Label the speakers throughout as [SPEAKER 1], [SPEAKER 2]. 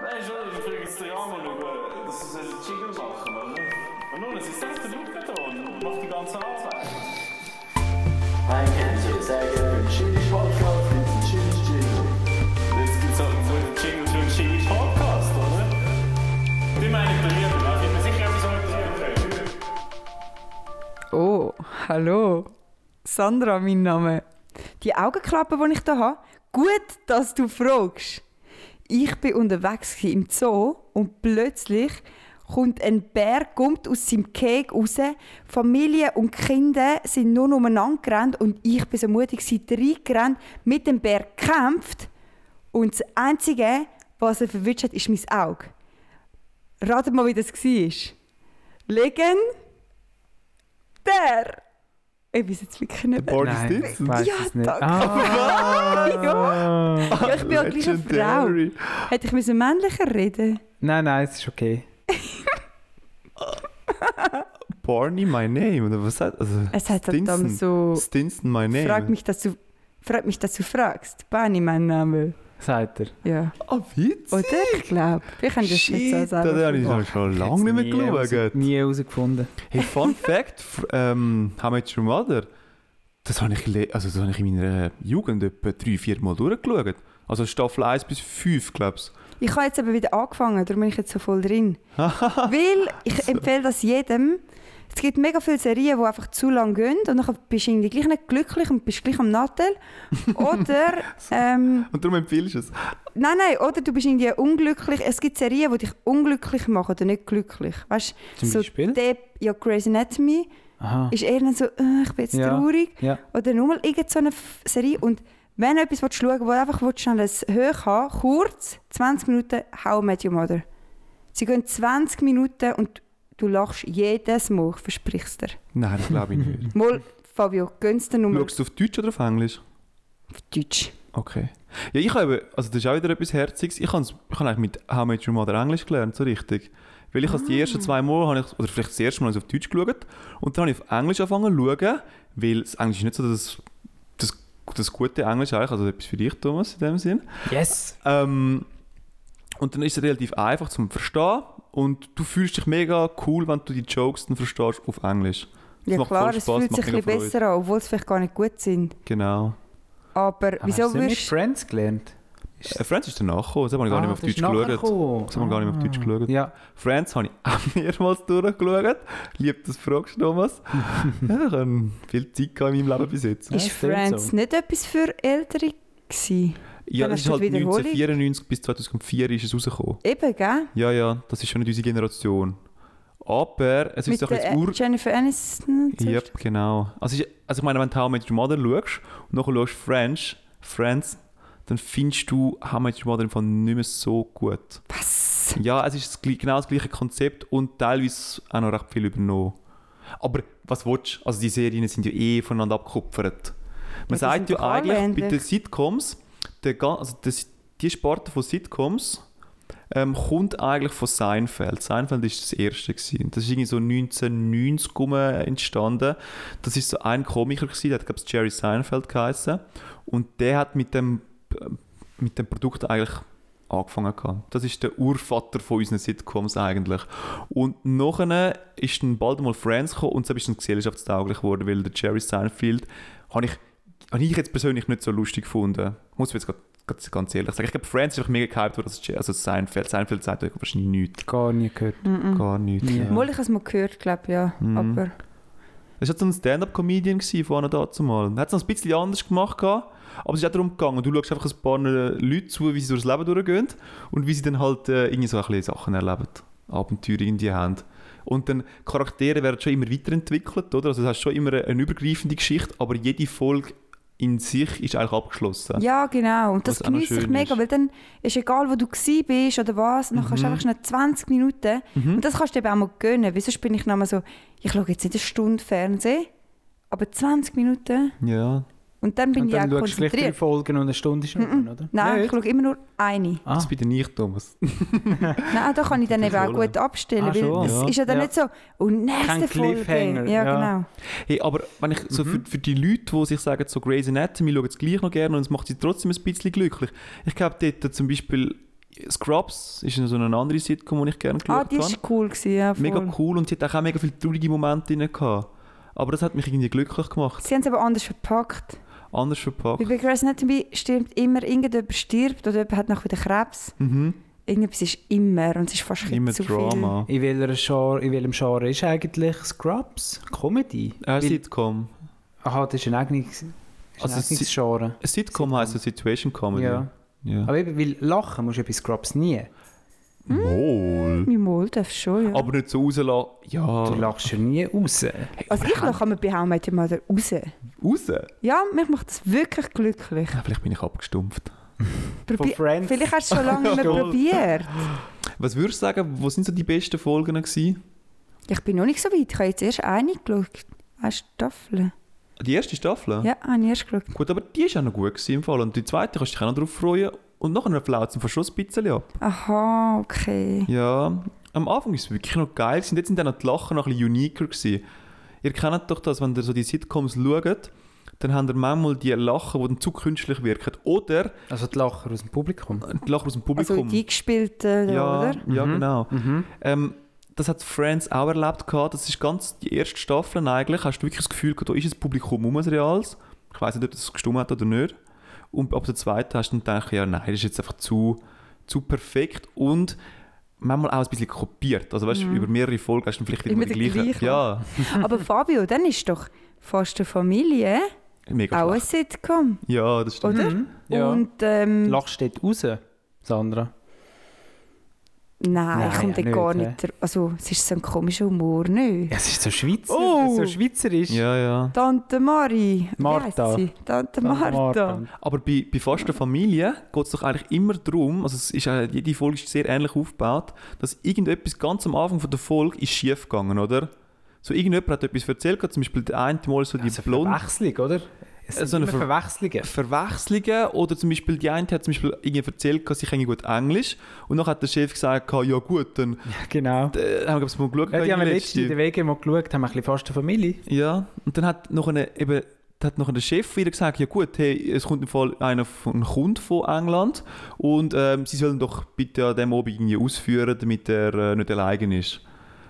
[SPEAKER 1] Nein, schon, ich bringe jetzt den Rahmen schauen. Das ist ein Jingle machen, oder? Und nun, es ist selbst der Luftbeton und macht die ganze Arbeit.
[SPEAKER 2] Ein Kännchen, sehr gerne für den Chili-Podcast, gibt es einen Chili-Jingle.
[SPEAKER 1] Jetzt gibt es halt so einen Jingle für einen Jingle Podcast, oder? Die meine ich bei mir, da bin mir sicher, dass ich so etwas empfehle.
[SPEAKER 3] Oh, hallo. Sandra, mein Name. Die Augenklappe, die ich da habe, gut, dass du fragst. Ich bin unterwegs gsi im Zoo und plötzlich kommt ein Bär kommt aus seinem Keg raus. Familie und Kinder sind nur umeinander gerannt und ich bin so mutig, sie reingerannt, mit dem Bär gekämpft und das Einzige, was er verwünscht hat, ist mein Auge. Ratet mal, wie das war. Legen der. Ich weiß jetzt wirklich nicht mehr.
[SPEAKER 4] Boris Ditson.
[SPEAKER 5] weiss
[SPEAKER 3] Ja,
[SPEAKER 5] es nicht.
[SPEAKER 3] danke.
[SPEAKER 5] Ah,
[SPEAKER 3] Ja. Ja, ich bin auch gleich eine Frau.
[SPEAKER 4] Legendary.
[SPEAKER 3] Hätte ich müssen männlicher reden
[SPEAKER 5] Nein, nein, es ist okay.
[SPEAKER 4] Barney, my name. Oder was heißt also,
[SPEAKER 3] Es hat halt dann so...
[SPEAKER 4] Stinson, my name.
[SPEAKER 3] Frag mich, dass du, frag mich, dass du fragst. Bani, mein Name.
[SPEAKER 5] Sagt er.
[SPEAKER 3] Ja.
[SPEAKER 4] Ah, Witz?
[SPEAKER 3] Oder? Ich glaube. Wir können das nicht so
[SPEAKER 4] Shit, Das habe
[SPEAKER 3] sagen.
[SPEAKER 4] ich
[SPEAKER 5] Oh,
[SPEAKER 4] noch schon
[SPEAKER 5] Hätt's
[SPEAKER 4] lange nicht mehr
[SPEAKER 5] nie
[SPEAKER 4] geschaut.
[SPEAKER 5] raus- Nie herausgefunden.
[SPEAKER 4] Hey, Fun Fact, f- ähm, How Met Your Mother, das habe ich, le- also das habe ich in meiner Jugend etwa drei, vier Mal durchgeschaut. Also Staffel 1 bis 5, glaube ich.
[SPEAKER 3] Ich habe jetzt eben wieder angefangen, darum bin ich jetzt so voll drin. Weil ich empfehle das jedem. Es gibt mega viele Serien, die einfach zu lang gehen und dann bist du irgendwie gleich nicht glücklich und bist gleich am Nattel. Oder... ähm,
[SPEAKER 4] Und darum empfehlst du es.
[SPEAKER 3] Nein, nein, oder du bist irgendwie unglücklich. Es gibt Serien, die dich unglücklich machen oder nicht glücklich. Weißt
[SPEAKER 5] Zum
[SPEAKER 3] so
[SPEAKER 5] Beispiel?
[SPEAKER 3] Depp, ja, Grey's Anatomy
[SPEAKER 5] Aha.
[SPEAKER 3] ist eher dann so, äh, ich bin jetzt
[SPEAKER 5] Ja.
[SPEAKER 3] traurig.
[SPEAKER 5] Ja.
[SPEAKER 3] Oder nur mal irgendeine so eine F- Serie. Und wenn du etwas willst schauen willst, wo du einfach willst, schnell ein Hoch haben kurz, 20 Minuten, How I Met Your Mother. Sie gehen 20 Minuten und du lachst jedes Mal, versprichst dir.
[SPEAKER 4] Nein, das glaube ich nicht.
[SPEAKER 3] Mal, Fabio, gönn's dir nur mal
[SPEAKER 4] Schaust du auf Deutsch oder auf Englisch?
[SPEAKER 3] auf Deutsch.
[SPEAKER 4] Okay. Ja, ich habe, eben- also das ist auch wieder etwas Herziges. Ich habe, ich habe eigentlich mit How Much Your Mother Englisch gelernt, so richtig. Weil ich habe es die
[SPEAKER 3] Ah.
[SPEAKER 4] ersten zwei Mal, habe ich, oder vielleicht das erste Mal habe ich es auf Deutsch geschaut. Und dann habe ich auf Englisch angefangen zu schauen, weil das Englisch ist nicht so das, das, das gute Englisch eigentlich, also etwas für dich, Thomas, in dem Sinn.
[SPEAKER 5] Yes!
[SPEAKER 4] Ähm, und dann ist es relativ einfach zum Verstehen und du fühlst dich mega cool, wenn du die Jokes dann verstehst auf Englisch. Das
[SPEAKER 3] Ja
[SPEAKER 4] macht
[SPEAKER 3] klar,
[SPEAKER 4] voll
[SPEAKER 3] es
[SPEAKER 4] Spass,
[SPEAKER 3] fühlt sich
[SPEAKER 4] macht
[SPEAKER 3] ein
[SPEAKER 4] mega
[SPEAKER 3] bisschen besser an, obwohl es vielleicht gar nicht gut sind.
[SPEAKER 4] Genau.
[SPEAKER 3] Aber
[SPEAKER 4] Ah,
[SPEAKER 3] wieso
[SPEAKER 5] Hast du mit
[SPEAKER 3] würdest
[SPEAKER 5] Friends gelernt?
[SPEAKER 4] Äh, Friends ist danach gekommen, das habe ich
[SPEAKER 3] Ah,
[SPEAKER 4] gar nicht mehr auf Deutsch geschaut.
[SPEAKER 5] geschaut.
[SPEAKER 4] Das haben wir gar nicht mehr auf Deutsch geschaut.
[SPEAKER 5] Ja,
[SPEAKER 4] Friends habe ich auch mehrmals durchgeschaut. Lieb, dass du fragst, Thomas. ja, ich habe viel Zeit gehabt in meinem Leben bis jetzt.
[SPEAKER 5] Ja,
[SPEAKER 3] Ist
[SPEAKER 5] stimmt
[SPEAKER 3] Friends
[SPEAKER 5] so.
[SPEAKER 3] nicht etwas für Ältere gewesen?
[SPEAKER 4] Ja,
[SPEAKER 3] Dann
[SPEAKER 4] das
[SPEAKER 3] hast
[SPEAKER 4] ist
[SPEAKER 3] du
[SPEAKER 4] halt
[SPEAKER 3] die Wiederholung.
[SPEAKER 4] 1994 bis 2004 ist es rausgekommen.
[SPEAKER 3] Eben, gell?
[SPEAKER 4] Ja, ja, das ist schon nicht unsere Generation. Aber es ist
[SPEAKER 3] Mit
[SPEAKER 4] doch jetzt
[SPEAKER 3] der, äh,
[SPEAKER 4] ur...
[SPEAKER 3] Jennifer Aniston. und so.
[SPEAKER 4] Ja, genau. Also ich, also ich meine, wenn du «How I Met Your Mother» schaust und nachher schaust «Friends», «Friends», dann findest du «How I Met Your Mother» im Fall nicht mehr so gut.
[SPEAKER 3] Was?
[SPEAKER 4] Ja, es ist das, gl- genau das gleiche Konzept und teilweise auch noch recht viel übernommen. Aber was willst du? Also die Serien sind ja eh voneinander abgekupfert. Man
[SPEAKER 3] die
[SPEAKER 4] sagt
[SPEAKER 3] sind
[SPEAKER 4] ja
[SPEAKER 3] doch alle
[SPEAKER 4] eigentlich, bei
[SPEAKER 3] ähnlich.
[SPEAKER 4] den Sitcoms, der, ga- also das, die Sparte von Sitcoms ähm, kommt eigentlich von Seinfeld. Seinfeld ist das erste. Gewesen. Das ist irgendwie so 1990 rum entstanden. Das ist so ein Komiker, gewesen, der hat, glaube ich, Jerry Seinfeld geheißen. Und der hat mit dem, äh, mit dem Produkt eigentlich angefangen gehabt. Das ist der Urvater von unseren Sitcoms eigentlich. Und nachher ist dann bald mal Friends gekommen und so ist dann gesellschaftstauglich geworden, weil der Jerry Seinfeld habe ich, habe ich jetzt persönlich nicht so lustig gefunden. Muss ich jetzt grad- grad ganz ehrlich sagen. Ich glaube, Friends ist einfach mega gehypt worden als Je- also Seinfeld. Seinfeld sagt euch wahrscheinlich nichts.
[SPEAKER 5] gar nie gehört.
[SPEAKER 4] Gar nichts.
[SPEAKER 5] Ja. Mhm.
[SPEAKER 3] Mal, ich habe es mal gehört, glaube ich, ja. Aber
[SPEAKER 4] Es war so ein Stand-up-Comedian gewesen, vorne dazu mal. Er hat es noch ein bisschen anders gemacht, gehabt, aber es ist auch darum gegangen. Du schaust einfach ein paar äh, Leute zu, wie sie durchs Leben durchgehen und wie sie dann halt äh, irgendwie so ein bisschen Sachen erleben. Abenteuer irgendwie haben. Und dann, Charaktere werden schon immer weiterentwickelt, oder? Also du hast schon immer eine übergreifende Geschichte, aber jede Folge in sich ist eigentlich abgeschlossen.
[SPEAKER 3] ja, genau. Und das
[SPEAKER 4] Was auch noch
[SPEAKER 3] genieße ich
[SPEAKER 4] schön
[SPEAKER 3] mega,
[SPEAKER 4] ist.
[SPEAKER 3] weil dann ist egal, wo du gsi bist oder was, dann
[SPEAKER 5] Mhm.
[SPEAKER 3] kannst du einfach schnell 20 Minuten. Und das kannst du eben auch mal gönnen. Weil sonst bin ich nochmal so, ich schaue jetzt nicht eine Stunde Fernsehen, aber 20 Minuten.
[SPEAKER 4] Ja.
[SPEAKER 3] Und dann bin
[SPEAKER 5] Und
[SPEAKER 3] ich
[SPEAKER 5] dann
[SPEAKER 3] auch
[SPEAKER 5] schaust du gleich drei
[SPEAKER 3] konzentriert.
[SPEAKER 5] Folgen und eine Stunde ist rum, oder?
[SPEAKER 3] Nein, ich
[SPEAKER 5] Nicht?
[SPEAKER 3] schaue immer nur eine.
[SPEAKER 5] Ah.
[SPEAKER 4] Das bin ich, Thomas.
[SPEAKER 3] Nein, da kann ich dann eben auch
[SPEAKER 4] Rolle.
[SPEAKER 3] gut abstellen,
[SPEAKER 5] Ah, schon,
[SPEAKER 3] weil es
[SPEAKER 5] ja.
[SPEAKER 3] ist ja dann
[SPEAKER 5] Ja.
[SPEAKER 3] nicht so, und nächste
[SPEAKER 5] Kein Cliffhanger,
[SPEAKER 3] Folge. Ja,
[SPEAKER 5] ja.
[SPEAKER 3] genau.
[SPEAKER 4] Hey, aber wenn ich so für, für die Leute, die sich sagen, so Grey's Anatomy schauen es gleich noch gerne und es macht sie trotzdem ein bisschen glücklich. Ich glaube, dort zum Beispiel Scrubs ist so eine andere Sitcom, die ich gerne
[SPEAKER 3] Ah,
[SPEAKER 4] geschaut
[SPEAKER 3] die
[SPEAKER 4] habe.
[SPEAKER 3] war cool, gewesen, ja, voll.
[SPEAKER 4] Mega cool und sie hat auch mega viele traurige Momente drin gehabt. Aber das hat mich irgendwie glücklich gemacht.
[SPEAKER 3] Sie haben es aber anders verpackt.
[SPEAKER 4] Anders verpackt.
[SPEAKER 3] Bei Bei Grey's Anatomy stirbt immer irgendjemand stirbt oder jemand hat noch wieder Krebs.
[SPEAKER 4] Mhm.
[SPEAKER 3] Irgendetwas ist immer und es ist fast ein bisschen
[SPEAKER 4] Immer
[SPEAKER 3] zu
[SPEAKER 4] Drama.
[SPEAKER 5] In, welcher Genre, in welchem Genre ist eigentlich Scrubs? Comedy?
[SPEAKER 4] Äh,
[SPEAKER 5] Weil-
[SPEAKER 4] Sitcom.
[SPEAKER 5] Aha, das ist ein eigenes, ist
[SPEAKER 4] Also
[SPEAKER 5] ein eigenes
[SPEAKER 4] Sie-
[SPEAKER 5] Genre.
[SPEAKER 4] Sitcom heisst ja Situation Comedy.
[SPEAKER 5] Ja. Also,
[SPEAKER 4] ja.
[SPEAKER 5] Aber eben, weil lachen musst du ja bei Scrubs nie.
[SPEAKER 4] Wohl.
[SPEAKER 3] viel. Mein Mal darf schon, ja.
[SPEAKER 4] Mhm. Aber nicht so rauslassen.
[SPEAKER 5] Du
[SPEAKER 4] Ja.
[SPEAKER 5] lachst ja nie raus.
[SPEAKER 3] also ich lache mir bei How I Met Your Mother raus.
[SPEAKER 4] Raus.
[SPEAKER 3] Ja, mich macht das wirklich glücklich.
[SPEAKER 4] Ah, Vielleicht bin ich abgestumpft.
[SPEAKER 5] Von
[SPEAKER 3] Probi
[SPEAKER 5] Friends.
[SPEAKER 3] Vielleicht hast du es schon lange nicht mehr
[SPEAKER 5] Voll.
[SPEAKER 3] probiert.
[SPEAKER 4] Was würdest du sagen, wo sind so die besten Folgen gewesen?
[SPEAKER 3] Ich bin noch nicht so weit. Ich habe jetzt erst eine geschaut. Eine Staffel.
[SPEAKER 4] Die erste Staffel?
[SPEAKER 3] Ja, eine erst geschaut.
[SPEAKER 4] Gut, aber die war auch noch gut gewesen im Fall. Und die zweite kannst du dich auch noch drauf freuen. Und nachher flaut es schon ein bisschen ab.
[SPEAKER 3] Aha, okay.
[SPEAKER 4] Ja, am Anfang war es wirklich noch geil. Gewesen. Jetzt sind dann auch die Lachen noch ein bisschen uniker. Gewesen. Ihr kennt doch das, wenn ihr so die Sitcoms schaut, dann habt ihr manchmal die Lachen, die dann zu künstlich wirken. Oder
[SPEAKER 5] Also die Lacher aus dem Publikum.
[SPEAKER 4] die Lachen aus dem
[SPEAKER 3] Also
[SPEAKER 4] Publikum.
[SPEAKER 3] die eingespielten,
[SPEAKER 4] ja,
[SPEAKER 3] oder?
[SPEAKER 4] ja
[SPEAKER 5] Mhm.
[SPEAKER 4] genau.
[SPEAKER 5] Mhm.
[SPEAKER 4] Ähm, das hat Friends auch erlebt. Gehabt. Das ist ganz die erste Staffel eigentlich. Hast du wirklich das Gefühl, gehabt, da ist ein Publikum um ein Reals. Ich weiß nicht, ob das gestimmt hat oder nicht. Und ab der zweiten hast du dann gedacht, ja, nein, das ist jetzt einfach zu, zu perfekt und manchmal auch ein bisschen kopiert. Also weißt du, über mehrere Folgen hast du dann vielleicht
[SPEAKER 3] Mhm. Immer
[SPEAKER 4] immer die
[SPEAKER 3] der
[SPEAKER 4] gleiche.
[SPEAKER 3] gleiche.
[SPEAKER 4] Ja,
[SPEAKER 3] Aber Fabio, dann ist doch fast eine Familie
[SPEAKER 4] mega
[SPEAKER 3] auch ein
[SPEAKER 4] schlecht.
[SPEAKER 3] Sitcom,
[SPEAKER 4] Ja, das stimmt.
[SPEAKER 3] oder?
[SPEAKER 5] Mhm, Ja.
[SPEAKER 3] Und ähm,
[SPEAKER 5] Lachst du dort raus, Sandra?
[SPEAKER 3] nein, ich komme
[SPEAKER 5] Nein,
[SPEAKER 3] dort
[SPEAKER 5] nicht,
[SPEAKER 3] gar
[SPEAKER 5] hä?
[SPEAKER 3] nicht. dr- Also es ist so ein komischer Humor, nicht?
[SPEAKER 5] Ja, es ist so Schweizer.
[SPEAKER 3] Oh!
[SPEAKER 5] So schweizerisch.
[SPEAKER 4] Ja, ja.
[SPEAKER 3] Tante Mari. wie
[SPEAKER 5] Martha.
[SPEAKER 3] heisst sie? Tante
[SPEAKER 5] Sandra
[SPEAKER 3] Martha.
[SPEAKER 5] Martin.
[SPEAKER 4] Aber bei, bei fast der Familie geht es doch eigentlich immer darum, also es ist, äh, jede Folge ist sehr ähnlich aufgebaut, dass irgendetwas ganz am Anfang von der Folge ist schief gegangen, oder? So irgendjemand hat etwas erzählt, gerade zum Beispiel der eine Mal so die
[SPEAKER 5] Also
[SPEAKER 4] blonde
[SPEAKER 5] Verwechslung, oder? Es sind
[SPEAKER 4] So eine
[SPEAKER 5] immer
[SPEAKER 4] Ver-
[SPEAKER 5] Verwechslungen.
[SPEAKER 4] Verwechslungen oder zum Beispiel die eine hat zum Beispiel irgendwie erzählt, dass sie kenne gut Englisch und dann hat der Chef gesagt, ja gut, dann
[SPEAKER 5] Genau.
[SPEAKER 4] äh, haben wir es mal geschaut.
[SPEAKER 5] Ja, die haben wir
[SPEAKER 4] irgendwie
[SPEAKER 5] letztens in
[SPEAKER 4] letzte.
[SPEAKER 5] der WG mal geschaut, haben ein bisschen fast eine Familie.
[SPEAKER 4] Ja, und dann hat noch eine, eben, dann hat noch der Chef wieder gesagt, ja gut, hey, es kommt im Fall einer von, ein Kunde von England und ähm, sie sollen doch bitte an dem Abend irgendwie ausführen, damit er äh, nicht alleine ist.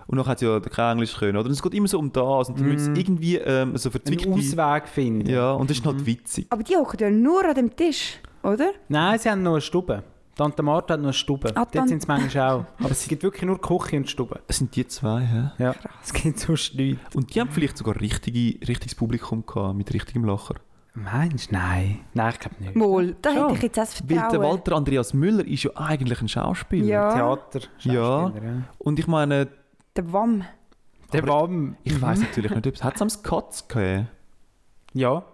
[SPEAKER 4] Und dann hat sie ja kein Englisch können, oder? Und es geht immer so um das und dann müssen
[SPEAKER 5] Mhm.
[SPEAKER 4] sie irgendwie ähm, so
[SPEAKER 5] Einen
[SPEAKER 4] verzwickte...
[SPEAKER 5] Ausweg finden.
[SPEAKER 4] Ja, und das ist
[SPEAKER 5] Mhm.
[SPEAKER 4] halt witzig.
[SPEAKER 3] Aber die hocken ja nur an dem Tisch, oder?
[SPEAKER 5] Nein, sie haben nur eine Stube. Tante Martha hat nur eine Stube.
[SPEAKER 3] Ah,
[SPEAKER 5] Dort
[SPEAKER 3] Tan-
[SPEAKER 5] sind sie manchmal auch. Aber es gibt wirklich nur Küche und Stube.
[SPEAKER 4] Es sind die zwei, hä?
[SPEAKER 5] Ja. Es gibt sonst nichts.
[SPEAKER 4] Und die haben vielleicht sogar richtige, richtiges Publikum gehabt, mit richtigem Lacher.
[SPEAKER 5] Meinst du? Nein. Nein, ich glaube nicht.
[SPEAKER 3] Mal, da
[SPEAKER 4] Ja.
[SPEAKER 3] hätte ich jetzt das
[SPEAKER 4] Weil der
[SPEAKER 3] Vertrauen.
[SPEAKER 4] Walter Andreas Müller ist ja eigentlich ein Schauspieler.
[SPEAKER 3] Ja.
[SPEAKER 5] Theater.
[SPEAKER 4] Ja.
[SPEAKER 5] Schauspieler, ja.
[SPEAKER 4] Und ich meine,
[SPEAKER 3] Der Wamm.
[SPEAKER 5] Der Wam.
[SPEAKER 4] Ich weiß natürlich nicht, ob es. Hat es am Skatz gegeben?
[SPEAKER 5] Ja.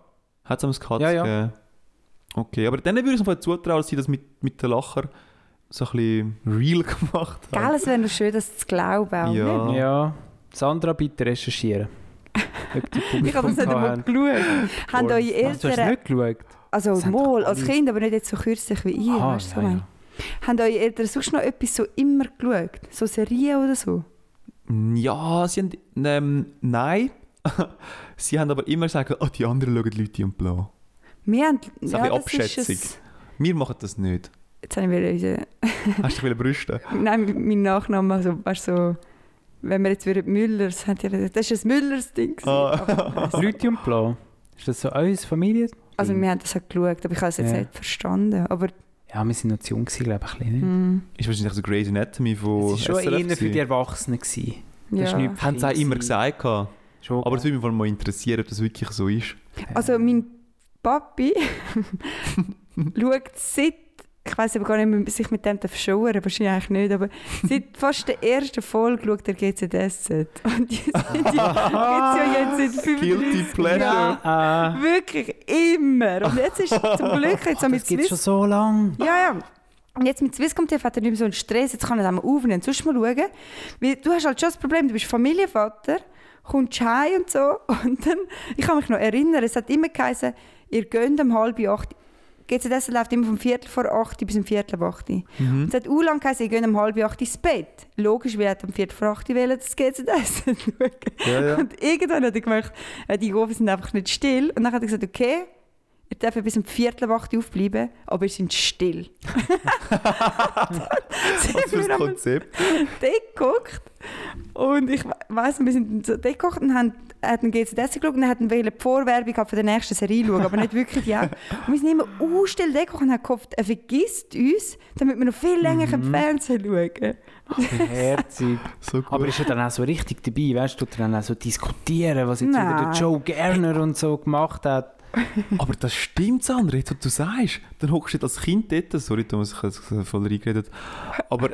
[SPEAKER 4] Hat es am Skatz
[SPEAKER 5] Ja, ja.
[SPEAKER 4] gegeben? Okay, aber dann würde ich es mir zutrauen, dass sie das mit, mit den Lacher so ein bisschen real gemacht haben.
[SPEAKER 3] Gell, es wäre noch schön, das zu glauben. auch,
[SPEAKER 4] Ja.
[SPEAKER 3] nicht?
[SPEAKER 5] Ja. Sandra, bitte recherchieren. Ob die
[SPEAKER 3] Ich habe das nicht einmal
[SPEAKER 5] Publikum
[SPEAKER 3] geschaut. Haben eure
[SPEAKER 5] Ah, Du hast
[SPEAKER 3] Eltern...
[SPEAKER 5] nicht geschaut.
[SPEAKER 3] Also
[SPEAKER 5] Das haben doch
[SPEAKER 3] mal, als
[SPEAKER 5] alle-
[SPEAKER 3] Kind, aber nicht jetzt so kürzlich wie ich.
[SPEAKER 5] Ah,
[SPEAKER 3] weißt du,
[SPEAKER 5] ja,
[SPEAKER 3] so ja. Haben eure Eltern sonst noch etwas so immer geschaut? So Serien oder so?
[SPEAKER 4] Ja, sie haben. Ähm, nein. sie haben aber immer gesagt, oh, die anderen schauen Leute und blau.
[SPEAKER 3] Wir haben...
[SPEAKER 4] ist ein bisschen Abschätzung. Wir machen das nicht.
[SPEAKER 3] ein- jetzt habe ich wieder unseren-
[SPEAKER 4] Hast du dich brüsten?
[SPEAKER 3] Nein, mein Nachname, also, weißt du, so, wenn wir jetzt würden Müllers, hat ihr gesagt, das ist ein Müllers-Ding. gewesen.
[SPEAKER 4] Ah.
[SPEAKER 3] Aber-
[SPEAKER 5] Leute und Blau. Ist das so eure Familie?
[SPEAKER 3] Also wir haben das auch geschaut, aber ich habe es jetzt
[SPEAKER 5] Ja.
[SPEAKER 3] nicht verstanden. Aber
[SPEAKER 5] Ja, wir sind noch zu jung, gewesen, glaube ich. Ein bisschen. ne?
[SPEAKER 3] hm,
[SPEAKER 4] Ist wahrscheinlich so Grey's Anatomy von.
[SPEAKER 5] Es war
[SPEAKER 4] SRF
[SPEAKER 5] schon eher für die
[SPEAKER 4] gewesen.
[SPEAKER 5] Erwachsenen. Gewesen. Das ist
[SPEAKER 3] ja.
[SPEAKER 5] nicht-
[SPEAKER 4] Haben sie auch immer gesagt. gehabt.
[SPEAKER 5] Schon
[SPEAKER 4] Aber es würde mich mal interessieren, ob das wirklich so ist.
[SPEAKER 3] Also mein Papi schaut seit, ich weiß aber gar nicht, ob man sich mit dem verschauern darf, wahrscheinlich eigentlich nicht, aber seit fast der ersten Folge schaut er GZSZ. Und die sind ja, gibt's ja jetzt seit 35
[SPEAKER 4] Guilty Pleasure.
[SPEAKER 3] Jahren.
[SPEAKER 5] Ah,
[SPEAKER 3] Wirklich, immer. Und jetzt ist zum Glück jetzt auch mit
[SPEAKER 5] das gibt schon
[SPEAKER 3] Swiss...
[SPEAKER 5] so lange.
[SPEAKER 3] Ja, ja. Und jetzt mit Swisscom TV hat er nicht mehr so einen Stress, jetzt kann er das mal aufnehmen, sonst mal schauen. Weil du hast halt schon das Problem, du bist Familienvater, kommst heim und so. Und dann, ich kann mich noch erinnern, es hat immer geheißen, ihr geht um halb acht. GZS läuft immer vom Viertel vor acht bis um Viertel ab acht.
[SPEAKER 4] Mhm.
[SPEAKER 3] Und es hat auch lange geheißen, ihr geht um halb acht ins Bett. Logisch, wir hätten um Viertel vor acht wollen, das GZS schauen.
[SPEAKER 4] Ja, ja.
[SPEAKER 3] Und irgendwann hat er gemerkt, äh, die Rufe sind einfach nicht still. Und dann hat er gesagt, okay, Ihr dürft bis um Viertel um acht Uhr aufbleiben, aber ihr seid still.
[SPEAKER 4] Was für ein Konzept.
[SPEAKER 3] geguckt und ich weiß wir sind so geguckt und haben hat einen GZS geschaut und hatten die Vorwerbung gehabt für die nächste Serie schauen, aber nicht wirklich die auch. Und wir sind immer uh, still geguckt und haben gehofft, er vergisst uns, damit wir noch viel länger mhm. Fernsehen schauen können.
[SPEAKER 5] Herzig.
[SPEAKER 4] So gut.
[SPEAKER 5] Aber ist er dann auch so richtig dabei, weißt du, tut er dann auch so diskutieren, was jetzt wieder
[SPEAKER 3] Nein.
[SPEAKER 5] der Joe Gerner und so gemacht hat.
[SPEAKER 4] Aber das stimmt, Sandra, jetzt, was du sagst. Dann hockst du als Kind dort, sorry, Thomas, ich habe voll reingeredet. Aber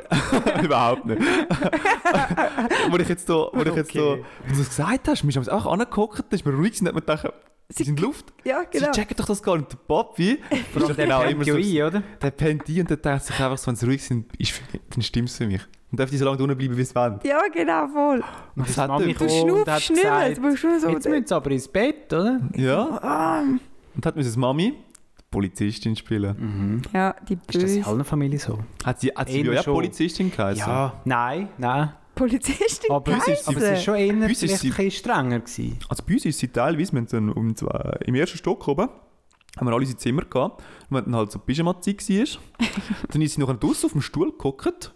[SPEAKER 4] überhaupt nicht. wo ich jetzt so, wo ich jetzt so,
[SPEAKER 5] Okay.
[SPEAKER 4] wenn du es gesagt hast, wir haben uns einfach angehockt, dann ist mir ruhig, gewesen, hat man gedacht,
[SPEAKER 3] Sie-
[SPEAKER 4] sie sind in Luft.
[SPEAKER 3] Ja, genau.
[SPEAKER 4] Sie checken doch das gar nicht. Der Papi, ist doch genau
[SPEAKER 5] Der fängt ja ein, oder?
[SPEAKER 4] der pennt ein und der denkt sich einfach, so, wenn sie ruhig sind, ist, für- dann stimmt es für mich. Dann darf die so lange unten bleiben, wie es wollen.
[SPEAKER 3] Ja, genau, voll.
[SPEAKER 4] Und das
[SPEAKER 5] Die
[SPEAKER 4] hat
[SPEAKER 5] Mami
[SPEAKER 4] er.
[SPEAKER 5] kommt
[SPEAKER 3] Du
[SPEAKER 5] Oh, und hat
[SPEAKER 3] schnaufst nicht mehr,
[SPEAKER 5] gesagt,
[SPEAKER 3] du musst nur so...
[SPEAKER 5] Jetzt müssen sie aber ins Bett, oder?
[SPEAKER 4] Ja.
[SPEAKER 5] Ähm.
[SPEAKER 4] Und hat müssen die Mami die Polizistin spielen.
[SPEAKER 5] Mhm.
[SPEAKER 3] Ja, die
[SPEAKER 5] Ist das halt-
[SPEAKER 3] böse
[SPEAKER 5] in allen Familien so?
[SPEAKER 4] Hat sie, hat sie
[SPEAKER 5] Eher
[SPEAKER 4] ja
[SPEAKER 5] schon.
[SPEAKER 4] Polizistin geheißen?
[SPEAKER 5] Ja, nein, nein.
[SPEAKER 3] Polizistin
[SPEAKER 5] Aber, aber
[SPEAKER 3] geheissen.
[SPEAKER 5] es ist schon eher
[SPEAKER 4] Bei
[SPEAKER 5] vielleicht
[SPEAKER 4] uns ist
[SPEAKER 5] ein
[SPEAKER 4] sie-
[SPEAKER 5] bisschen strenger gewesen.
[SPEAKER 4] Also bei uns ist sie teilweise, wir haben dann um zwei, im ersten Stock oben, haben wir alle unsere Zimmer gehabt. Und wenn dann halt so Pyjama-Zeit war, dann ist sie noch draußen auf dem Stuhl geguckt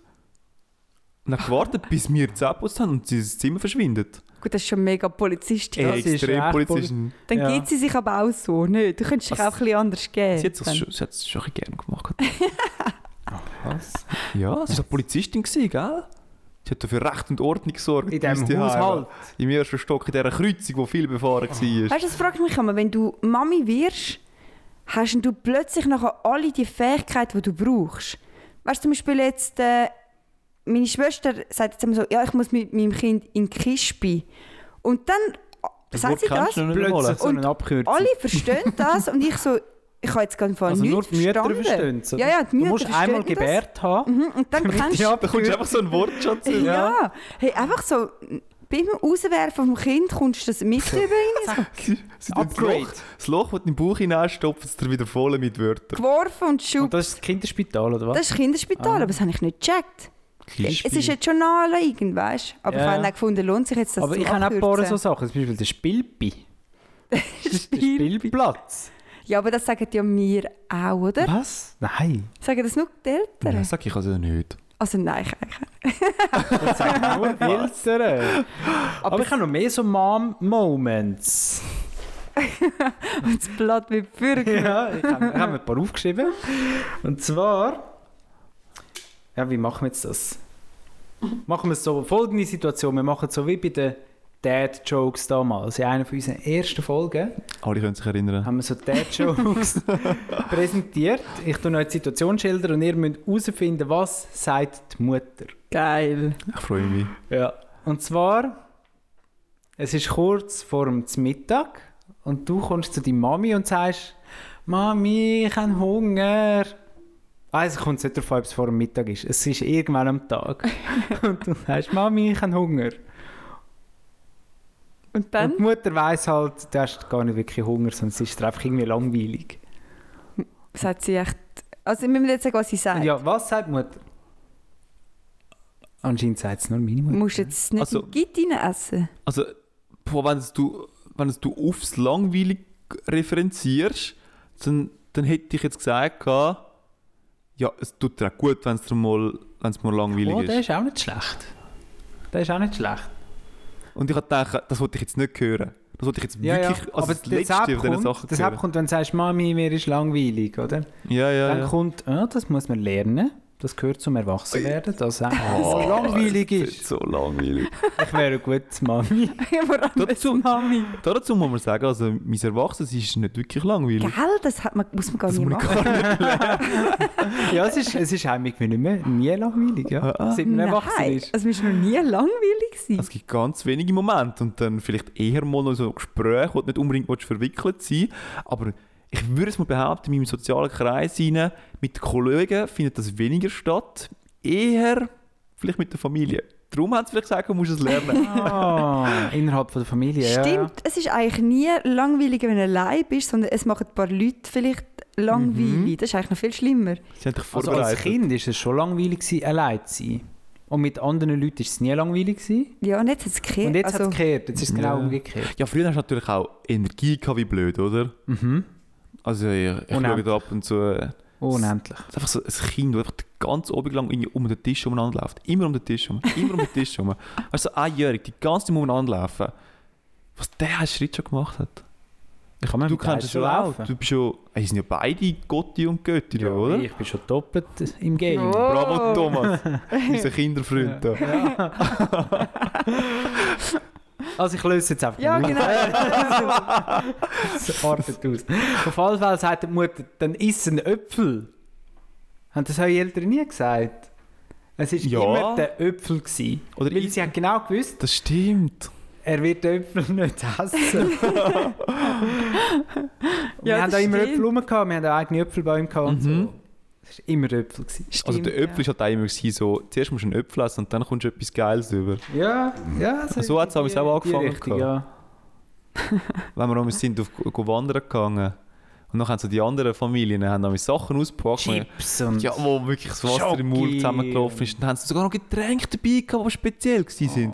[SPEAKER 4] und hat gewartet, bis wir die Zähne geputzt haben und sie das Zimmer verschwindet.
[SPEAKER 3] Gut, das ist schon mega Polizistin.
[SPEAKER 5] Ey. Das ist
[SPEAKER 4] Extrem
[SPEAKER 5] echt
[SPEAKER 4] Polizistin.
[SPEAKER 3] Dann
[SPEAKER 5] Ja.
[SPEAKER 3] gibt sie sich aber auch so, nicht? Du könntest dich
[SPEAKER 4] Also,
[SPEAKER 3] auch ein bisschen anders geben.
[SPEAKER 4] Sie hat es
[SPEAKER 3] dann.
[SPEAKER 4] schon, sie hat es schon ein bisschen gerne gemacht.
[SPEAKER 5] Was?
[SPEAKER 4] Ja, sie war Polizistin, gewesen, gell? Sie hat dafür Recht und Ordnung gesorgt.
[SPEAKER 5] In diesem
[SPEAKER 4] uns daheim.
[SPEAKER 5] Haushalt.
[SPEAKER 4] Im ersten Stock, in dieser Kreuzung, die viel befahren war.
[SPEAKER 3] Weißt du, das fragt mich immer, wenn du Mami wirst, hast denn du plötzlich nachher alle die Fähigkeiten, die du brauchst. Weißt du, zum Beispiel jetzt, äh, meine Schwester sagt jetzt immer so, ja, ich muss mit meinem Kind in die Kispi. Und dann äh, sagt sie das,
[SPEAKER 5] Plötzlich so
[SPEAKER 3] Und
[SPEAKER 5] eine Abkürzung.
[SPEAKER 3] alle verstehen das und ich so, ich habe jetzt gerade
[SPEAKER 5] also nur
[SPEAKER 3] nichts
[SPEAKER 5] die Mütter
[SPEAKER 3] verstanden.
[SPEAKER 5] verstehen es. oder?
[SPEAKER 3] Ja, ja, die Mütter
[SPEAKER 5] Du musst
[SPEAKER 3] verstehen
[SPEAKER 5] einmal
[SPEAKER 3] das.
[SPEAKER 5] gebärt haben.
[SPEAKER 3] Mhm, Und dann kannst
[SPEAKER 4] Ja, da kommst du einfach so einen Wortschatz
[SPEAKER 3] Ja.
[SPEAKER 4] über.
[SPEAKER 3] Hey, einfach so, beim Rauswerfen vom Kind kommst du das mit übrigens.
[SPEAKER 4] Sie- sie tun das
[SPEAKER 5] Upgrade.
[SPEAKER 4] Loch- Das Loch, das du in den Bauch hineinstopft, ist dir wieder voll mit Wörtern.
[SPEAKER 3] Geworfen und
[SPEAKER 5] Und
[SPEAKER 3] schub.
[SPEAKER 5] das ist das Kinderspital, oder was?
[SPEAKER 3] Das ist
[SPEAKER 5] Ah.
[SPEAKER 3] Kinderspital, aber das habe ich nicht gecheckt.
[SPEAKER 4] Kispi.
[SPEAKER 3] Es ist jetzt schon naheliegend, weißt du? Aber
[SPEAKER 5] Ja.
[SPEAKER 3] ich habe auch gefunden, lohnt sich jetzt das
[SPEAKER 5] aber
[SPEAKER 3] zu
[SPEAKER 5] ich habe auch ein paar
[SPEAKER 3] abkürzen.
[SPEAKER 5] so Sachen. Zum Beispiel der Spielbi. Der
[SPEAKER 3] Spiel.
[SPEAKER 5] Spielplatz.
[SPEAKER 3] Ja, aber das sagen ja mir auch, oder?
[SPEAKER 5] Was? Nein.
[SPEAKER 3] Sagen das nur die Eltern?
[SPEAKER 4] Nein, sag ich also nicht.
[SPEAKER 3] Also nein, ich eigentlich.
[SPEAKER 5] Das sagen nur die Eltern. Aber,
[SPEAKER 3] Aber
[SPEAKER 5] ich habe noch mehr so Mom-Moments.
[SPEAKER 3] das Blatt mit Bürger.
[SPEAKER 5] Ja, ich habe ich habe mir ein paar aufgeschrieben. Und zwar. Ja, wie machen wir jetzt das? Machen wir es so: folgende Situation. Wir machen es so wie bei den Dad-Jokes damals. In einer von unseren ersten Folgen
[SPEAKER 4] Alle können sich erinnern.
[SPEAKER 5] haben wir so Dad-Jokes präsentiert. Ich tue euch die Situation schildern und ihr müsst herausfinden, was sagt die Mutter.
[SPEAKER 3] Geil.
[SPEAKER 4] Ich freue mich.
[SPEAKER 5] Ja. Und zwar, es ist kurz vor dem Mittag und du kommst zu deiner Mami und sagst, Mami, ich habe Hunger. Also kommt es nicht darauf an, ob es vor dem Mittag ist. Es ist irgendwann am Tag. und du sagst, Mami, ich habe Hunger.
[SPEAKER 3] Und dann?
[SPEAKER 5] Und die Mutter weiss halt, du hast gar nicht wirklich Hunger, sonst ist es einfach irgendwie langweilig.
[SPEAKER 3] Sagt sie echt... Also wir müssen jetzt sagen, was sie sagt.
[SPEAKER 5] Und ja, was sagt die Mutter? Anscheinend sagt es nur meine
[SPEAKER 3] Du
[SPEAKER 5] Mutter.
[SPEAKER 3] musst jetzt nicht
[SPEAKER 4] Also-
[SPEAKER 3] also, Git rein essen.
[SPEAKER 4] Also, boah, wenn es du, wenn es du aufs langweilig referenzierst, dann, dann hätte ich jetzt gesagt, gehabt, ja, es tut dir auch gut, wenn es dir mal, wenn es mal langweilig
[SPEAKER 5] oh, der
[SPEAKER 4] ist.
[SPEAKER 5] ist auch nicht schlecht. Der ist auch nicht schlecht.
[SPEAKER 4] Und ich habe gedacht, das wollte ich jetzt nicht hören. Das wollte ich jetzt
[SPEAKER 5] Ja,
[SPEAKER 4] wirklich
[SPEAKER 5] ja.
[SPEAKER 4] als
[SPEAKER 5] aber
[SPEAKER 4] das Letzte
[SPEAKER 5] deshalb
[SPEAKER 4] von diesen
[SPEAKER 5] kommt-
[SPEAKER 4] Sachen
[SPEAKER 5] Deshalb
[SPEAKER 4] hören.
[SPEAKER 5] kommt, wenn du sagst, Mami, mir ist langweilig, oder?
[SPEAKER 4] Ja, ja,
[SPEAKER 5] Dann
[SPEAKER 4] ja.
[SPEAKER 5] kommt, ah, das muss man lernen. Das gehört zum Erwachsenwerden, dass es oh, langweilig
[SPEAKER 4] Das
[SPEAKER 5] ist.
[SPEAKER 4] so langweilig.
[SPEAKER 5] Ich wäre eine gute Mami.
[SPEAKER 3] Vor allem
[SPEAKER 4] Dazu-
[SPEAKER 3] Mami.
[SPEAKER 4] Dazu muss man sagen, also mein Erwachsenes ist nicht wirklich langweilig.
[SPEAKER 3] Gell, das hat man, muss man gar
[SPEAKER 4] Das
[SPEAKER 3] nicht
[SPEAKER 4] muss man
[SPEAKER 3] machen.
[SPEAKER 4] gar nicht.
[SPEAKER 5] ja, es ist, es ist heimlich wie nicht mehr, nie langweilig, ja.
[SPEAKER 4] Ah, ah.
[SPEAKER 5] Seit man erwachsen
[SPEAKER 3] Nein,
[SPEAKER 5] ist.
[SPEAKER 3] also mir war noch nie langweilig. Gewesen.
[SPEAKER 4] Es gibt ganz wenige Momente und dann vielleicht eher mal noch so ein Gespräch, wo du nicht unbedingt willst, verwickelt sein Aber ich würde es mal behaupten, in meinem sozialen Kreis rein, mit Kollegen findet das weniger statt. Eher vielleicht mit der Familie. Darum hat sie vielleicht gesagt, du musst es lernen.
[SPEAKER 5] Ah, innerhalb von der Familie, ja.
[SPEAKER 3] Stimmt, es ist eigentlich nie langweilig, wenn du allein bist, sondern es machen ein paar Leute vielleicht
[SPEAKER 5] Mhm.
[SPEAKER 3] langweilig. Das ist eigentlich noch viel schlimmer.
[SPEAKER 4] sie hat dich
[SPEAKER 5] Also
[SPEAKER 4] vorbereitet.
[SPEAKER 5] als Kind war es schon langweilig, gewesen, allein zu sein. Und mit anderen Leuten war es nie langweilig. Gewesen.
[SPEAKER 3] Ja, und jetzt hat es gekehrt.
[SPEAKER 5] Und jetzt
[SPEAKER 3] also,
[SPEAKER 5] hat es gekehrt, jetzt ist es genau
[SPEAKER 4] Ja.
[SPEAKER 5] umgekehrt.
[SPEAKER 4] Ja, früher hast du natürlich auch Energie gehabt, wie blöd, oder?
[SPEAKER 5] Mhm.
[SPEAKER 4] Also ich, ich schaue
[SPEAKER 5] Unendlich.
[SPEAKER 4] da ab und zu. äh,
[SPEAKER 5] Unendlich.
[SPEAKER 4] Es ist einfach so ein Kind, das einfach den ganzen Abend lang irgendwie um den Tisch umeinander läuft. Immer um den Tisch herum. Immer um den Tisch herum. Also einjährig, die ganze Zeit umeinander laufen. Was der einen Schritt schon gemacht hat.
[SPEAKER 5] Kann man
[SPEAKER 4] du
[SPEAKER 5] mit der
[SPEAKER 4] kennst
[SPEAKER 5] Eis
[SPEAKER 4] es ja auch. Du bist schon, hey, sind ja beide Gotti und Götti, da,
[SPEAKER 5] Ja,
[SPEAKER 4] oder?
[SPEAKER 5] Ich bin schon doppelt im Game.
[SPEAKER 3] Oh.
[SPEAKER 4] Bravo, Thomas. Unser Kinderfreund da.
[SPEAKER 5] Also ich löse jetzt einfach
[SPEAKER 3] Ja,
[SPEAKER 5] auf.
[SPEAKER 3] genau.
[SPEAKER 5] Das artet aus. Auf alle Fälle sagt die Mutter, dann iss einen Äpfel. Und das haben die Eltern nie gesagt. Es war
[SPEAKER 4] Ja.
[SPEAKER 5] immer der Äpfel. Gewesen,
[SPEAKER 4] Oder
[SPEAKER 5] weil
[SPEAKER 4] iss-
[SPEAKER 5] sie haben genau gewusst,
[SPEAKER 4] Das stimmt.
[SPEAKER 5] er wird den Äpfel nicht essen. Und wir
[SPEAKER 3] Ja, das
[SPEAKER 5] haben da immer
[SPEAKER 3] stimmt.
[SPEAKER 5] Äpfel rum, gehabt, wir haben auch eigene Äpfelbäume gehabt und
[SPEAKER 4] Mhm.
[SPEAKER 5] so. Es war immer der Äpfel. Gewesen.
[SPEAKER 4] Also
[SPEAKER 3] Stimmt,
[SPEAKER 4] der Äpfel ist halt auch immer gewesen, so, zuerst musst du einen Äpfel essen und dann kommst du etwas Geiles über.
[SPEAKER 5] Ja, ja.
[SPEAKER 4] So hat's damals auch angefangen
[SPEAKER 5] Richtig,
[SPEAKER 4] gehabt.
[SPEAKER 5] ja.
[SPEAKER 4] Wenn wir damals sind, auf go wandern gegangen und dann haben so die anderen Familien haben damals Sachen ausgepackt. und-
[SPEAKER 5] Chips und...
[SPEAKER 4] Ja, wo wirklich das Wasser im Mund
[SPEAKER 5] Schoki
[SPEAKER 4] zusammengelaufen ist. Dann haben sie sogar noch Getränke dabei gehabt, die speziell waren.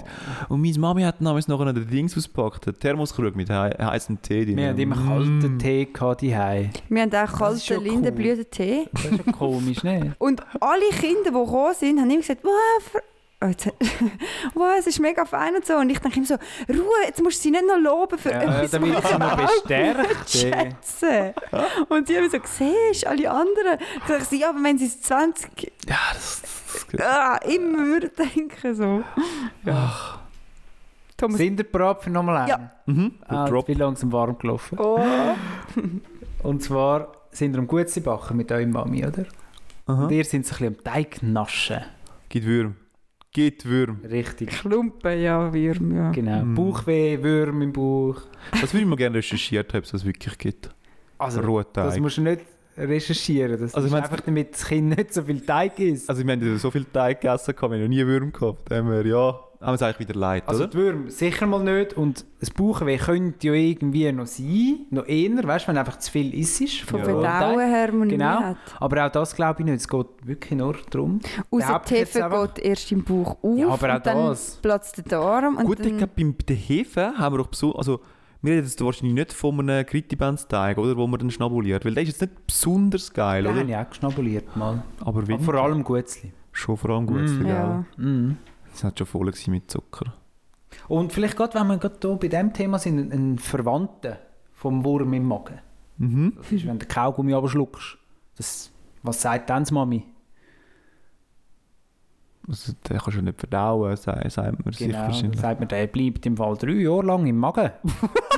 [SPEAKER 5] Oh.
[SPEAKER 4] Und meine Mami hat damals noch einen Dings ausgepackt, einen Thermoskrug mit hei- heißem Tee drin.
[SPEAKER 5] wir hatten immer kalten
[SPEAKER 4] Mm.
[SPEAKER 5] Tee gehabt, die Hause.
[SPEAKER 3] Wir haben auch
[SPEAKER 5] Das ist schon
[SPEAKER 3] kalten
[SPEAKER 5] cool.
[SPEAKER 3] Lindenblütentee.
[SPEAKER 5] Das ist ja komisch, ne?
[SPEAKER 3] Und alle Kinder, die gekommen sind, haben immer gesagt, wow, Fr- oh, jetzt, wow, es ist mega fein und so. Und ich denke immer so, Ruhe, jetzt musst du sie nicht noch loben für
[SPEAKER 5] Ja,
[SPEAKER 3] etwas,
[SPEAKER 5] damit
[SPEAKER 3] was
[SPEAKER 5] sie noch
[SPEAKER 3] überhaupt
[SPEAKER 5] bestärkt. ey.
[SPEAKER 3] schätzen. Und sie haben so, siehst du, alle anderen. Dann sage ich, so, ja, aber wenn sie es 20
[SPEAKER 4] Ja, das, das, das
[SPEAKER 3] ah, immer würden denken, so.
[SPEAKER 4] Ach,
[SPEAKER 3] Thomas,
[SPEAKER 5] Sind ihr bereit für nochmal einen?
[SPEAKER 3] Ja.
[SPEAKER 4] mhm.
[SPEAKER 5] Ah, ich
[SPEAKER 4] Drop.
[SPEAKER 5] bin langsam warm gelaufen.
[SPEAKER 3] oh.
[SPEAKER 5] Und zwar sind ihr am Gutsein backen mit eurer Mami, oder?
[SPEAKER 4] Aha.
[SPEAKER 5] Und ihr seid so ein bisschen am Teig naschen.
[SPEAKER 4] Gibt Würm. Gibt Würm.
[SPEAKER 5] Richtig.
[SPEAKER 3] Klumpen, ja, Würm, ja.
[SPEAKER 5] Genau.
[SPEAKER 4] Mm.
[SPEAKER 5] Bauchweh, Würm im Bauch.
[SPEAKER 4] Das würde ich mal gerne recherchiert haben, ob es das wirklich gibt.
[SPEAKER 5] Also, das
[SPEAKER 4] Rohteig.
[SPEAKER 5] musst du nicht recherchieren. Das
[SPEAKER 4] Also, ich
[SPEAKER 5] ist
[SPEAKER 4] meine-
[SPEAKER 5] einfach, damit das Kind nicht so viel Teig isst.
[SPEAKER 4] Also wir haben ja so viel Teig gegessen, wir haben noch nie Würm gehabt. Dann haben wir, ja, haben wir es eigentlich wieder leid,
[SPEAKER 5] Also
[SPEAKER 4] oder?
[SPEAKER 5] die Würm sicher mal nicht und das Bauchweh könnte ja irgendwie noch sein, noch eher, weißt du, wenn einfach zu viel isst.
[SPEAKER 3] Vom
[SPEAKER 4] Ja.
[SPEAKER 3] Verdauen her, man
[SPEAKER 5] Genau.
[SPEAKER 3] genau. hat.
[SPEAKER 5] Aber auch das glaube ich nicht, es geht wirklich nur darum.
[SPEAKER 3] Außer
[SPEAKER 5] Behaupte
[SPEAKER 3] die
[SPEAKER 5] ich jetzt
[SPEAKER 3] Hefe
[SPEAKER 5] einfach.
[SPEAKER 3] geht erst im Bauch auf
[SPEAKER 5] Ja, aber auch
[SPEAKER 3] und dann
[SPEAKER 5] das.
[SPEAKER 3] platzt der Arm. Und
[SPEAKER 4] Gut, ich
[SPEAKER 3] dann,
[SPEAKER 4] glaube, beim- bei den Hefen haben wir doch so, also wir reden jetzt wahrscheinlich nicht von einem Gritti-Benz-Teig, oder, wo man dann schnabuliert, weil der ist jetzt nicht besonders geil,
[SPEAKER 5] Da
[SPEAKER 4] oder?
[SPEAKER 5] habe ich auch geschnabuliert mal.
[SPEAKER 4] Aber
[SPEAKER 5] Aber
[SPEAKER 4] Winter,
[SPEAKER 5] vor allem Gutzli.
[SPEAKER 4] schon vor allem gut.
[SPEAKER 5] Mm.
[SPEAKER 4] Mm,
[SPEAKER 3] ja.
[SPEAKER 5] Mhm.
[SPEAKER 4] Das hat schon voll gewesen mit Zucker.
[SPEAKER 5] Und vielleicht gerade, wenn wir gerade hier bei diesem Thema sind, ein- ein Verwandter vom Wurm im Magen.
[SPEAKER 4] Mhm.
[SPEAKER 5] Das ist, wenn du den Kaugummi aber schluckst. Das, was sagt dann die Mami?
[SPEAKER 4] Also, den kannst du nicht verdauen, sagt, sagt man sicher
[SPEAKER 5] Genau, dann
[SPEAKER 4] wahrscheinlich.
[SPEAKER 5] sagt man, der bleibt im Fall drei Jahre lang im Magen.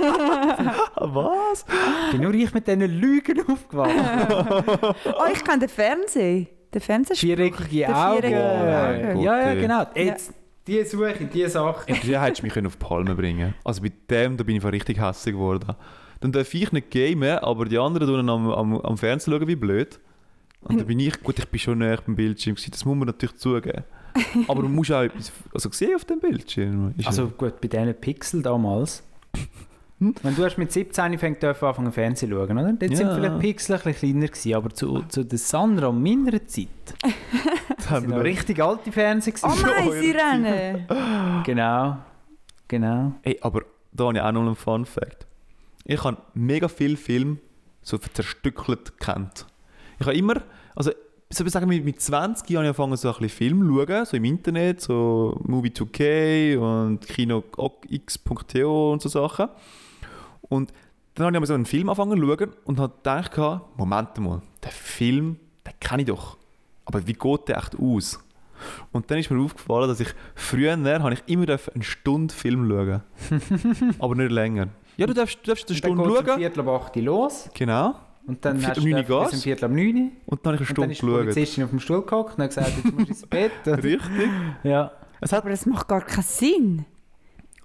[SPEAKER 4] Ah, Was?
[SPEAKER 5] Bin nur ich mit diesen Lügen aufgewacht.
[SPEAKER 3] Oh, ich kenne den Fernsehen. Den Fernsehen
[SPEAKER 5] Viereckige
[SPEAKER 3] Der
[SPEAKER 5] Augen.
[SPEAKER 3] viereckige
[SPEAKER 4] Augen. Oh,
[SPEAKER 5] ja, ja,
[SPEAKER 4] Gott, ey.
[SPEAKER 5] genau. Jetzt, die Suche, die Sache.
[SPEAKER 4] Ja, hättest du mich können auf die Palme bringen Also bei dem, da bin ich voll richtig hässlich geworden. Dann darf ich nicht gamen, aber die anderen schauen am, am, am Fernsehen schauen, wie blöd. Und dann bin ich, gut, ich bin schon näher beim Bildschirm gewesen, das muss man natürlich zugeben. Aber du musst auch etwas also sehen auf dem Bildschirm. Ist
[SPEAKER 5] Also
[SPEAKER 4] also,
[SPEAKER 5] gut, bei diesen Pixel damals. Wenn du erst mit 17 fängst, dürfen anfangen Fernsehen zu schauen, oder? Dort sind
[SPEAKER 4] Ja.
[SPEAKER 5] vielleicht Pixel ein bisschen kleiner gewesen, aber zu, zu der Sandra und meiner Zeit
[SPEAKER 4] das haben
[SPEAKER 5] sind
[SPEAKER 4] wir
[SPEAKER 5] noch richtig alte Fernsehen
[SPEAKER 3] Oh
[SPEAKER 5] gewesen.
[SPEAKER 3] nein, sie rennen!
[SPEAKER 5] Genau, genau.
[SPEAKER 4] Ey, aber da habe ich auch noch einen Fun Fact. Ich habe mega viele Filme so zerstückelt gekannt. Ich habe immer, also so ich sagen, mit, mit 20 habe ich angefangen, so ein bisschen Film zu schauen, so im Internet, so Movie 2K und KinoX.to und so Sachen. Und dann habe ich einmal so einen Film angefangen zu schauen und habe gedacht, gehabt, Moment mal, den Film, den kenne ich doch. Aber wie geht der echt aus? Und dann ist mir aufgefallen, dass ich früher habe ich immer dürfen eine Stunde Film schauen. aber nicht länger. Ja, du darfst, du darfst eine Stunde
[SPEAKER 5] dann geht's um
[SPEAKER 4] schauen.
[SPEAKER 5] Viertel ab 8 Uhr los
[SPEAKER 4] Genau.
[SPEAKER 5] und dann
[SPEAKER 4] Um
[SPEAKER 5] hast du
[SPEAKER 4] Viertel ab neun
[SPEAKER 5] dürfen bis
[SPEAKER 4] geht's.
[SPEAKER 5] um Viertel ab 9 Uhr.
[SPEAKER 4] Und dann habe ich
[SPEAKER 5] Und dann
[SPEAKER 4] eine Stunde
[SPEAKER 5] ist die
[SPEAKER 4] geschaut.
[SPEAKER 5] Polizistin auf dem Stuhl gehockt und hat gesagt, jetzt musst du ins Bett. Und,
[SPEAKER 4] Richtig.
[SPEAKER 5] ja.
[SPEAKER 4] Es hat,
[SPEAKER 3] Aber das macht gar keinen Sinn.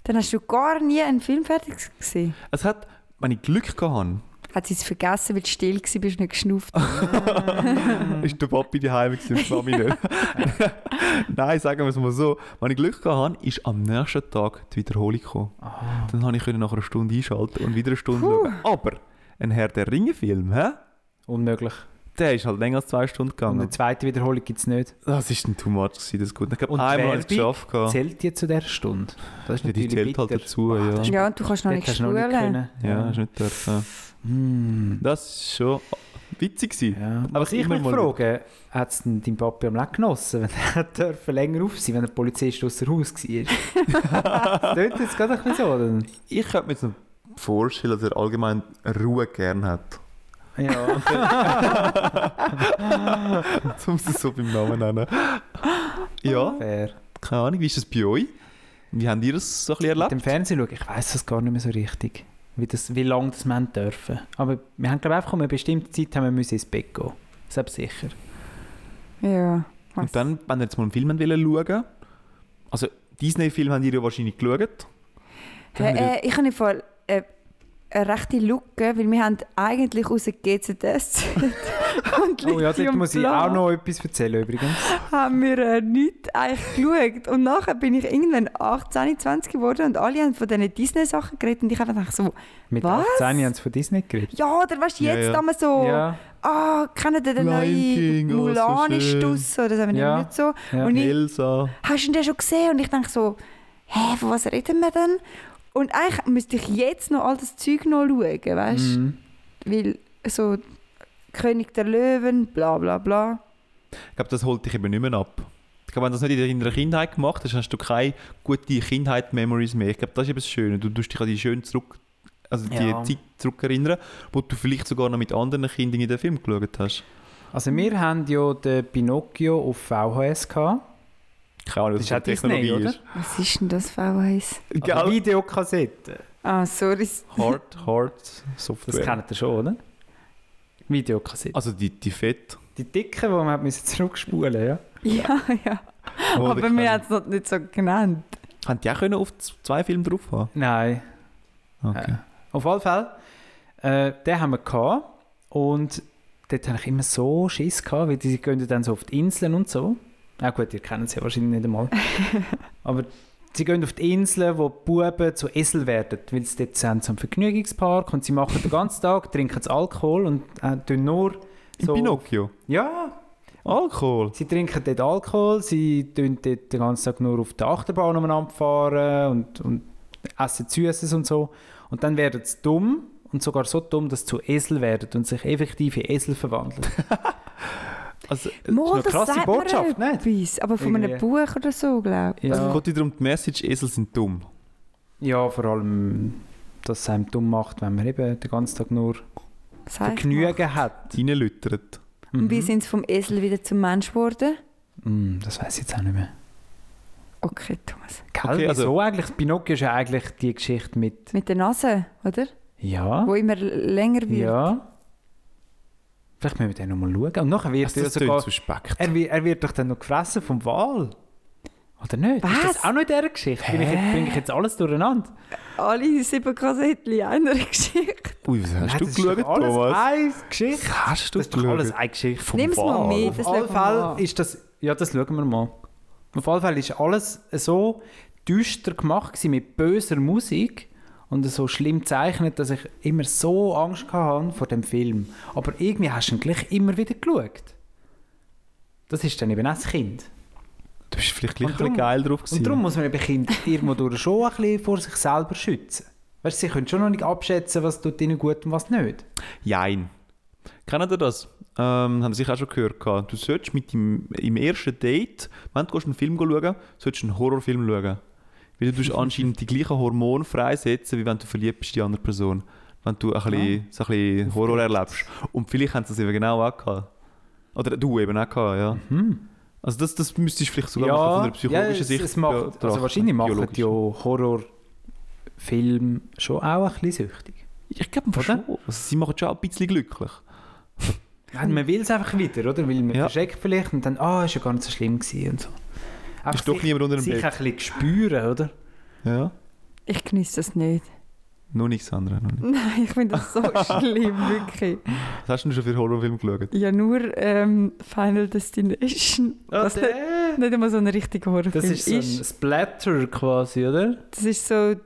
[SPEAKER 3] Dann hast du gar nie einen Film fertig gesehen.
[SPEAKER 4] es hat, wenn ich Glück hatte,
[SPEAKER 3] Hat sie es vergessen, weil du still warst, bist nicht geschnauft.
[SPEAKER 4] ist der Papi daheim gewesen, und die Mami nicht. Nein, sagen wir es mal so. Wenn ich Glück hatte, ist am nächsten Tag die Wiederholung gekommen.
[SPEAKER 5] Ah.
[SPEAKER 4] Dann konnte ich können nach einer Stunde einschalten und wieder eine Stunde schauen. Aber ein Herr der Ringe-Film, hä?
[SPEAKER 5] Unmöglich.
[SPEAKER 4] Der ist halt länger als zwei Stunden
[SPEAKER 5] Und eine
[SPEAKER 4] gegangen.
[SPEAKER 5] zweite Wiederholung gibt es nicht.
[SPEAKER 4] Das ist ein too much gewesen, das gut. Ich glaube,
[SPEAKER 5] Und
[SPEAKER 4] einmal habe ich es
[SPEAKER 5] Werbung
[SPEAKER 4] geschafft. gehabt.
[SPEAKER 5] Zählt die zu dieser Stunde? Das ist
[SPEAKER 4] Ja, die zählt halt dazu, ja.
[SPEAKER 5] das ist-
[SPEAKER 3] Ja, und du kannst noch
[SPEAKER 5] Dort
[SPEAKER 3] nicht
[SPEAKER 5] hast du noch nicht
[SPEAKER 3] spulen.
[SPEAKER 5] können.
[SPEAKER 4] Ja, ist nicht dort. Ja.
[SPEAKER 5] Mm.
[SPEAKER 4] Das ist schon witzig gewesen.
[SPEAKER 5] Ja.
[SPEAKER 4] Aber
[SPEAKER 5] Was ich
[SPEAKER 4] immer
[SPEAKER 5] mich
[SPEAKER 4] mal
[SPEAKER 5] frage, hat es denn dein Papi am Leck genossen, wenn er dürfen länger auf sein, wenn der Polizist außer Haus war? das klingt jetzt gerade ein bisschen so. Dann.
[SPEAKER 4] Ich könnte mir jetzt noch vorstellen, dass er allgemein Ruhe gern hat.
[SPEAKER 5] Ja.
[SPEAKER 4] Jetzt muss ich es um so beim Namen nennen. Ja,
[SPEAKER 5] Fair.
[SPEAKER 4] keine Ahnung, wie ist das bei euch? Wie habt ihr das so ein bisschen
[SPEAKER 5] Mit
[SPEAKER 4] erlebt?
[SPEAKER 5] dem Fernsehen schauen, ich weiß das gar nicht mehr so richtig, wie, das, wie lange das wir haben dürfen. Aber wir haben, glaube ich, einfach um eine bestimmte Zeit haben wir müssen ins Bett gehen. Selbst sicher.
[SPEAKER 3] Ja.
[SPEAKER 4] Und dann, wenn ihr jetzt mal einen Film wollt schauen also Disney-Film habt ihr ja wahrscheinlich geschaut.
[SPEAKER 3] Hey, äh, ich habe im Fall äh, eine rechte Lücke, weil wir haben eigentlich aus der GZS und
[SPEAKER 5] Oh ja, dort
[SPEAKER 3] Lithium
[SPEAKER 5] muss ich
[SPEAKER 3] Plan
[SPEAKER 5] auch noch etwas erzählen übrigens.
[SPEAKER 3] haben wir äh, nichts eigentlich geschaut. Und nachher bin ich irgendwann 18, 20 geworden und alle haben von diesen Disney-Sachen geredet und ich habe gedacht so,
[SPEAKER 5] Mit
[SPEAKER 3] Was?
[SPEAKER 5] 18 haben sie von Disney geredet.
[SPEAKER 3] ja, oder weißt du,
[SPEAKER 4] Ja,
[SPEAKER 3] jetzt
[SPEAKER 4] ja.
[SPEAKER 3] damals so...
[SPEAKER 5] Ja,
[SPEAKER 3] ah, kennen ihr den
[SPEAKER 4] Lion King,
[SPEAKER 3] neuen
[SPEAKER 4] oh, so
[SPEAKER 3] Mulan ist
[SPEAKER 4] schön.
[SPEAKER 3] draussen, das haben wir
[SPEAKER 5] Ja.
[SPEAKER 3] nicht so.
[SPEAKER 5] ja.
[SPEAKER 3] Und ich,
[SPEAKER 4] Elsa.
[SPEAKER 3] hast du ihn denn schon gesehen? Und ich denke so, hä, von was reden wir denn? Und eigentlich müsste ich jetzt noch all das Zeug noch schauen, weißt du?
[SPEAKER 5] Mhm.
[SPEAKER 3] Weil so König der Löwen, bla bla bla.
[SPEAKER 4] Ich glaube, das holt dich eben nicht mehr ab. Ich glaube, wenn du das nicht in deiner Kindheit gemacht hast, hast du keine guten Kindheit-Memories mehr. Ich glaube, das ist eben das Schöne. Du tust dich an die schön zurück, also
[SPEAKER 5] Ja.
[SPEAKER 4] die Zeit zurückerinnern, wo du vielleicht sogar noch mit anderen Kindern in den Film geschaut hast.
[SPEAKER 5] Also wir haben ja den Pinocchio auf VHS gehabt.
[SPEAKER 4] Keine Ahnung,
[SPEAKER 5] Das ist auch Disney, oder?
[SPEAKER 3] Was ist denn das VHS?
[SPEAKER 5] Also
[SPEAKER 4] Gell?
[SPEAKER 5] Videokassette.
[SPEAKER 3] Ah, sorry.
[SPEAKER 4] Hard, hard
[SPEAKER 5] Das
[SPEAKER 4] Software.
[SPEAKER 5] kennt ihr schon, oder? Videokassette.
[SPEAKER 4] also die, die Fett.
[SPEAKER 5] Die dicken, die wir haben müssen zurückspulen ja.
[SPEAKER 3] Ja, ja.
[SPEAKER 4] Oh, die
[SPEAKER 3] Aber
[SPEAKER 4] kenn ich.
[SPEAKER 3] wir haben es noch nicht so genannt.
[SPEAKER 4] Haben die auch können auf z- zwei Filme drauf haben?
[SPEAKER 5] Nein. Äh,
[SPEAKER 4] Okay.
[SPEAKER 5] Auf jeden Fall, äh, den haben wir gehabt. Und dort hatte ich immer so Schiss, gehabt, weil die gehen ja dann so auf die Inseln und so. Na gut, ihr kennt sie ja wahrscheinlich nicht einmal. Aber sie gehen auf die Inseln, wo die Buben zu Esel werden, weil sie dort sind zum Vergnügungspark und sie machen den ganzen Tag, trinken das Alkohol und äh, tun nur
[SPEAKER 4] In
[SPEAKER 5] so...
[SPEAKER 4] Pinocchio.
[SPEAKER 5] Ja,
[SPEAKER 4] Alkohol.
[SPEAKER 5] Sie trinken dort Alkohol, sie tun dort den ganzen Tag nur auf der Achterbahn umeinander fahren und, und essen Süßes und so. Und dann werden sie dumm und sogar so dumm, dass sie zu Esel werden und sich effektiv in Esel verwandeln.
[SPEAKER 4] Also,
[SPEAKER 3] Mal,
[SPEAKER 5] eine krasse Botschaft, nicht?
[SPEAKER 3] etwas, aber von einem
[SPEAKER 5] Irgendwie.
[SPEAKER 3] Buch oder so, glaube ich.
[SPEAKER 4] es geht wieder um die Message, Esel sind dumm.
[SPEAKER 5] ja, vor allem, dass es einem dumm macht, wenn man eben den ganzen Tag nur
[SPEAKER 3] Das heißt
[SPEAKER 5] Vergnügen Mhm. hat.
[SPEAKER 4] Reinläutert.
[SPEAKER 3] mal. Und wie sind sie vom Esel wieder zum Mensch geworden?
[SPEAKER 5] Mm, das weiß ich jetzt auch nicht mehr.
[SPEAKER 3] Okay, Thomas.
[SPEAKER 5] Gell,
[SPEAKER 4] Okay, also-
[SPEAKER 5] wieso eigentlich? Pinocchio ist ja eigentlich die Geschichte mit...
[SPEAKER 3] Mit der Nase, oder?
[SPEAKER 5] Ja,
[SPEAKER 3] Wo immer länger wird.
[SPEAKER 5] ja. Vielleicht müssen wir den nochmal schauen. Und nachher wird
[SPEAKER 4] Also,
[SPEAKER 5] er
[SPEAKER 4] das
[SPEAKER 5] sogar... Äh,
[SPEAKER 4] klingt suspekt.
[SPEAKER 5] Er, wi- er wird doch dann noch gefressen vom Wal. Oder nicht? Ist
[SPEAKER 3] Was?
[SPEAKER 5] das auch noch in dieser Geschichte? Bin ich jetzt, bringe ich jetzt alles durcheinander?
[SPEAKER 3] Alle sieben Kassettchen in einer Geschichte.
[SPEAKER 4] Ui, was hast du
[SPEAKER 5] Nein, das ist
[SPEAKER 4] geschaut,
[SPEAKER 5] doch alles
[SPEAKER 4] Thomas?
[SPEAKER 5] eine Geschichte.
[SPEAKER 4] Hast du
[SPEAKER 5] Das ist doch alles
[SPEAKER 4] geschaut?
[SPEAKER 5] eine Geschichte.
[SPEAKER 4] Vom
[SPEAKER 3] Nimm's mal
[SPEAKER 4] Wal.
[SPEAKER 3] mit.
[SPEAKER 5] Auf
[SPEAKER 3] Das schauen
[SPEAKER 5] alle
[SPEAKER 3] wir mal
[SPEAKER 5] Fälle
[SPEAKER 3] an.
[SPEAKER 5] ist das... Ja, das schauen wir mal. Auf alle Fälle ist alles so düster gemacht gewesen mit böser Musik und so schlimm gezeichnet, dass ich immer so Angst hatte vor dem Film. Aber irgendwie hast du ihn gleich immer wieder geschaut. Das ist dann eben auch das Kind.
[SPEAKER 4] Du bist vielleicht gleich
[SPEAKER 5] Und
[SPEAKER 4] ein bisschen
[SPEAKER 5] drum-
[SPEAKER 4] geil drauf gewesen.
[SPEAKER 5] Und darum muss man eben Kinder irgendwo durch schon ein bisschen vor sich selber schützen. Weißt, sie können schon noch nicht abschätzen, was tut ihnen gut und was nicht.
[SPEAKER 4] Jein. Kennen ihr das? Ähm, haben Sie sicher auch schon gehört. gehabt. Du solltest mit dem, im ersten Date, wenn du gehst einen Film schauen solltest du einen Horrorfilm schauen. Weil du tust anscheinend die gleichen Hormone freisetzen, wie wenn du verliebt bist in die andere Person. Wenn du ein bisschen, so ein bisschen Horror erlebst. Und vielleicht haben sie das eben genau auch gehabt. Oder du eben auch gehabt, ja. Also das, das müsstest du vielleicht sogar mal von einer psychologischen
[SPEAKER 5] Mhm. es,
[SPEAKER 4] Sicht
[SPEAKER 5] es macht, also
[SPEAKER 4] betrachten.
[SPEAKER 5] wahrscheinlich machen
[SPEAKER 4] Biologisch.
[SPEAKER 5] ja Horrorfilme schon auch ein bisschen süchtig.
[SPEAKER 4] Ich glaube
[SPEAKER 5] Oder?
[SPEAKER 4] schon. Also sie machen schon auch ein bisschen glücklich.
[SPEAKER 5] Ja, man will es einfach wieder, oder? Weil man
[SPEAKER 4] Ja.
[SPEAKER 5] verschreckt vielleicht und dann, ah, ist ja gar nicht so schlimm gewesen und so. Einfach
[SPEAKER 4] Ist doch
[SPEAKER 5] sich-
[SPEAKER 4] niemand unter dem
[SPEAKER 5] sich
[SPEAKER 4] Bett.
[SPEAKER 5] ein bisschen spüren, oder?
[SPEAKER 4] Ja.
[SPEAKER 3] Ich genieße das nicht.
[SPEAKER 4] Noch nichts anderes. Noch nicht.
[SPEAKER 3] Nein, ich finde das so schlimm, wirklich.
[SPEAKER 4] Was hast du denn schon für Horrorfilme geschaut?
[SPEAKER 3] Ja, nur ähm, Final Destination. Was nicht, nicht immer so ein richtiger Horrorfilm
[SPEAKER 5] Ah, Das ist so ein Splatter quasi, oder?
[SPEAKER 3] Das ist so...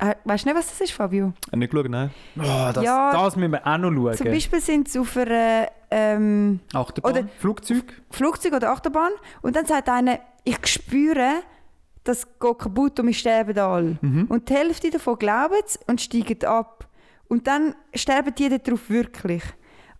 [SPEAKER 3] Äh, Weißt du nicht, was das ist, Fabio?
[SPEAKER 4] Äh, Nicht geschaut, nein.
[SPEAKER 5] Oh, das,
[SPEAKER 3] Ja.
[SPEAKER 5] das müssen wir auch noch schauen.
[SPEAKER 3] Zum Beispiel sind sie auf einer ähm,
[SPEAKER 5] Achterbahn,
[SPEAKER 3] Oder-
[SPEAKER 5] Flugzeug.
[SPEAKER 3] Flugzeug oder Achterbahn und dann sagt einer, ich spüre, das geht kaputt und wir sterben alle.
[SPEAKER 5] Mhm.
[SPEAKER 3] Und die Hälfte davon glauben es und steigen ab. Und dann sterben die darauf wirklich.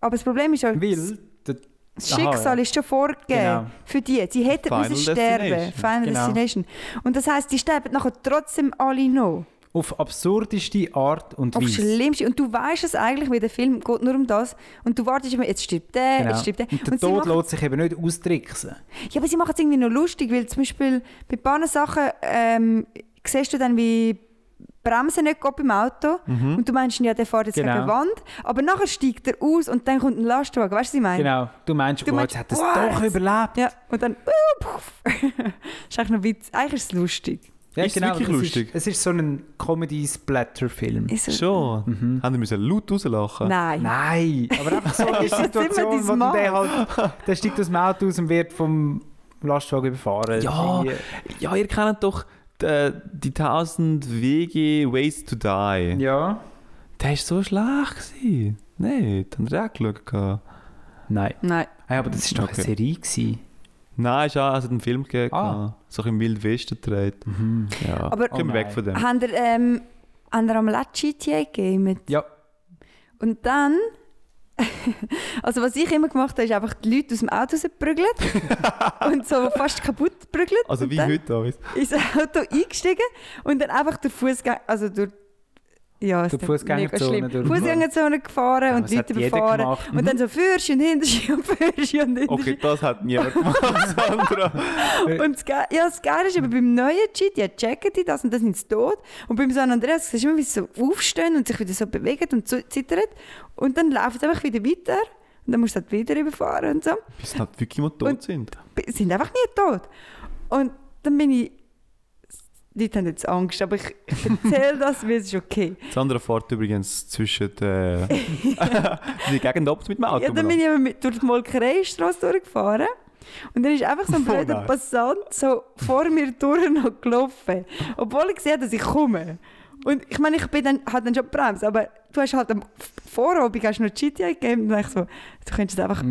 [SPEAKER 3] Aber das Problem ist auch,
[SPEAKER 5] Weil der
[SPEAKER 3] das Schicksal
[SPEAKER 5] Aha, ja.
[SPEAKER 3] ist schon vorgegeben
[SPEAKER 5] Genau.
[SPEAKER 3] für die. Sie hätten
[SPEAKER 4] Final
[SPEAKER 3] müssen sterben.
[SPEAKER 4] Destination.
[SPEAKER 3] Final
[SPEAKER 5] Genau.
[SPEAKER 3] Destination. Und das heisst, die sterben nachher trotzdem alle noch.
[SPEAKER 5] auf absurdeste Art und
[SPEAKER 3] Auf
[SPEAKER 5] Weise.
[SPEAKER 3] Schlimmste. Und du weißt es eigentlich, weil der Film geht nur um das. Und du wartest immer, jetzt stirbt der,
[SPEAKER 5] Genau.
[SPEAKER 3] jetzt stirbt der.
[SPEAKER 5] Und der
[SPEAKER 3] sie
[SPEAKER 5] Tod
[SPEAKER 3] machen-
[SPEAKER 5] lässt sich eben nicht austricksen.
[SPEAKER 3] Ja, aber sie machen es irgendwie noch lustig, weil zum Beispiel bei ein paar Sachen ähm, siehst du dann, wie Bremsen nicht geht beim Auto und du meinst, ja, der fährt jetzt
[SPEAKER 5] Mhm. Genau.
[SPEAKER 3] gegen die Wand, aber nachher steigt er aus und dann kommt ein Lastwagen, weißt du, was ich meine?
[SPEAKER 5] Genau. Du meinst,
[SPEAKER 3] Du
[SPEAKER 5] oh,
[SPEAKER 3] meinst,
[SPEAKER 5] jetzt hat es
[SPEAKER 3] what?
[SPEAKER 5] doch überlebt.
[SPEAKER 3] Ja, und dann, uh, puff. ist eigentlich noch Witz, eigentlich ist es lustig.
[SPEAKER 5] Ja,
[SPEAKER 4] Ist wirklich
[SPEAKER 5] es
[SPEAKER 4] lustig?
[SPEAKER 5] Ist, es ist so ein Comedy-Splatter-Film.
[SPEAKER 3] Ist es-
[SPEAKER 4] Schon. Haben die müssen laut rauslachen?
[SPEAKER 3] Nein.
[SPEAKER 5] Nein, aber einfach so eine
[SPEAKER 3] Ist das
[SPEAKER 5] Situation,
[SPEAKER 3] immer dein
[SPEAKER 5] wo du
[SPEAKER 3] Mal?
[SPEAKER 5] der halt, der steigt aus dem Auto aus und wird vom Lastwagen überfahren.
[SPEAKER 4] Ja.
[SPEAKER 5] Irgendwie.
[SPEAKER 4] Ja, ihr kennt doch die, äh, die 1000 Wege Ways to Die.
[SPEAKER 5] Ja.
[SPEAKER 4] Der war so schlecht. Gewesen. Nein, dann hat er auch geschaut. gehabt.
[SPEAKER 5] Nein.
[SPEAKER 3] Nein.
[SPEAKER 5] Hey, aber das war doch
[SPEAKER 4] Okay.
[SPEAKER 5] eine Serie. Gewesen.
[SPEAKER 4] Nein, ist auch, es hat einen Film gegeben.
[SPEAKER 5] Ah.
[SPEAKER 4] So ein bisschen im Wild Westen gedreht. Ja.
[SPEAKER 3] Aber-
[SPEAKER 4] Gehen wir
[SPEAKER 5] Oh
[SPEAKER 4] weg
[SPEAKER 5] nein.
[SPEAKER 4] von dem.
[SPEAKER 3] Haben ihr, ähm, haben ihr am letzten GTA gegeben?
[SPEAKER 5] Ja.
[SPEAKER 3] Und dann, also was ich immer gemacht habe, ist einfach die Leute aus dem Auto rausgeprügelt und so fast kaputt geprügelt.
[SPEAKER 4] Also
[SPEAKER 3] Und
[SPEAKER 4] wie
[SPEAKER 3] dann-
[SPEAKER 4] heute, David.
[SPEAKER 3] ins Auto eingestiegen und dann einfach durch Fußgänger, also durch ja, es
[SPEAKER 5] Durch
[SPEAKER 3] ist
[SPEAKER 5] Fußgängerzone
[SPEAKER 3] mega schlimm.
[SPEAKER 5] durch.
[SPEAKER 3] Fußgängerzone gefahren
[SPEAKER 5] Ja,
[SPEAKER 3] und
[SPEAKER 5] das
[SPEAKER 3] die
[SPEAKER 5] hat
[SPEAKER 3] Leute
[SPEAKER 5] jeder
[SPEAKER 3] befahren
[SPEAKER 5] gemacht. Mhm.
[SPEAKER 3] und dann so Fürschi und Hinterschi und Fürschi und Hinterschi
[SPEAKER 4] Okay, das hat niemand gemacht, Sandra.
[SPEAKER 3] und das, Ge- ja, das Geile ist aber beim neuen Cheat, ja checken die das und das sind sie tot und beim San Andreas siehst du immer, wie sie so aufstehen und sich wieder so bewegen und so zittern und dann laufen sie einfach wieder weiter und dann musst du halt wieder überfahren und so
[SPEAKER 4] Bis halt wirklich mal tot
[SPEAKER 3] Und-
[SPEAKER 4] sind.
[SPEAKER 3] b- sind einfach nie tot. Und dann bin ich. Die Leute haben jetzt Angst, aber ich erzähle das, weil es ist okay.
[SPEAKER 4] Sandra fährt übrigens zwischen der... die Gegend ab mit dem Auto.
[SPEAKER 3] Ja, dann bin ich eben mit, durch die Molkereistrasse durchgefahren. Und dann ist einfach so ein
[SPEAKER 4] Oh
[SPEAKER 3] blöder
[SPEAKER 4] nein.
[SPEAKER 3] Passant so vor mir durch noch gelaufen. Obwohl ich sehe, dass ich komme. Und ich meine, ich bin dann, halt dann schon bremst, aber du hast halt am Vorabend hast du noch GTA gegeben und dann dachte ich so, du könntest einfach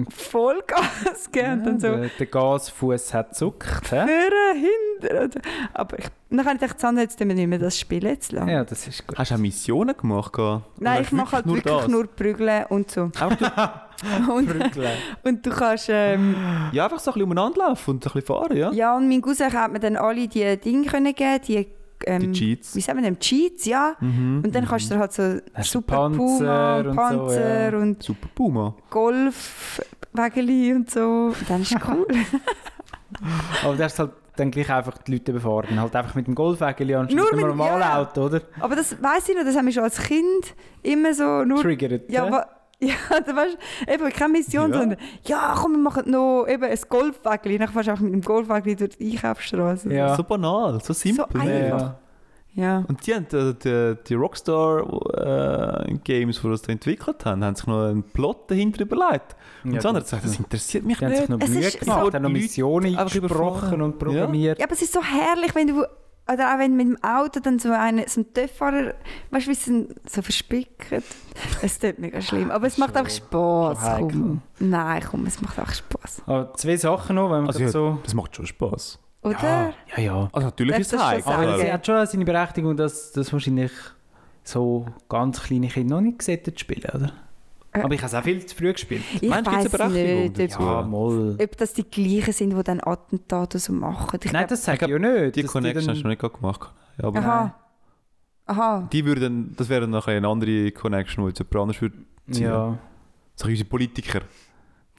[SPEAKER 3] Vollgas geben. und dann so,
[SPEAKER 5] Der, der Gasfuß hat zuckt. Hä?
[SPEAKER 3] Führen, hinter. und so. Aber ich, dann habe ich gedacht, Sandra, jetzt tun wir nicht mehr das Spiel jetzt lang.
[SPEAKER 5] Ja, das ist gut.
[SPEAKER 4] Hast du auch Missionen gemacht? gehabt? Oder
[SPEAKER 3] Nein,
[SPEAKER 4] hast
[SPEAKER 3] ich
[SPEAKER 4] du
[SPEAKER 3] mache halt wirklich
[SPEAKER 4] das?
[SPEAKER 3] nur Prügeln und so.
[SPEAKER 4] Einfach
[SPEAKER 3] und, und du kannst... Ähm,
[SPEAKER 4] Ja, einfach so ein bisschen umeinander laufen und ein bisschen fahren, ja?
[SPEAKER 3] ja, und mein Cousin hat mir dann alle die Dinge können geben die...
[SPEAKER 4] Die
[SPEAKER 3] Ähm,
[SPEAKER 4] Cheats.
[SPEAKER 3] Wie sagt man dem? Cheats, ja. Und dann kannst du halt so
[SPEAKER 5] Mhm, Hast du
[SPEAKER 3] Super
[SPEAKER 5] Panzer
[SPEAKER 3] Puma,
[SPEAKER 5] und so,
[SPEAKER 3] Panzer
[SPEAKER 5] ja.
[SPEAKER 3] und
[SPEAKER 4] Super Puma.
[SPEAKER 3] Golf... Wägeli und so, dann ist cool.
[SPEAKER 5] Aber das ist halt dann gleich einfach die Leute befahren. Halt einfach mit dem Golfwagen anstatt
[SPEAKER 3] Nur
[SPEAKER 5] mit dem
[SPEAKER 3] mit-
[SPEAKER 5] normalen
[SPEAKER 3] ja.
[SPEAKER 5] Auto, oder?
[SPEAKER 3] Aber das weiß ich noch, das haben wir schon als Kind immer so nur
[SPEAKER 5] Triggert.
[SPEAKER 3] Ja,
[SPEAKER 5] hä?
[SPEAKER 3] wa- ja, da weißt du, eben keine Mission,
[SPEAKER 4] Ja.
[SPEAKER 3] sondern ja, komm, wir machen noch eben ein Golfwagen. Dann fährst du auch mit dem Golfwagen durch die Einkaufsstraße.
[SPEAKER 5] Ja.
[SPEAKER 4] So banal, so simpel.
[SPEAKER 3] So einfach.
[SPEAKER 5] ja.
[SPEAKER 3] Ja.
[SPEAKER 4] Und die haben äh, die, die Rockstar-Games, die das da entwickelt haben, haben sich noch einen Plot dahinter überlegt. Und
[SPEAKER 5] Ja,
[SPEAKER 4] das andere
[SPEAKER 5] gut.
[SPEAKER 4] sagt, das interessiert mich
[SPEAKER 5] Die haben
[SPEAKER 4] nicht.
[SPEAKER 5] sich noch
[SPEAKER 3] Es
[SPEAKER 5] Mühe
[SPEAKER 3] ist
[SPEAKER 5] gemacht,
[SPEAKER 4] so-
[SPEAKER 5] haben noch Missionen
[SPEAKER 4] Einfach
[SPEAKER 5] gesprochen
[SPEAKER 4] überfahren.
[SPEAKER 5] und programmiert.
[SPEAKER 3] ja, aber es ist so herrlich, wenn du, oder auch wenn du mit dem Auto dann so einen, so einen Töfffahrer, weißt du, wie sie ihn so verspicken. Es tut mega schlimm, aber es macht auch Spaß.
[SPEAKER 5] schon heikel.
[SPEAKER 3] Komm. Nein, komm, es macht auch Spaß.
[SPEAKER 5] Aber zwei Sachen noch, wenn man
[SPEAKER 4] Also
[SPEAKER 5] grad
[SPEAKER 4] ja,
[SPEAKER 5] so... Ah,
[SPEAKER 4] Das macht schon Spaß.
[SPEAKER 3] Oder?
[SPEAKER 5] Ja, ja.
[SPEAKER 4] Also natürlich
[SPEAKER 3] Das
[SPEAKER 4] ist es
[SPEAKER 3] ist schon
[SPEAKER 4] heikel.
[SPEAKER 5] Aber
[SPEAKER 3] Ja.
[SPEAKER 5] es hat schon seine Berechtigung, dass, dass wahrscheinlich so ganz kleine Kinder noch nicht gesehen haben, zu spielen, oder?
[SPEAKER 3] Äh.
[SPEAKER 5] Aber ich habe es auch viel zu früh gespielt.
[SPEAKER 3] Ich
[SPEAKER 4] Meinst du, gibt's
[SPEAKER 3] weiß
[SPEAKER 4] eine Berechtigung
[SPEAKER 3] nicht, ob,
[SPEAKER 4] dazu?
[SPEAKER 5] Ja, mal.
[SPEAKER 3] ob das die gleichen sind, die dann Attentate so machen. Ich
[SPEAKER 5] Nein,
[SPEAKER 3] glaub-
[SPEAKER 5] das sage
[SPEAKER 4] glaub,
[SPEAKER 5] ich ja nicht.
[SPEAKER 4] Die
[SPEAKER 5] dass
[SPEAKER 4] Connection hast du
[SPEAKER 5] dann-
[SPEAKER 4] noch nicht gerade gemacht. Ja, aber
[SPEAKER 3] Aha. Aha.
[SPEAKER 4] die würden, das wäre noch eine andere Connection, die jetzt jemand anders würde. ziehen.
[SPEAKER 5] Ja.
[SPEAKER 4] So unsere Politiker,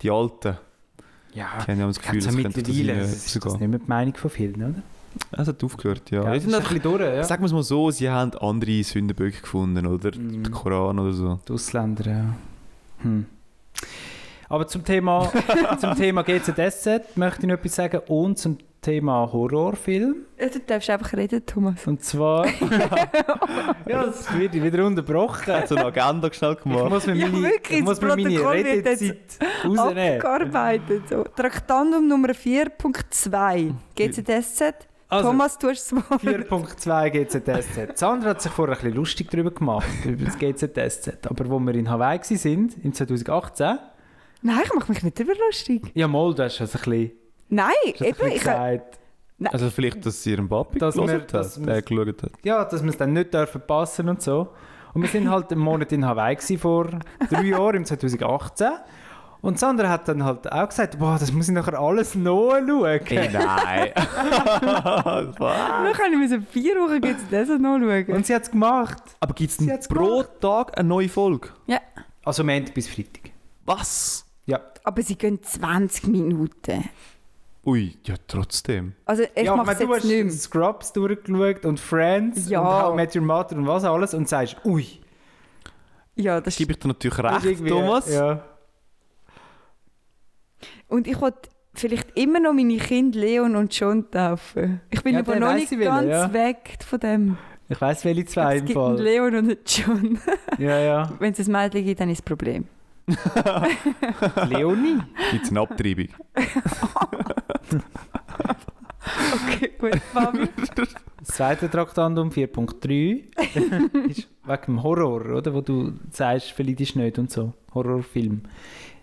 [SPEAKER 4] die Alten,
[SPEAKER 5] Ja.
[SPEAKER 4] die haben ja das Gefühl, das
[SPEAKER 5] Gefühl,
[SPEAKER 4] könnte das
[SPEAKER 5] mittlerweile das ist das
[SPEAKER 4] sogar. Ah,
[SPEAKER 5] nicht mehr die Meinung von vielen, oder?
[SPEAKER 4] Es hat aufgehört, ja.
[SPEAKER 5] das
[SPEAKER 4] Es
[SPEAKER 5] ist
[SPEAKER 4] sind
[SPEAKER 5] ein
[SPEAKER 4] einfach-
[SPEAKER 5] bisschen durch, ja.
[SPEAKER 4] Sagen wir es mal so, sie haben andere Sündenböcke gefunden, oder?
[SPEAKER 5] Mhm.
[SPEAKER 4] Den Koran oder so.
[SPEAKER 5] Die Ausländer, ja. Hm. Aber zum Thema, zum Thema GZSZ möchte ich noch etwas sagen und zum Thema Horrorfilm.
[SPEAKER 3] Ja, Du darfst einfach reden, Thomas.
[SPEAKER 5] Und zwar... ja, das wird wieder unterbrochen.
[SPEAKER 4] hat so eine Agenda schnell
[SPEAKER 5] Ich
[SPEAKER 4] gemacht.
[SPEAKER 5] muss mir
[SPEAKER 3] Ja,
[SPEAKER 5] meine,
[SPEAKER 3] wirklich,
[SPEAKER 5] ich muss
[SPEAKER 3] das
[SPEAKER 5] mir meine
[SPEAKER 3] Protokoll wird jetzt
[SPEAKER 5] Redezeit rausnehmen.
[SPEAKER 3] Abgearbeitet. So. Traktandum Nummer 4.2. GZSZ.
[SPEAKER 5] Also,
[SPEAKER 3] Thomas, du hast es mal.
[SPEAKER 5] 4.2 GZSZ. Sandra hat sich vorher ein bisschen lustig darüber gemacht, über das GZSZ. Aber wo wir in Hawaii waren, im 2018,
[SPEAKER 3] Nein, ich mache mich nicht darüber lustig.
[SPEAKER 5] Ja, mal, du hast das ein bisschen,
[SPEAKER 3] Nein,
[SPEAKER 5] hast das ein
[SPEAKER 3] eben,
[SPEAKER 5] bisschen
[SPEAKER 3] ich,
[SPEAKER 5] gesagt.
[SPEAKER 4] Also vielleicht, dass ihr einen Papi
[SPEAKER 5] Dass
[SPEAKER 4] gehört
[SPEAKER 5] wir-
[SPEAKER 4] hat,
[SPEAKER 5] dass wir-
[SPEAKER 4] der geschaut hat.
[SPEAKER 5] Ja, dass wir es dann nicht dürfen passen und so. Und wir sind halt einen Monat in Hawaii gewesen, vor drei Jahren, im 2018. Und Sandra hat dann halt auch gesagt, boah, das muss ich nachher alles nachschauen.
[SPEAKER 4] nein.
[SPEAKER 3] Dann können wir so vier Wochen jetzt das noch schauen.
[SPEAKER 5] Und sie hat es gemacht.
[SPEAKER 4] Aber gibt
[SPEAKER 5] Sie hat's
[SPEAKER 4] es pro Tag eine neue Folge?
[SPEAKER 3] Ja.
[SPEAKER 5] Also Montag bis Freitag.
[SPEAKER 4] Was?
[SPEAKER 5] Ja.
[SPEAKER 3] Aber sie gehen 20 Minuten.
[SPEAKER 4] Ui, ja trotzdem.
[SPEAKER 3] Also ich
[SPEAKER 5] ja,
[SPEAKER 3] mache es
[SPEAKER 5] ich meine,
[SPEAKER 3] jetzt nicht
[SPEAKER 5] du
[SPEAKER 3] mehr.
[SPEAKER 5] hast Scrubs durchgeschaut und Friends
[SPEAKER 3] Ja.
[SPEAKER 5] und How I Met Your Mother und was alles und sagst, ui.
[SPEAKER 3] Ja, das
[SPEAKER 4] Gebe ich dir natürlich
[SPEAKER 5] das ist
[SPEAKER 4] recht,
[SPEAKER 5] irgendwie-
[SPEAKER 4] Thomas.
[SPEAKER 5] Ja.
[SPEAKER 3] Und ich wollte vielleicht immer noch meine Kinder Leon und John taufen. Ich bin
[SPEAKER 5] Ja,
[SPEAKER 3] aber
[SPEAKER 5] den
[SPEAKER 3] noch
[SPEAKER 5] weiss
[SPEAKER 3] nicht
[SPEAKER 5] ich wieder,
[SPEAKER 3] ganz
[SPEAKER 5] ja.
[SPEAKER 3] weg von dem.
[SPEAKER 5] Ich weiss, welche zwei
[SPEAKER 3] Es
[SPEAKER 5] im
[SPEAKER 3] gibt einen
[SPEAKER 5] Fall.
[SPEAKER 3] Leon und einen John.
[SPEAKER 5] Ja, ja.
[SPEAKER 3] Wenn es ein Mädchen gibt, dann ist das Problem.
[SPEAKER 5] Leonie.
[SPEAKER 4] Gibt es eine Abtreibung?
[SPEAKER 3] Okay, gut, Fabi.
[SPEAKER 5] Das zweite Traktandum 4.3 ist wegen dem Horror, oder? Wo du sagst, vielleicht ist nicht und so. Horrorfilm.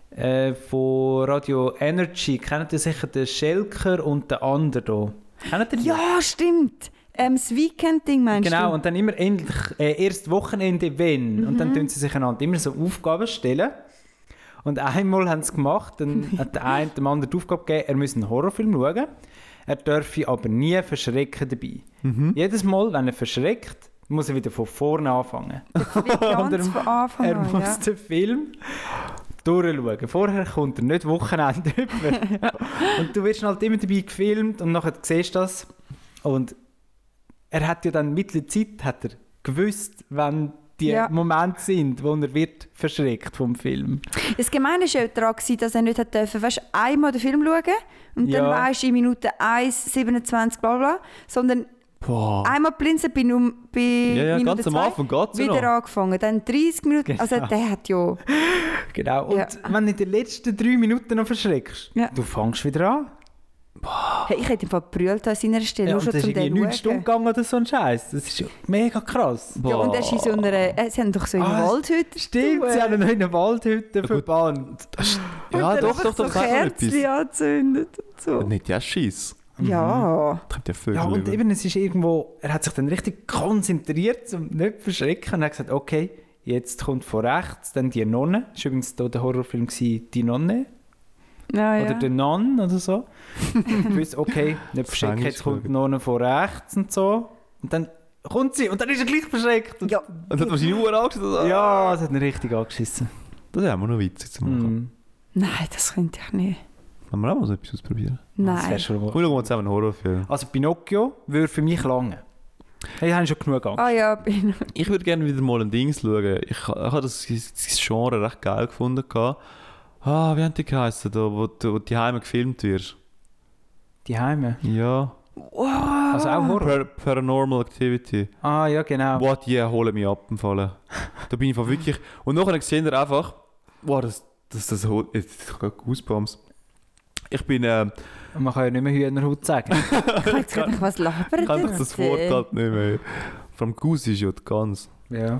[SPEAKER 5] Äh, von Radio Energy. Kennt ihr sicher den Schelker und den anderen hier? Kennt ihr die?
[SPEAKER 3] ja, stimmt. Ähm, das Weekend-Ding meinst
[SPEAKER 5] Genau,
[SPEAKER 3] du? Mhm.
[SPEAKER 5] und dann immer endlich, äh, erst Wochenende wenn. Und dann tun sie sich einander immer so Aufgaben stellen. Und einmal haben sie gemacht, dann hat der eine dem anderen die Aufgabe gegeben, er müsse einen Horrorfilm schauen. Er dürfe aber nie verschrecken dabei. Jedes Mal, wenn er verschreckt, muss er wieder von vorne anfangen.
[SPEAKER 3] Genau. Ganz
[SPEAKER 5] Und
[SPEAKER 3] von Anfang
[SPEAKER 5] Er
[SPEAKER 3] an,
[SPEAKER 5] muss
[SPEAKER 3] ja.
[SPEAKER 5] den Film durchschauen. Vorher kommt er nicht Wochenende über. und du wirst halt immer dabei gefilmt und nachher siehst du das. Und er hat ja dann mit der Zeit hat er gewusst, wenn die
[SPEAKER 3] Ja.
[SPEAKER 5] Momente sind, wo er wird verschreckt vom Film.
[SPEAKER 3] Das Gemeine war ja daran, gewesen, dass er nicht hat dürfen, weißt, einmal den Film schauen und
[SPEAKER 5] Ja.
[SPEAKER 3] dann weisst du in Minute 1, 27, bla bla, sondern
[SPEAKER 4] Boah.
[SPEAKER 3] einmal blinzen bei, num, bei
[SPEAKER 4] Ja, ja,
[SPEAKER 3] um, Minute
[SPEAKER 4] ganz am
[SPEAKER 3] zwei
[SPEAKER 4] Anfang geht es ja
[SPEAKER 3] wieder
[SPEAKER 4] noch.
[SPEAKER 3] angefangen. Dann 30 Minuten, also der hat ja...
[SPEAKER 5] Genau. Und
[SPEAKER 3] Ja.
[SPEAKER 5] wenn du in den letzten drei Minuten noch verschreckst,
[SPEAKER 3] Ja.
[SPEAKER 5] du fängst wieder an.
[SPEAKER 3] Hey, ich hätte im Fall gebrüllt an seiner Stelle,
[SPEAKER 5] Ja,
[SPEAKER 3] nur
[SPEAKER 5] und
[SPEAKER 3] schon
[SPEAKER 5] das ist
[SPEAKER 3] zum
[SPEAKER 5] irgendwie
[SPEAKER 3] den
[SPEAKER 5] 9 Stunden
[SPEAKER 3] schauen.
[SPEAKER 5] gegangen oder so ein Scheiß. Das ist ja mega krass.
[SPEAKER 3] Ja, und er äh, ist in so einer... Äh, sie haben doch so in
[SPEAKER 5] Ah,
[SPEAKER 3] ah, Waldhütte.
[SPEAKER 5] Stimmt, sie haben ihn noch in einer Waldhütte verbannt.
[SPEAKER 4] Ja,
[SPEAKER 3] dann
[SPEAKER 4] doch,
[SPEAKER 3] einfach
[SPEAKER 4] doch, doch,
[SPEAKER 3] so
[SPEAKER 4] sag mal etwas.
[SPEAKER 3] Kerzchen angezündet und so.
[SPEAKER 4] Nicht ja Scheiss.
[SPEAKER 3] Ja.
[SPEAKER 4] Treibt ja Vögel
[SPEAKER 5] Ja, und
[SPEAKER 4] über.
[SPEAKER 5] eben, es ist irgendwo, er hat sich dann richtig konzentriert, um nicht zu verschrecken. Und er hat gesagt, okay, jetzt kommt von rechts dann die Nonne. Das war übrigens da der Horrorfilm gewesen, «Die Nonne»
[SPEAKER 3] Ja,
[SPEAKER 5] oder
[SPEAKER 3] Ah, ja.
[SPEAKER 5] «The Nun» oder so. Ich wusste, okay, nicht verschrecken,
[SPEAKER 4] Englisch
[SPEAKER 5] jetzt kommt die
[SPEAKER 4] schauen.
[SPEAKER 5] Nonne von rechts und so. Und dann kommt sie und dann ist er gleich verschreckt. Und
[SPEAKER 3] ja.
[SPEAKER 4] Und hat wahrscheinlich Uhr angeschaut.
[SPEAKER 5] ja, das hat ihn richtig angeschissen.
[SPEAKER 4] Das haben wir noch witzig zu machen.
[SPEAKER 5] Mhm.
[SPEAKER 3] Nein, das könnte ich nicht.
[SPEAKER 4] Wollen wir auch mal so etwas ausprobieren?
[SPEAKER 5] Das wär
[SPEAKER 3] Nein.
[SPEAKER 5] schon
[SPEAKER 4] Komm,
[SPEAKER 5] wohl.
[SPEAKER 4] schauen wir zusammen einen Horrorfilm.
[SPEAKER 5] Also «Pinocchio» würde für mich langen. Hey, haben schon genug Angst.
[SPEAKER 3] Ah ja, bin...
[SPEAKER 4] Ich würde gerne wieder mal ein Dings schauen. Ich, ich habe das, das Genre recht geil gefunden. gehabt. Ah, wie haben die geheißen, da, wo du die Heime gefilmt wirst?
[SPEAKER 5] Die Heime.
[SPEAKER 4] Ja.
[SPEAKER 5] Also
[SPEAKER 3] Ah.
[SPEAKER 5] auch
[SPEAKER 4] Par
[SPEAKER 5] Horror.
[SPEAKER 4] Paranormal Activity.
[SPEAKER 5] Ah ja, genau.
[SPEAKER 4] Boah, die holen mich ab im Fall. Da bin ich von wirklich. Und nachher sehen ihr einfach, boah, das, das, das holt. Jetzt geht Goosebumps. Ich bin, äh,
[SPEAKER 5] Man kann ja nicht mehr Hühnerhaut sagen.
[SPEAKER 3] Ich habe jetzt gerade was labert
[SPEAKER 4] ich kann doch
[SPEAKER 3] ihr
[SPEAKER 4] das
[SPEAKER 3] denn?
[SPEAKER 4] Wort halt nicht mehr. Vom Goose ist ja die Gans.
[SPEAKER 5] ja.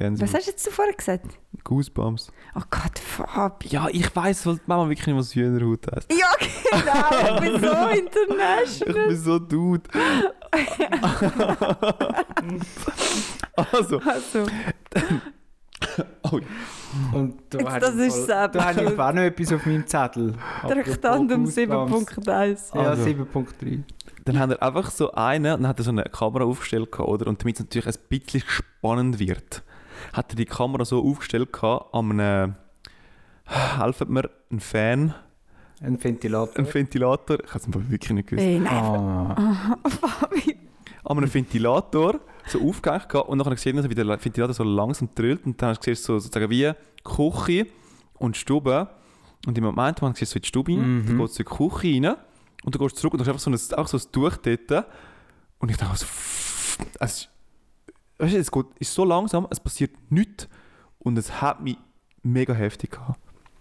[SPEAKER 3] Was
[SPEAKER 4] Gänsehaut.
[SPEAKER 3] hast du jetzt zuvor gesagt?
[SPEAKER 4] Goosebumps.
[SPEAKER 3] Oh Gott, Fabi.
[SPEAKER 4] Ja, ich weiß, weil die Mama wirklich nicht was Hühnerhaut hat.
[SPEAKER 3] Ja, genau, ich bin so
[SPEAKER 4] Ich
[SPEAKER 3] international.
[SPEAKER 4] bin so dude. also,
[SPEAKER 3] Also,
[SPEAKER 4] oh,
[SPEAKER 5] Und du
[SPEAKER 3] Jetzt,
[SPEAKER 5] hast
[SPEAKER 3] das
[SPEAKER 5] im
[SPEAKER 3] ist äh, selber
[SPEAKER 5] Fall- Du hast
[SPEAKER 3] schuld.
[SPEAKER 5] auch noch etwas auf meinem Zettel.
[SPEAKER 3] Traktandum
[SPEAKER 5] Apropos Goosebumps.
[SPEAKER 3] 7.1.
[SPEAKER 5] Ja,
[SPEAKER 4] Also.
[SPEAKER 5] 7.3.
[SPEAKER 4] dann hat er einfach so einen, dann hat er so eine Kamera aufgestellt, gehabt, oder? Und damit es natürlich ein bisschen spannend wird, hat er die Kamera so aufgestellt gehabt, an einem, helfen mir, ein Fan,
[SPEAKER 5] Ein Ventilator.
[SPEAKER 4] ein Ventilator, ich habe es im Fall wirklich nicht gewusst,
[SPEAKER 3] Ey, nein,
[SPEAKER 5] Ah.
[SPEAKER 3] Fabi.
[SPEAKER 4] an einem Ventilator so aufgehängt gehabt und dann gesehen, dass er wieder der Ventilator so langsam trillt und dann hast du gesehen, so, sozusagen wie Küche und Stube und im Moment man siehst so in die Stube rein,
[SPEAKER 5] Mhm.
[SPEAKER 4] dann gehst du in die Küche rein und dann gehst du zurück und hast einfach so ein, auch so ein Tuch dort und ich dachte so es ist, weißt du, es geht, ist so langsam, es passiert nichts und es hat mich mega heftig gehabt.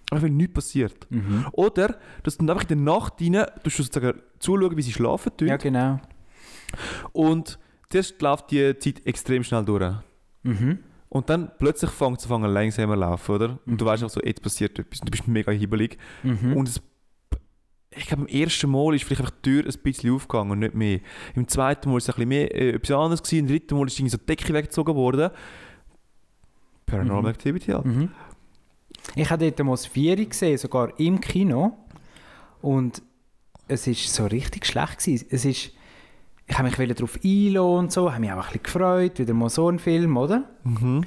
[SPEAKER 4] Einfach nichts passiert.
[SPEAKER 5] Mhm.
[SPEAKER 4] Oder, dass du einfach in der Nacht rein, du sozusagen zuschauen, wie sie schlafen tun.
[SPEAKER 5] Ja, genau.
[SPEAKER 4] Und zuerst läuft die Zeit extrem schnell durch.
[SPEAKER 5] Mhm.
[SPEAKER 4] Und dann plötzlich fängt es an, langsamer zu laufen, oder? Und du weißt auch so, jetzt passiert etwas. Und du bist mega hibbelig.
[SPEAKER 5] Mhm.
[SPEAKER 4] Und es, ich glaube, beim ersten Mal ist vielleicht einfach die Tür ein bisschen aufgegangen und nicht mehr. Im zweiten Mal war es ein bisschen mehr äh, etwas anderes. Gewesen. Im dritten Mal ist irgendwie so die Decke weggezogen worden. Paranormal
[SPEAKER 5] Mhm.
[SPEAKER 4] Activity halt.
[SPEAKER 5] Mhm. Ich habe dort mal das Vieri gesehen, sogar im Kino. Und es ist so richtig schlecht. Gewesen. Es ist, ich habe mich wieder darauf einlassen und so, habe mich auch ein bisschen gefreut, wieder mal so ein Film, oder?
[SPEAKER 4] Mhm.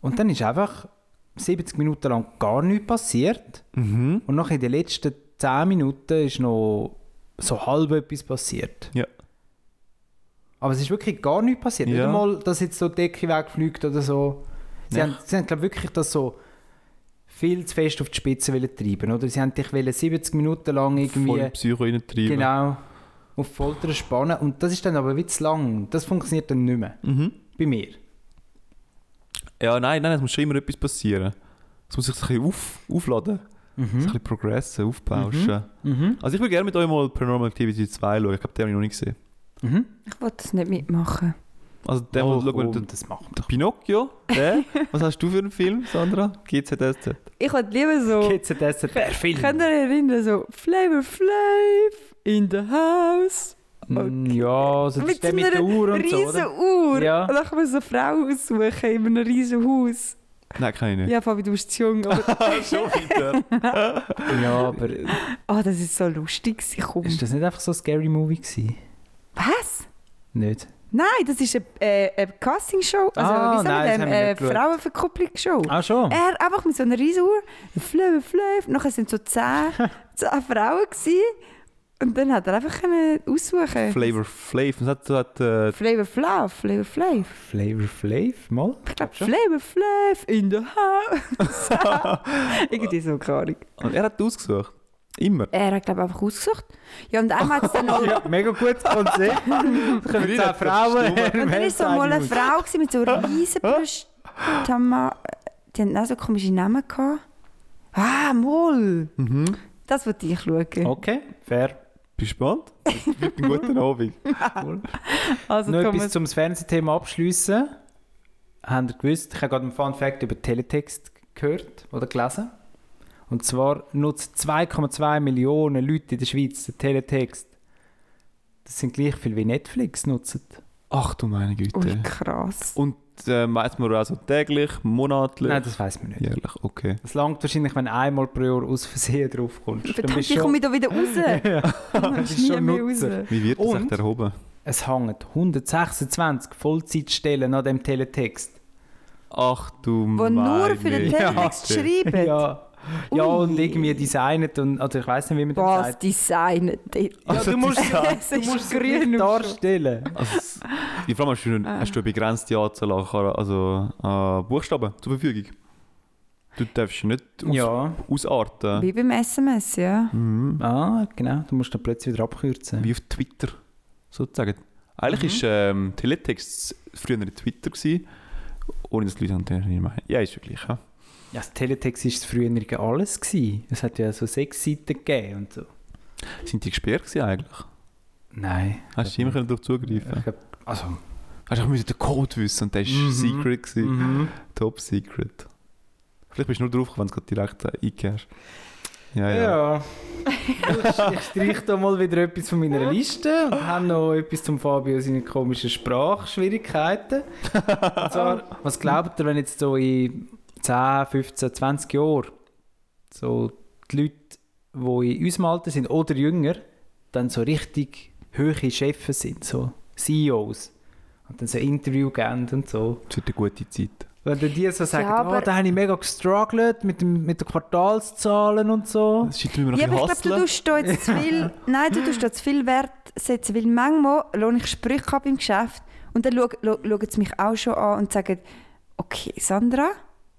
[SPEAKER 5] Und dann ist einfach 70 Minuten lang gar nichts passiert.
[SPEAKER 4] Mhm.
[SPEAKER 5] Und noch in den letzten 10 Minuten ist noch so halb etwas passiert.
[SPEAKER 4] Ja.
[SPEAKER 5] Aber es ist wirklich gar nichts passiert. Nicht
[SPEAKER 4] Ja.
[SPEAKER 5] einmal, dass jetzt so die Decke wegfliegt oder so. Sie
[SPEAKER 4] Ja.
[SPEAKER 5] haben, sie haben glaube wirklich das so viel zu fest auf die Spitze wollen treiben oder? Sie haben dich wollen 70 Minuten lang irgendwie
[SPEAKER 4] Voll Psycho reintreiben.
[SPEAKER 5] äh, genau auf Folter spannen und das ist dann aber wie zu lang. Das funktioniert dann nicht mehr.
[SPEAKER 4] Mhm.
[SPEAKER 5] Bei mir.
[SPEAKER 4] Ja, nein, nein, es muss schon immer etwas passieren. Es muss sich ein bisschen auf, aufladen, ein
[SPEAKER 5] Mhm.
[SPEAKER 4] bisschen progressen, aufbauschen.
[SPEAKER 5] Mhm.
[SPEAKER 4] Also ich würde gerne mit euch mal Paranormal Activity 2 schauen. Ich glaube, den habe ich noch nicht gesehen.
[SPEAKER 5] Mhm.
[SPEAKER 3] Ich will das nicht mitmachen.
[SPEAKER 4] Also der,
[SPEAKER 5] Oh,
[SPEAKER 4] oh, schauen wir
[SPEAKER 5] komm,
[SPEAKER 4] den
[SPEAKER 5] das macht man
[SPEAKER 4] der Pinocchio. Der? Was hast du für einen Film, Sandra? GZSZ.
[SPEAKER 3] Ich will lieber so...
[SPEAKER 5] doch. KZS per Film.
[SPEAKER 3] Könnt ihr erinnern, so Flavor Flav in the house?
[SPEAKER 5] Mm, Ja, so mit, der mit der Uhr und so,
[SPEAKER 3] riesen
[SPEAKER 5] oder?
[SPEAKER 3] Uhr.
[SPEAKER 5] Ja.
[SPEAKER 3] Und dann kann man so eine Frau aussuchen in einem riesen Haus.
[SPEAKER 4] Nein, kann ich nicht.
[SPEAKER 3] Ja, Fabi, du bist zu jung. Aber,
[SPEAKER 4] Schon wieder.
[SPEAKER 5] Ja, aber
[SPEAKER 3] oh, das ist so lustig. gewesen. Komm.
[SPEAKER 5] ist das nicht einfach so ein Scary Movie gewesen?
[SPEAKER 3] Was?
[SPEAKER 5] Nicht.
[SPEAKER 3] Nein, das ist eine, äh, eine Casting-Show. Also,
[SPEAKER 5] Ah,
[SPEAKER 3] wie sagen
[SPEAKER 5] nein, das
[SPEAKER 3] wir
[SPEAKER 5] haben
[SPEAKER 3] dem?
[SPEAKER 5] wir
[SPEAKER 3] Äh,
[SPEAKER 5] nicht geschaut.
[SPEAKER 3] Frauenverkupplung-Show.
[SPEAKER 5] Ah schon?
[SPEAKER 3] Er einfach mit so einer riesen Uhr. Flav, Flav. Nachher sind so zehn, zehn Frauen gewesen. Und dann hat er einfach können aussuchen.
[SPEAKER 4] Flavor Flav. Das hat, das hat äh,
[SPEAKER 3] Flavor Flav, Flavor Flav.
[SPEAKER 5] Flavor Flav, mal?
[SPEAKER 3] Ich glaube, Flavor Flav in the house. Irgendwie so keine
[SPEAKER 4] und er hat ausgesucht. Immer.
[SPEAKER 3] Er hat, glaube ich, einfach ausgesucht. Ja, und einmal hat es dann noch...
[SPEAKER 5] Ja, mega gutes Konzept. Können
[SPEAKER 4] ihn
[SPEAKER 5] wir zehn
[SPEAKER 4] hat's
[SPEAKER 5] Frauen
[SPEAKER 4] gestummt.
[SPEAKER 5] her.
[SPEAKER 3] Und dann war so mal eine Frau gewesen mit so riesen Brüsten. Die hatten auch so komische Namen. Gehabt. Ah, Moll!
[SPEAKER 4] Mhm.
[SPEAKER 3] Das wollte ich schauen.
[SPEAKER 5] Okay, fair.
[SPEAKER 4] Bist du gespannt? Das wird ein guter Abend.
[SPEAKER 3] Also,
[SPEAKER 5] Noch
[SPEAKER 3] Thomas,
[SPEAKER 5] etwas zum Fernsehthema abschliessen. Habt ihr gewusst, ich habe gerade einen Fun Fact über Teletext gehört oder gelesen. Und zwar nutzen 2,2 Millionen Leute in der Schweiz den Teletext. Das sind gleich viel wie Netflix nutzen.
[SPEAKER 4] Ach du meine Güte.
[SPEAKER 3] ui, krass.
[SPEAKER 4] Und äh, meist man also täglich, monatlich?
[SPEAKER 5] Nein, das weiß man nicht.
[SPEAKER 4] Jährlich, okay.
[SPEAKER 5] Es langt wahrscheinlich, wenn du einmal pro Jahr aus Versehen drauf kommst.
[SPEAKER 3] Verdammt, ich komme da wieder raus.
[SPEAKER 5] dann
[SPEAKER 3] Ich
[SPEAKER 5] bist
[SPEAKER 3] nie
[SPEAKER 5] schon
[SPEAKER 3] mehr
[SPEAKER 5] Nutzer.
[SPEAKER 3] raus.
[SPEAKER 4] Wie wird das
[SPEAKER 5] Und?
[SPEAKER 4] echt erhoben?
[SPEAKER 5] Es hängen 126 Vollzeitstellen an dem Teletext.
[SPEAKER 4] Ach du
[SPEAKER 3] Wo nur für den
[SPEAKER 5] Ja.
[SPEAKER 3] Teletext schreiben.
[SPEAKER 5] Ja. ja, und
[SPEAKER 3] Ui.
[SPEAKER 5] irgendwie designet und also ich weiß nicht, wie man das
[SPEAKER 3] Was
[SPEAKER 5] sagt.
[SPEAKER 3] designen dort?
[SPEAKER 5] Ja, du musst,
[SPEAKER 3] Es
[SPEAKER 5] du
[SPEAKER 3] ist
[SPEAKER 5] musst
[SPEAKER 3] grün
[SPEAKER 5] grün
[SPEAKER 3] und
[SPEAKER 5] darstellen.
[SPEAKER 4] Also, es- die Frage hast du,
[SPEAKER 3] Ah.
[SPEAKER 4] eine- hast du eine begrenzte Anzahl an Chara- also, an Buchstaben zur Verfügung? Du darfst nicht aus,
[SPEAKER 5] Ja,
[SPEAKER 4] ausarten.
[SPEAKER 3] Wie beim SMS, ja.
[SPEAKER 4] Mhm.
[SPEAKER 5] ah, genau. Du musst dann plötzlich wieder abkürzen.
[SPEAKER 4] Wie auf Twitter, sozusagen.
[SPEAKER 3] Mhm.
[SPEAKER 4] Eigentlich ist ähm, Teletext früher Twitter gewesen, ohne dass die Leute an den nicht meinen. Ja, ist ja gleich. Ja.
[SPEAKER 5] Ja, das Teletext war früher alles. Gewesen. Es hat ja so sechs Seiten gegeben und so.
[SPEAKER 4] Sind die gesperrt gewesen eigentlich?
[SPEAKER 5] Nein.
[SPEAKER 4] Hast du immer können durch zugreifen?
[SPEAKER 5] Ich glaub, also,
[SPEAKER 4] Hast du auch den Code wissen und der ist
[SPEAKER 5] Mhm.
[SPEAKER 4] secret gewesen.
[SPEAKER 5] mhm.
[SPEAKER 4] Top Secret. Vielleicht bist du nur drauf, wenn du es direkt äh, eingehst. Ja, ja.
[SPEAKER 5] Ja. ich streiche da mal wieder etwas von meiner Liste und habe noch etwas zum Fabio seine komischen Sprachschwierigkeiten. Und zwar, was glaubt ihr, wenn jetzt so in 10, 15, 20 Jahren so die Leute, die in unserem Alter sind oder jünger, dann so richtig hohe Chefs sind, so CEOs. Und dann so Interview geben und so.
[SPEAKER 4] Es wird eine gute Zeit.
[SPEAKER 5] Wenn dann die so sagen,
[SPEAKER 3] aber-
[SPEAKER 5] oh, da habe ich mega gestruggelt mit, dem, mit den Quartalszahlen und so.
[SPEAKER 4] Es scheint mir noch
[SPEAKER 3] Ja,
[SPEAKER 4] ein
[SPEAKER 3] aber ich glaube,
[SPEAKER 4] bisschen
[SPEAKER 3] du
[SPEAKER 4] hasseln.
[SPEAKER 3] tust da jetzt zu viel. Nein, du tust da zu viel Wert setzen, weil manchmal lohne ich Sprüche ab im Geschäft und dann schau- schau- schauen sie mich auch schon an und sagen, okay, Sandra.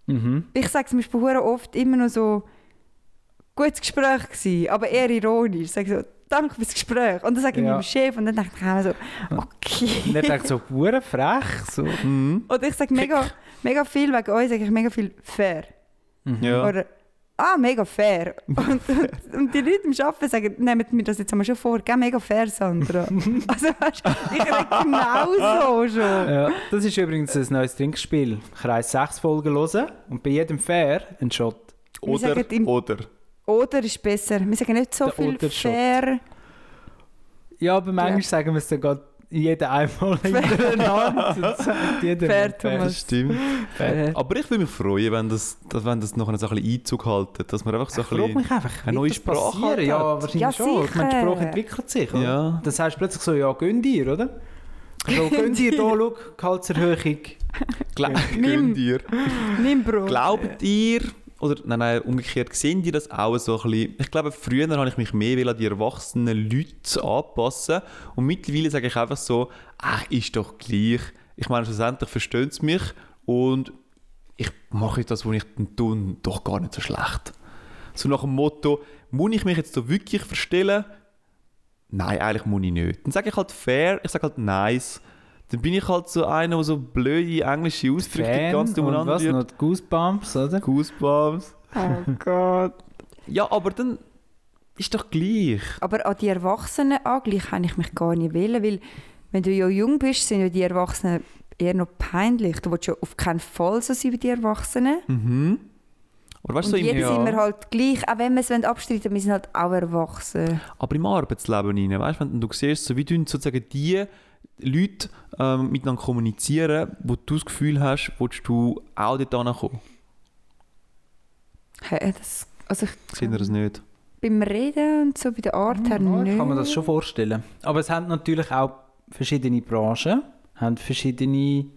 [SPEAKER 5] Mhm.
[SPEAKER 3] Ich sage zum Beispiel hure oft immer noch so, gutes Gespräch gewesen, aber eher ironisch. Ich sage so, danke fürs Gespräch. Und dann sage ich
[SPEAKER 5] Ja. Ne?
[SPEAKER 3] meinem Chef und dann denke ich mir so,
[SPEAKER 5] Und
[SPEAKER 3] okay.
[SPEAKER 5] er denkt so, pure frech. So.
[SPEAKER 4] Mhm.
[SPEAKER 3] Oder ich sage mega, mega viel, wegen euch sage ich mega viel fair.
[SPEAKER 4] Ja.
[SPEAKER 3] Oder, ah, mega fair. Und, und, und die Leute im Arbeiten sagen, nehmt mir das jetzt einmal schon vor, gell, mega fair, Sandra. also weißt, du, ich rede genau so schon.
[SPEAKER 5] Ja, äh, das ist übrigens ein neues Trinkspiel. Kreis 6 Folgen hören und bei jedem Fair ein Shot.
[SPEAKER 3] Wir
[SPEAKER 4] Oder,
[SPEAKER 3] sagen im-
[SPEAKER 4] oder.
[SPEAKER 3] Oder ist besser. Wir sagen nicht so
[SPEAKER 5] Der
[SPEAKER 3] viel
[SPEAKER 5] Unterschot.
[SPEAKER 3] fair.
[SPEAKER 5] Ja, aber manchmal
[SPEAKER 3] Ja.
[SPEAKER 5] sagen wir es dann gerade jeder einmal hintereinander. und sagt jeder
[SPEAKER 3] Fair,
[SPEAKER 5] mal
[SPEAKER 3] Thomas.
[SPEAKER 4] Das stimmt.
[SPEAKER 3] Äh,
[SPEAKER 5] Fair.
[SPEAKER 4] Aber ich würde mich freuen, wenn das, dass- wenn das nachher so ein bisschen Einzug hält, dass man einfach so
[SPEAKER 5] Ich
[SPEAKER 4] ein
[SPEAKER 5] frage
[SPEAKER 4] bisschen...
[SPEAKER 5] mich einfach,
[SPEAKER 4] eine
[SPEAKER 5] wird
[SPEAKER 4] neue
[SPEAKER 5] das
[SPEAKER 4] Sprache
[SPEAKER 5] passieren?
[SPEAKER 4] halt
[SPEAKER 5] Ja,
[SPEAKER 4] hat.
[SPEAKER 5] wahrscheinlich
[SPEAKER 3] Ja,
[SPEAKER 5] schon. Ich meine, die
[SPEAKER 3] sicher.
[SPEAKER 5] Sprache entwickelt sich. Oder?
[SPEAKER 4] Ja.
[SPEAKER 5] Dann sagst du plötzlich so, ja, gönn dir, oder? So, gönn dir, da, schau, Gehaltserhöhung.
[SPEAKER 4] Gla
[SPEAKER 3] Nimm.
[SPEAKER 4] Gönnt ihr.
[SPEAKER 3] Nimm Brot.
[SPEAKER 4] Glaubt ihr, oder nein, nein, umgekehrt, seht ihr das auch so ein bisschen? Ich glaube, früher habe ich mich mehr will an die erwachsenen Leute anpassen und mittlerweile sage ich einfach so, ach, ist doch gleich. Ich meine, schlussendlich verstehen sie mich und ich mache das, was ich dann tue, doch gar nicht so schlecht. So nach dem Motto, muss ich mich jetzt so wirklich verstellen? Nein, eigentlich muss ich nicht. Dann sage ich halt fair, ich sage halt nice. Dann bin ich halt so einer, der so blöde englische Ausdrücke
[SPEAKER 5] Fan
[SPEAKER 4] ganz
[SPEAKER 5] und
[SPEAKER 4] durcheinander
[SPEAKER 5] was
[SPEAKER 4] wirft.
[SPEAKER 5] noch, die Goosebumps, oder?
[SPEAKER 4] Goosebumps.
[SPEAKER 3] Oh Gott.
[SPEAKER 4] Ja, aber dann ist doch gleich.
[SPEAKER 3] Aber an die Erwachsenen angleich kann ich mich gar nicht wählen, weil wenn du ja jung bist, sind ja die Erwachsenen eher noch peinlich. Du willst ja auf keinen Fall so sein wie die Erwachsenen.
[SPEAKER 4] Mhm. Aber weißt du,
[SPEAKER 3] Und
[SPEAKER 4] so im,
[SPEAKER 3] jetzt sind wir
[SPEAKER 4] ja,
[SPEAKER 3] halt gleich, auch wenn wir es wollen abstreiten wir sind halt auch erwachsen.
[SPEAKER 4] aber im Arbeitsleben rein, weißt du, wenn du siehst, so wie tun sozusagen die Leute ähm, miteinander kommunizieren, wo du das Gefühl hast, willst du auch dort hinkommen.
[SPEAKER 3] Hä, das, also ich,
[SPEAKER 4] Seht ihr das nicht?
[SPEAKER 3] beim Reden und so bei der Art her
[SPEAKER 5] Ja, Ich
[SPEAKER 3] nicht.
[SPEAKER 5] kann mir das schon vorstellen. Aber es haben natürlich auch verschiedene Branchen, haben verschiedene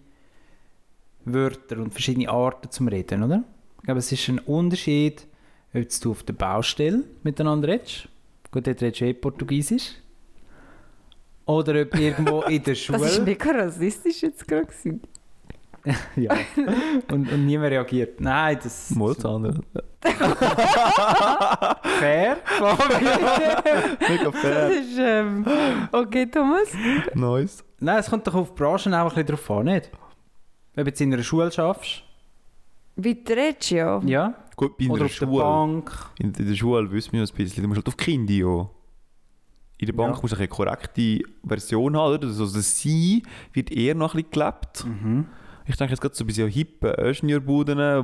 [SPEAKER 5] Wörter und verschiedene Arten zum Reden, oder? Ich glaube, es ist ein Unterschied, ob jetzt du auf der Baustelle miteinander redest. Gut, dort redest du eh Portugiesisch. Oder ob irgendwo in der Schule.
[SPEAKER 3] das war mega rassistisch jetzt gerade. gewesen.
[SPEAKER 5] ja. und, und niemand reagiert. Nein, das ist
[SPEAKER 4] Mal das andere.
[SPEAKER 5] fair.
[SPEAKER 4] Mega
[SPEAKER 3] Das
[SPEAKER 4] fair.
[SPEAKER 3] ist, ähm, okay, Thomas.
[SPEAKER 4] nice.
[SPEAKER 5] Nein, es kommt doch auf die Branchen auch ein bisschen drauf an, nicht? Wenn du jetzt in einer Schule schaffst,
[SPEAKER 3] Wie du redest, ja.
[SPEAKER 5] ja.
[SPEAKER 4] Gut, in der
[SPEAKER 5] Oder auf der
[SPEAKER 4] Schule.
[SPEAKER 5] Bank.
[SPEAKER 4] In, in der Schule wissen wir noch ein bisschen, du musst halt auf die Kinder ja. In der Bank
[SPEAKER 5] Ja.
[SPEAKER 4] musst du eine korrekte Version haben, oder? Also das Sein wird eher noch ein bisschen gelebt.
[SPEAKER 3] Mhm.
[SPEAKER 4] Ich denke jetzt gerade so bei so hippen Ingenieurbuden, äh,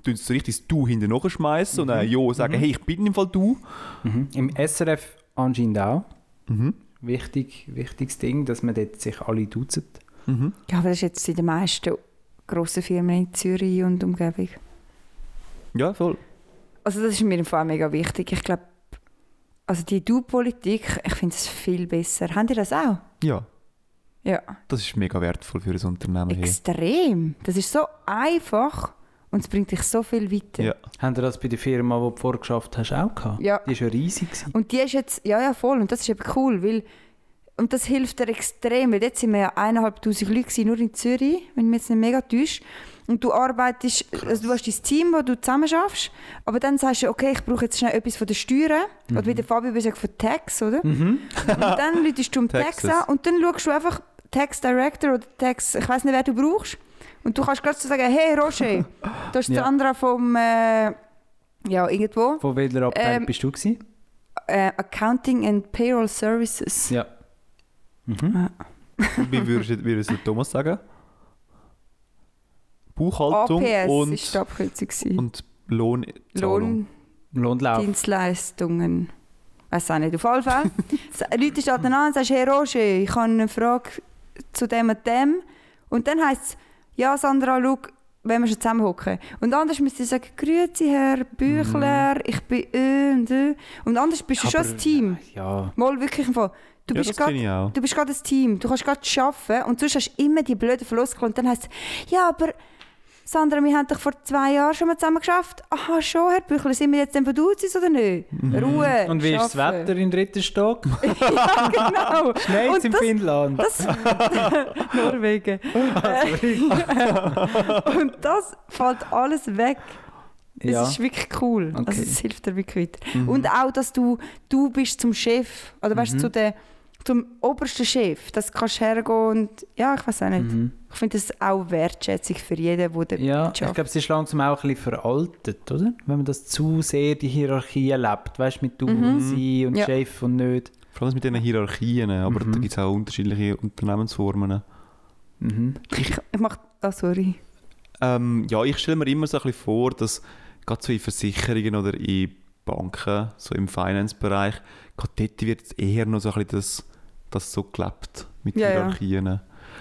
[SPEAKER 4] tun sie so richtig das «Du» hinten nachschmeißen und dann
[SPEAKER 3] Mhm.
[SPEAKER 4] «Jo» sagen «Hey, ich bin im Fall «Du».
[SPEAKER 5] Im SRF anscheinend auch.
[SPEAKER 4] Mhm.
[SPEAKER 5] Wichtig, wichtiges Ding, dass man dort sich alle duzen.
[SPEAKER 4] Mhm.
[SPEAKER 3] Ja, aber das ist jetzt in den meisten grossen Firmen in Zürich und Umgebung.
[SPEAKER 4] Ja, voll.
[SPEAKER 3] Also das ist mir im Fall auch mega wichtig. Ich glaube, also die Du-Politik, ich finde es viel besser. Habt ihr das auch?
[SPEAKER 4] Ja,
[SPEAKER 3] Ja.
[SPEAKER 4] das ist mega wertvoll für ein Unternehmen. Hey.
[SPEAKER 3] Extrem. Das ist so einfach und es bringt dich so viel weiter.
[SPEAKER 4] Ja.
[SPEAKER 5] Habt ihr das bei der Firma, die du vorgeschafft hast, auch gehabt?
[SPEAKER 3] Ja.
[SPEAKER 5] Die war ja riesig. gewesen.
[SPEAKER 3] Und die ist jetzt, ja, ja, voll. Und das ist eben cool, weil, und das hilft dir extrem, weil jetzt sind wir ja eineinhalbtausend Leute gewesen, nur in Zürich, wenn wir jetzt nicht mega täuscht. Und du arbeitest, also du hast dein Team, wo du zusammen schaffst, aber dann sagst du, okay, ich brauche jetzt schnell etwas von den Steuern, oder wie der Fabio immer sagt, von Tax, oder? Und dann läutest du um Tax
[SPEAKER 4] Taxes.
[SPEAKER 3] an und dann schaust du einfach Tax Director oder Tax, ich weiß nicht, wer du brauchst. Und du kannst gerade so sagen, hey Roger, da ist
[SPEAKER 5] Ja.
[SPEAKER 3] Sandra vom, äh, ja, irgendwo,
[SPEAKER 5] Von welcher Abteilung
[SPEAKER 3] Ähm,
[SPEAKER 5] bist du? Gewesen?
[SPEAKER 3] äh, Accounting and Payroll Services.
[SPEAKER 5] Ja. Mhm.
[SPEAKER 4] Und Wie würdest du würdest du Thomas sagen? Buchhaltung
[SPEAKER 3] APS ist die
[SPEAKER 4] und,
[SPEAKER 3] Abkürzung. gewesen.
[SPEAKER 4] und Lohnzahlung.
[SPEAKER 5] Lohnlauf.
[SPEAKER 3] Lohndienstleistungen. Weiß auch nicht, auf alle Fälle. sa- Leute stehen dann an und sagen, hey Roger, ich habe eine Frage zu dem und dem. Und dann heisst es, ja Sandra, schau, wenn wir schon zusammenhocken. Und anders müsst ihr sagen, grüezi Herr
[SPEAKER 4] Mhm.
[SPEAKER 3] Büchler, ich bin ö und ö. Und anders bist du schon ein Team.
[SPEAKER 5] Ja.
[SPEAKER 3] Mal wirklich im Fall. Du
[SPEAKER 4] Ja,
[SPEAKER 3] bist
[SPEAKER 4] das kenne ich auch.
[SPEAKER 3] gerade, du bist gerade ein Team. Du kannst gerade arbeiten und sonst hast du immer die blöden Floskeln und dann heisst es, ja, aber Sandra, wir haben doch vor zwei Jahren schon mal zusammen geschafft. Aha, schon, Herr Büchler, sind wir jetzt denn Verduzis oder nicht? Ruhe.
[SPEAKER 5] Und wie ist das
[SPEAKER 3] arbeiten.
[SPEAKER 5] Wetter im dritten Stock?
[SPEAKER 3] ja, genau.
[SPEAKER 5] Nein,
[SPEAKER 3] Und
[SPEAKER 5] im
[SPEAKER 3] das-
[SPEAKER 5] Finnland.
[SPEAKER 3] Das Norwegen.
[SPEAKER 5] Also,
[SPEAKER 3] und das fällt alles weg. Es
[SPEAKER 5] Ja.
[SPEAKER 3] ist wirklich cool.
[SPEAKER 5] Okay. Mhm.
[SPEAKER 3] Also es hilft dir wirklich weiter. Und auch, dass du du bist zum Chef oder weißt du, zu der zum obersten Chef, das kannst du hergehen und ja, ich weiß auch nicht.
[SPEAKER 5] Mhm.
[SPEAKER 3] Ich finde das auch Wertschätzung für jeden, der den
[SPEAKER 5] Ja,
[SPEAKER 3] Job
[SPEAKER 5] ich glaube, es ist langsam auch ein bisschen veraltet, oder? Wenn man das zu sehr die Hierarchie erlebt, weißt du, mit du und sie und
[SPEAKER 3] Mhm. Ja.
[SPEAKER 5] Chef und nicht.
[SPEAKER 4] Vor allem mit diesen Hierarchien, aber
[SPEAKER 5] Mhm.
[SPEAKER 4] da gibt es auch unterschiedliche Unternehmensformen.
[SPEAKER 5] Mhm.
[SPEAKER 3] Ich, ich mache. Ah, sorry.
[SPEAKER 4] Ähm, ja, ich stelle mir immer so ein bisschen vor, dass gerade so in Versicherungen oder in Banken, so im Finance-Bereich, gerade dort wird es eher noch so ein bisschen das, das so gelebt mit
[SPEAKER 3] Ja, ja.
[SPEAKER 4] Hierarchien.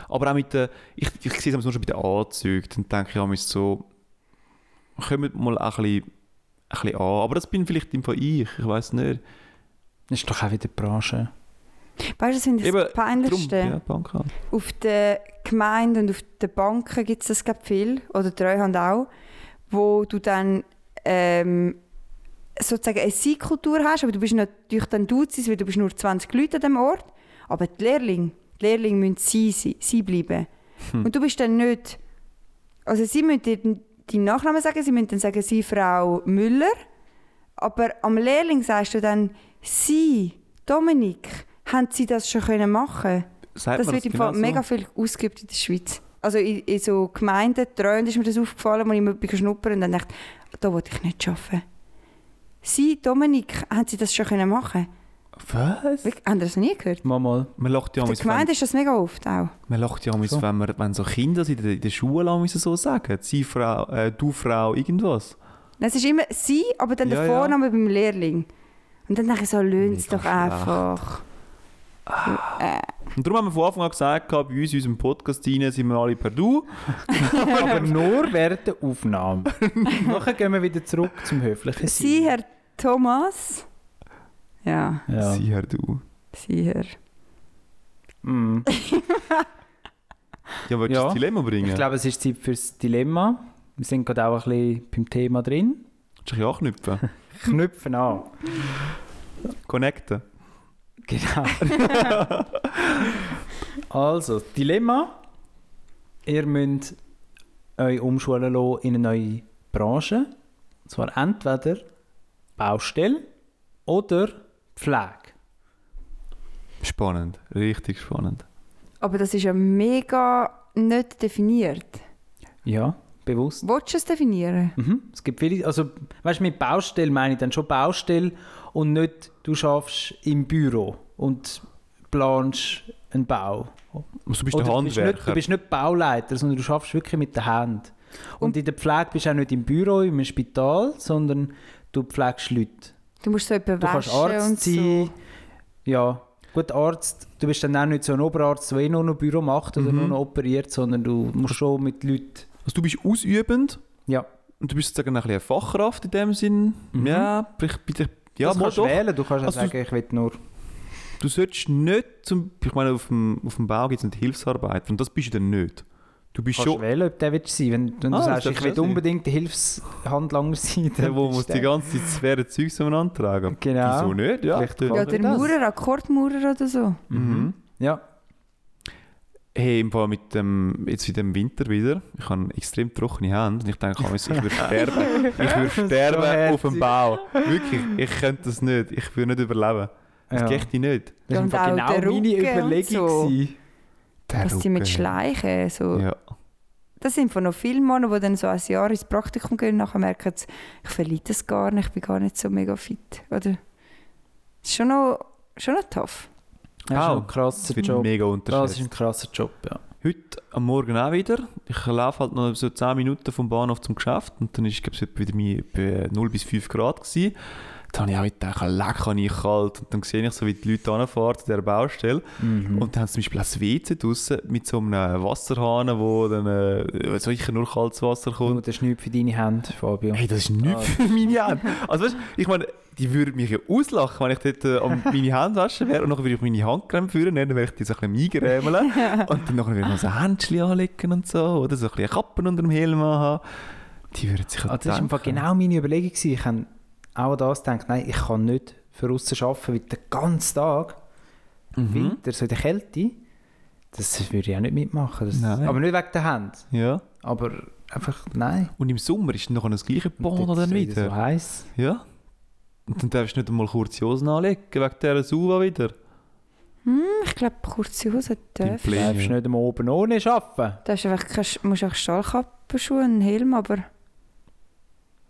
[SPEAKER 4] Aber auch mit den, ich, ich sehe es nur schon bei den Anzügen, dann denke ich manchmal so, kommt mal ein bisschen, ein bisschen an. Aber das bin vielleicht im Fall ich, ich weiß nicht.
[SPEAKER 5] Das ist doch auch wieder die Branche.
[SPEAKER 3] Weißt du, das finde ich das
[SPEAKER 4] Eben,
[SPEAKER 3] Peinlichste.
[SPEAKER 4] Drum, ja, Bank halt.
[SPEAKER 3] Auf den Gemeinden und auf den Banken gibt es das glaub, viel, oder die Treuhand auch, wo du dann ähm, sozusagen eine Seinkultur hast, aber du bist natürlich dann Duzis, weil du bist nur 20 Leute an dem Ort, aber die Lehrlinge, die Lehrlinge müssen sie, sein, sie bleiben. Und du bist dann nicht, also sie müssen dir den- deinen Nachnamen sagen, sie müssen dann sagen, sie Frau Müller, aber am Lehrling sagst du dann, sie, Dominik, haben sie das schon können machen
[SPEAKER 4] Sagt
[SPEAKER 3] das
[SPEAKER 4] man
[SPEAKER 3] wird im Fall
[SPEAKER 4] genau so?
[SPEAKER 3] mega viel ausgeübt in der Schweiz. Also in, in so Gemeinden, Träumen ist mir das aufgefallen, wo ich mal bin schnuppern und dann dachte, da wollte ich nicht arbeiten. Sie, Dominik, haben Sie das schon können machen
[SPEAKER 4] Was?
[SPEAKER 3] können? Haben Sie das noch nie gehört?
[SPEAKER 5] Mal, mal.
[SPEAKER 4] Man lacht ja
[SPEAKER 3] In der
[SPEAKER 4] manchmal, wenn-
[SPEAKER 3] Gemeinde ist das mega oft auch.
[SPEAKER 4] Man lacht ja manchmal,
[SPEAKER 5] Schon.
[SPEAKER 4] wenn, man, wenn so Kinder sind, in der- in der Schule manchmal so sagen. Sie, Frau, äh, du, Frau, irgendwas.
[SPEAKER 3] Nein, Es ist immer Sie, aber dann
[SPEAKER 4] Ja,
[SPEAKER 3] der
[SPEAKER 4] ja.
[SPEAKER 3] Vorname beim Lehrling. Und dann denke ich so, löhnt es
[SPEAKER 4] Mega
[SPEAKER 3] doch einfach.
[SPEAKER 4] Und darum haben wir von Anfang an gesagt, gehabt, bei uns in unserem Podcast rein, sind wir alle per Du.
[SPEAKER 5] Aber nur während der Aufnahme. Nachher gehen wir wieder zurück zum
[SPEAKER 4] Äh,
[SPEAKER 5] höflichen
[SPEAKER 3] Sie,
[SPEAKER 5] Sein.
[SPEAKER 3] Herr Thomas. Ja,
[SPEAKER 5] Ja.
[SPEAKER 4] Sie, Herr Du.
[SPEAKER 3] Sie, Herr.
[SPEAKER 5] Mm.
[SPEAKER 4] Ja, willst du
[SPEAKER 5] Ja.
[SPEAKER 4] das Dilemma bringen?
[SPEAKER 5] Ich glaube, es ist Zeit fürs Dilemma. Wir sind gerade auch ein bisschen beim Thema drin.
[SPEAKER 4] Willst du dich anknüpfen?
[SPEAKER 5] Knüpfen an.
[SPEAKER 4] Connecten.
[SPEAKER 5] Genau. also, Dilemma. Ihr müsst euch umschulen lassen in eine neue Branche. Und zwar entweder Baustelle oder Pflege.
[SPEAKER 4] Spannend. Richtig spannend.
[SPEAKER 3] Aber das ist ja mega nicht definiert.
[SPEAKER 5] Ja, bewusst.
[SPEAKER 3] Willst du es definieren?
[SPEAKER 5] Mhm. Es gibt viele, also weißt du, mit Baustelle meine ich dann schon Baustelle und nicht, du schaffst im Büro und planst einen Bau.
[SPEAKER 4] Also, du bist
[SPEAKER 5] Oder
[SPEAKER 4] der
[SPEAKER 5] du, bist nicht, du
[SPEAKER 4] Handwerker.
[SPEAKER 5] bist nicht Bauleiter, sondern du schaffst wirklich mit der Hand. Und, in der Pflege bist du auch nicht im Büro, im Spital, sondern du pflegst Leute.
[SPEAKER 3] Du musst so jemanden
[SPEAKER 5] Du kannst
[SPEAKER 3] waschen und
[SPEAKER 5] Arzt sein.
[SPEAKER 3] so.
[SPEAKER 5] Ja, gut, Arzt, du bist dann auch nicht so ein Oberarzt, der eh nur noch Büro macht oder
[SPEAKER 4] Mhm.
[SPEAKER 5] nur noch operiert, sondern du musst schon mit Leuten.
[SPEAKER 4] also, du bist ausübend
[SPEAKER 5] Ja,
[SPEAKER 4] und du bist sozusagen ein bisschen eine Fachkraft in dem Sinn.
[SPEAKER 5] Mhm.
[SPEAKER 4] Ja, vielleicht bitte. Ja,
[SPEAKER 5] das
[SPEAKER 4] mal
[SPEAKER 5] kannst
[SPEAKER 4] doch.
[SPEAKER 5] wählen. Du kannst auch
[SPEAKER 4] Also du-
[SPEAKER 5] sagen, ich will nur.
[SPEAKER 4] Du solltest nicht zum. Ich meine, auf dem, auf dem Bau gibt es nicht Hilfsarbeit und das bist du dann nicht. Du bist
[SPEAKER 5] Kannst
[SPEAKER 4] schon
[SPEAKER 5] wählen, ob der willst sein. Wenn, wenn
[SPEAKER 4] Ah,
[SPEAKER 5] du
[SPEAKER 4] das
[SPEAKER 5] sagst,
[SPEAKER 4] darf
[SPEAKER 5] ich
[SPEAKER 4] schon
[SPEAKER 5] will
[SPEAKER 4] sein.
[SPEAKER 5] unbedingt Hilfshandlanger sein,
[SPEAKER 4] Der, wo
[SPEAKER 5] bist
[SPEAKER 4] muss die
[SPEAKER 5] der.
[SPEAKER 4] ganze Zeit schwere Zeugs umeinander tragen.
[SPEAKER 5] Genau.
[SPEAKER 4] Wieso nicht? Ja.
[SPEAKER 5] Vielleicht
[SPEAKER 4] Ja.
[SPEAKER 3] Ja,
[SPEAKER 5] gefällt
[SPEAKER 3] der
[SPEAKER 5] dir das.
[SPEAKER 3] Maurer, Akkordmaurer oder so.
[SPEAKER 4] Mhm.
[SPEAKER 5] Ja,
[SPEAKER 4] Hey, im Fall mit dem, jetzt in dem Winter wieder, ich habe extrem trockene Hände und ich denke, ich würde sterben. Ich würde
[SPEAKER 5] ist schon
[SPEAKER 4] sterben auf
[SPEAKER 5] herzig.
[SPEAKER 4] dem Bau. Wirklich, ich könnte das nicht. Ich würde nicht überleben. Das
[SPEAKER 5] ja.
[SPEAKER 4] ja. geht nicht.
[SPEAKER 3] Ja,
[SPEAKER 5] Das war
[SPEAKER 3] und
[SPEAKER 5] einfach
[SPEAKER 3] auch
[SPEAKER 5] genau
[SPEAKER 3] der
[SPEAKER 5] meine
[SPEAKER 3] Rücken und
[SPEAKER 5] Überlegung.
[SPEAKER 3] so.
[SPEAKER 5] gewesen.
[SPEAKER 4] Der
[SPEAKER 3] Was sie mit
[SPEAKER 4] Rücken.
[SPEAKER 3] Schleichen. So.
[SPEAKER 4] Ja.
[SPEAKER 3] Das sind von noch viele Männer, die dann so ein Jahr ins Praktikum gehen und nachher merken, sie, ich verliere das gar nicht, ich bin gar nicht so mega fit. Oder? Das ist schon noch, schon noch tough.
[SPEAKER 5] Das ist
[SPEAKER 4] Wow.
[SPEAKER 5] ein krasser
[SPEAKER 4] Das wird
[SPEAKER 5] Job.
[SPEAKER 4] mega
[SPEAKER 5] Das ist
[SPEAKER 4] unterschätzt.
[SPEAKER 5] ein krasser Job, ja.
[SPEAKER 4] Heute am Morgen auch wieder. Ich laufe halt noch so 10 Minuten vom Bahnhof zum Geschäft und dann war es glaub ich, etwa wieder mein, etwa 0 bis 5 Grad. Gewesen. Da habe ich auch gedacht, leck, habe ich kalt. Und dann sehe ich so, wie die Leute anfahren zu dieser Baustelle. Und dann haben sie zum Beispiel auch das WC draussen mit so einem Wasserhahn, wo dann äh, sicher nur kaltes Wasser
[SPEAKER 5] Nur
[SPEAKER 4] kommt.
[SPEAKER 5] der Schnipp für deine Hände, Fabio.
[SPEAKER 4] Hey, das ist nichts
[SPEAKER 5] Ah.
[SPEAKER 4] für meine Hände. Also weißt, du, ich meine, die würden mich ja auslachen, wenn ich dort äh, am- meine Hände waschen wäre und nachher würde ich meine Handcreme führen, dann wäre ich die so ein bisschen am eingerämeln und dann nachher würde ich noch so ein Händchen anlegen und so oder so ein bisschen Kappen unter dem Helm haben. Die würden sich
[SPEAKER 5] Ah,
[SPEAKER 4] ja
[SPEAKER 5] das war einfach
[SPEAKER 4] denken.
[SPEAKER 5] genau meine Überlegung. gewesen. Ich habe auch an das gedacht, nein, ich kann nicht für außen arbeiten, weil den ganzen Tag, im
[SPEAKER 4] Mhm.
[SPEAKER 5] Winter, so in der Kälte, das würde ich auch nicht mitmachen. Das,
[SPEAKER 4] Nein.
[SPEAKER 5] aber nicht wegen der Hände.
[SPEAKER 4] Ja.
[SPEAKER 5] Aber einfach, nein.
[SPEAKER 4] Und im Sommer ist nachher das gleiche
[SPEAKER 5] Und
[SPEAKER 4] Bahn
[SPEAKER 5] jetzt
[SPEAKER 4] dann
[SPEAKER 5] ist wieder So
[SPEAKER 4] wieder.
[SPEAKER 5] heiß.
[SPEAKER 4] Ja. Und dann darfst du nicht einmal kurze Hosen anlegen, wegen dieser Sauva wieder.
[SPEAKER 3] ich glaube, kurze Hose
[SPEAKER 4] Dein
[SPEAKER 3] dürfen.
[SPEAKER 5] Du darfst
[SPEAKER 4] Player.
[SPEAKER 5] nicht am oben ohne arbeiten.
[SPEAKER 3] Da hast du einfach keine, Sch- musst einfach Stahlkappenschuhe, einen Helm, aber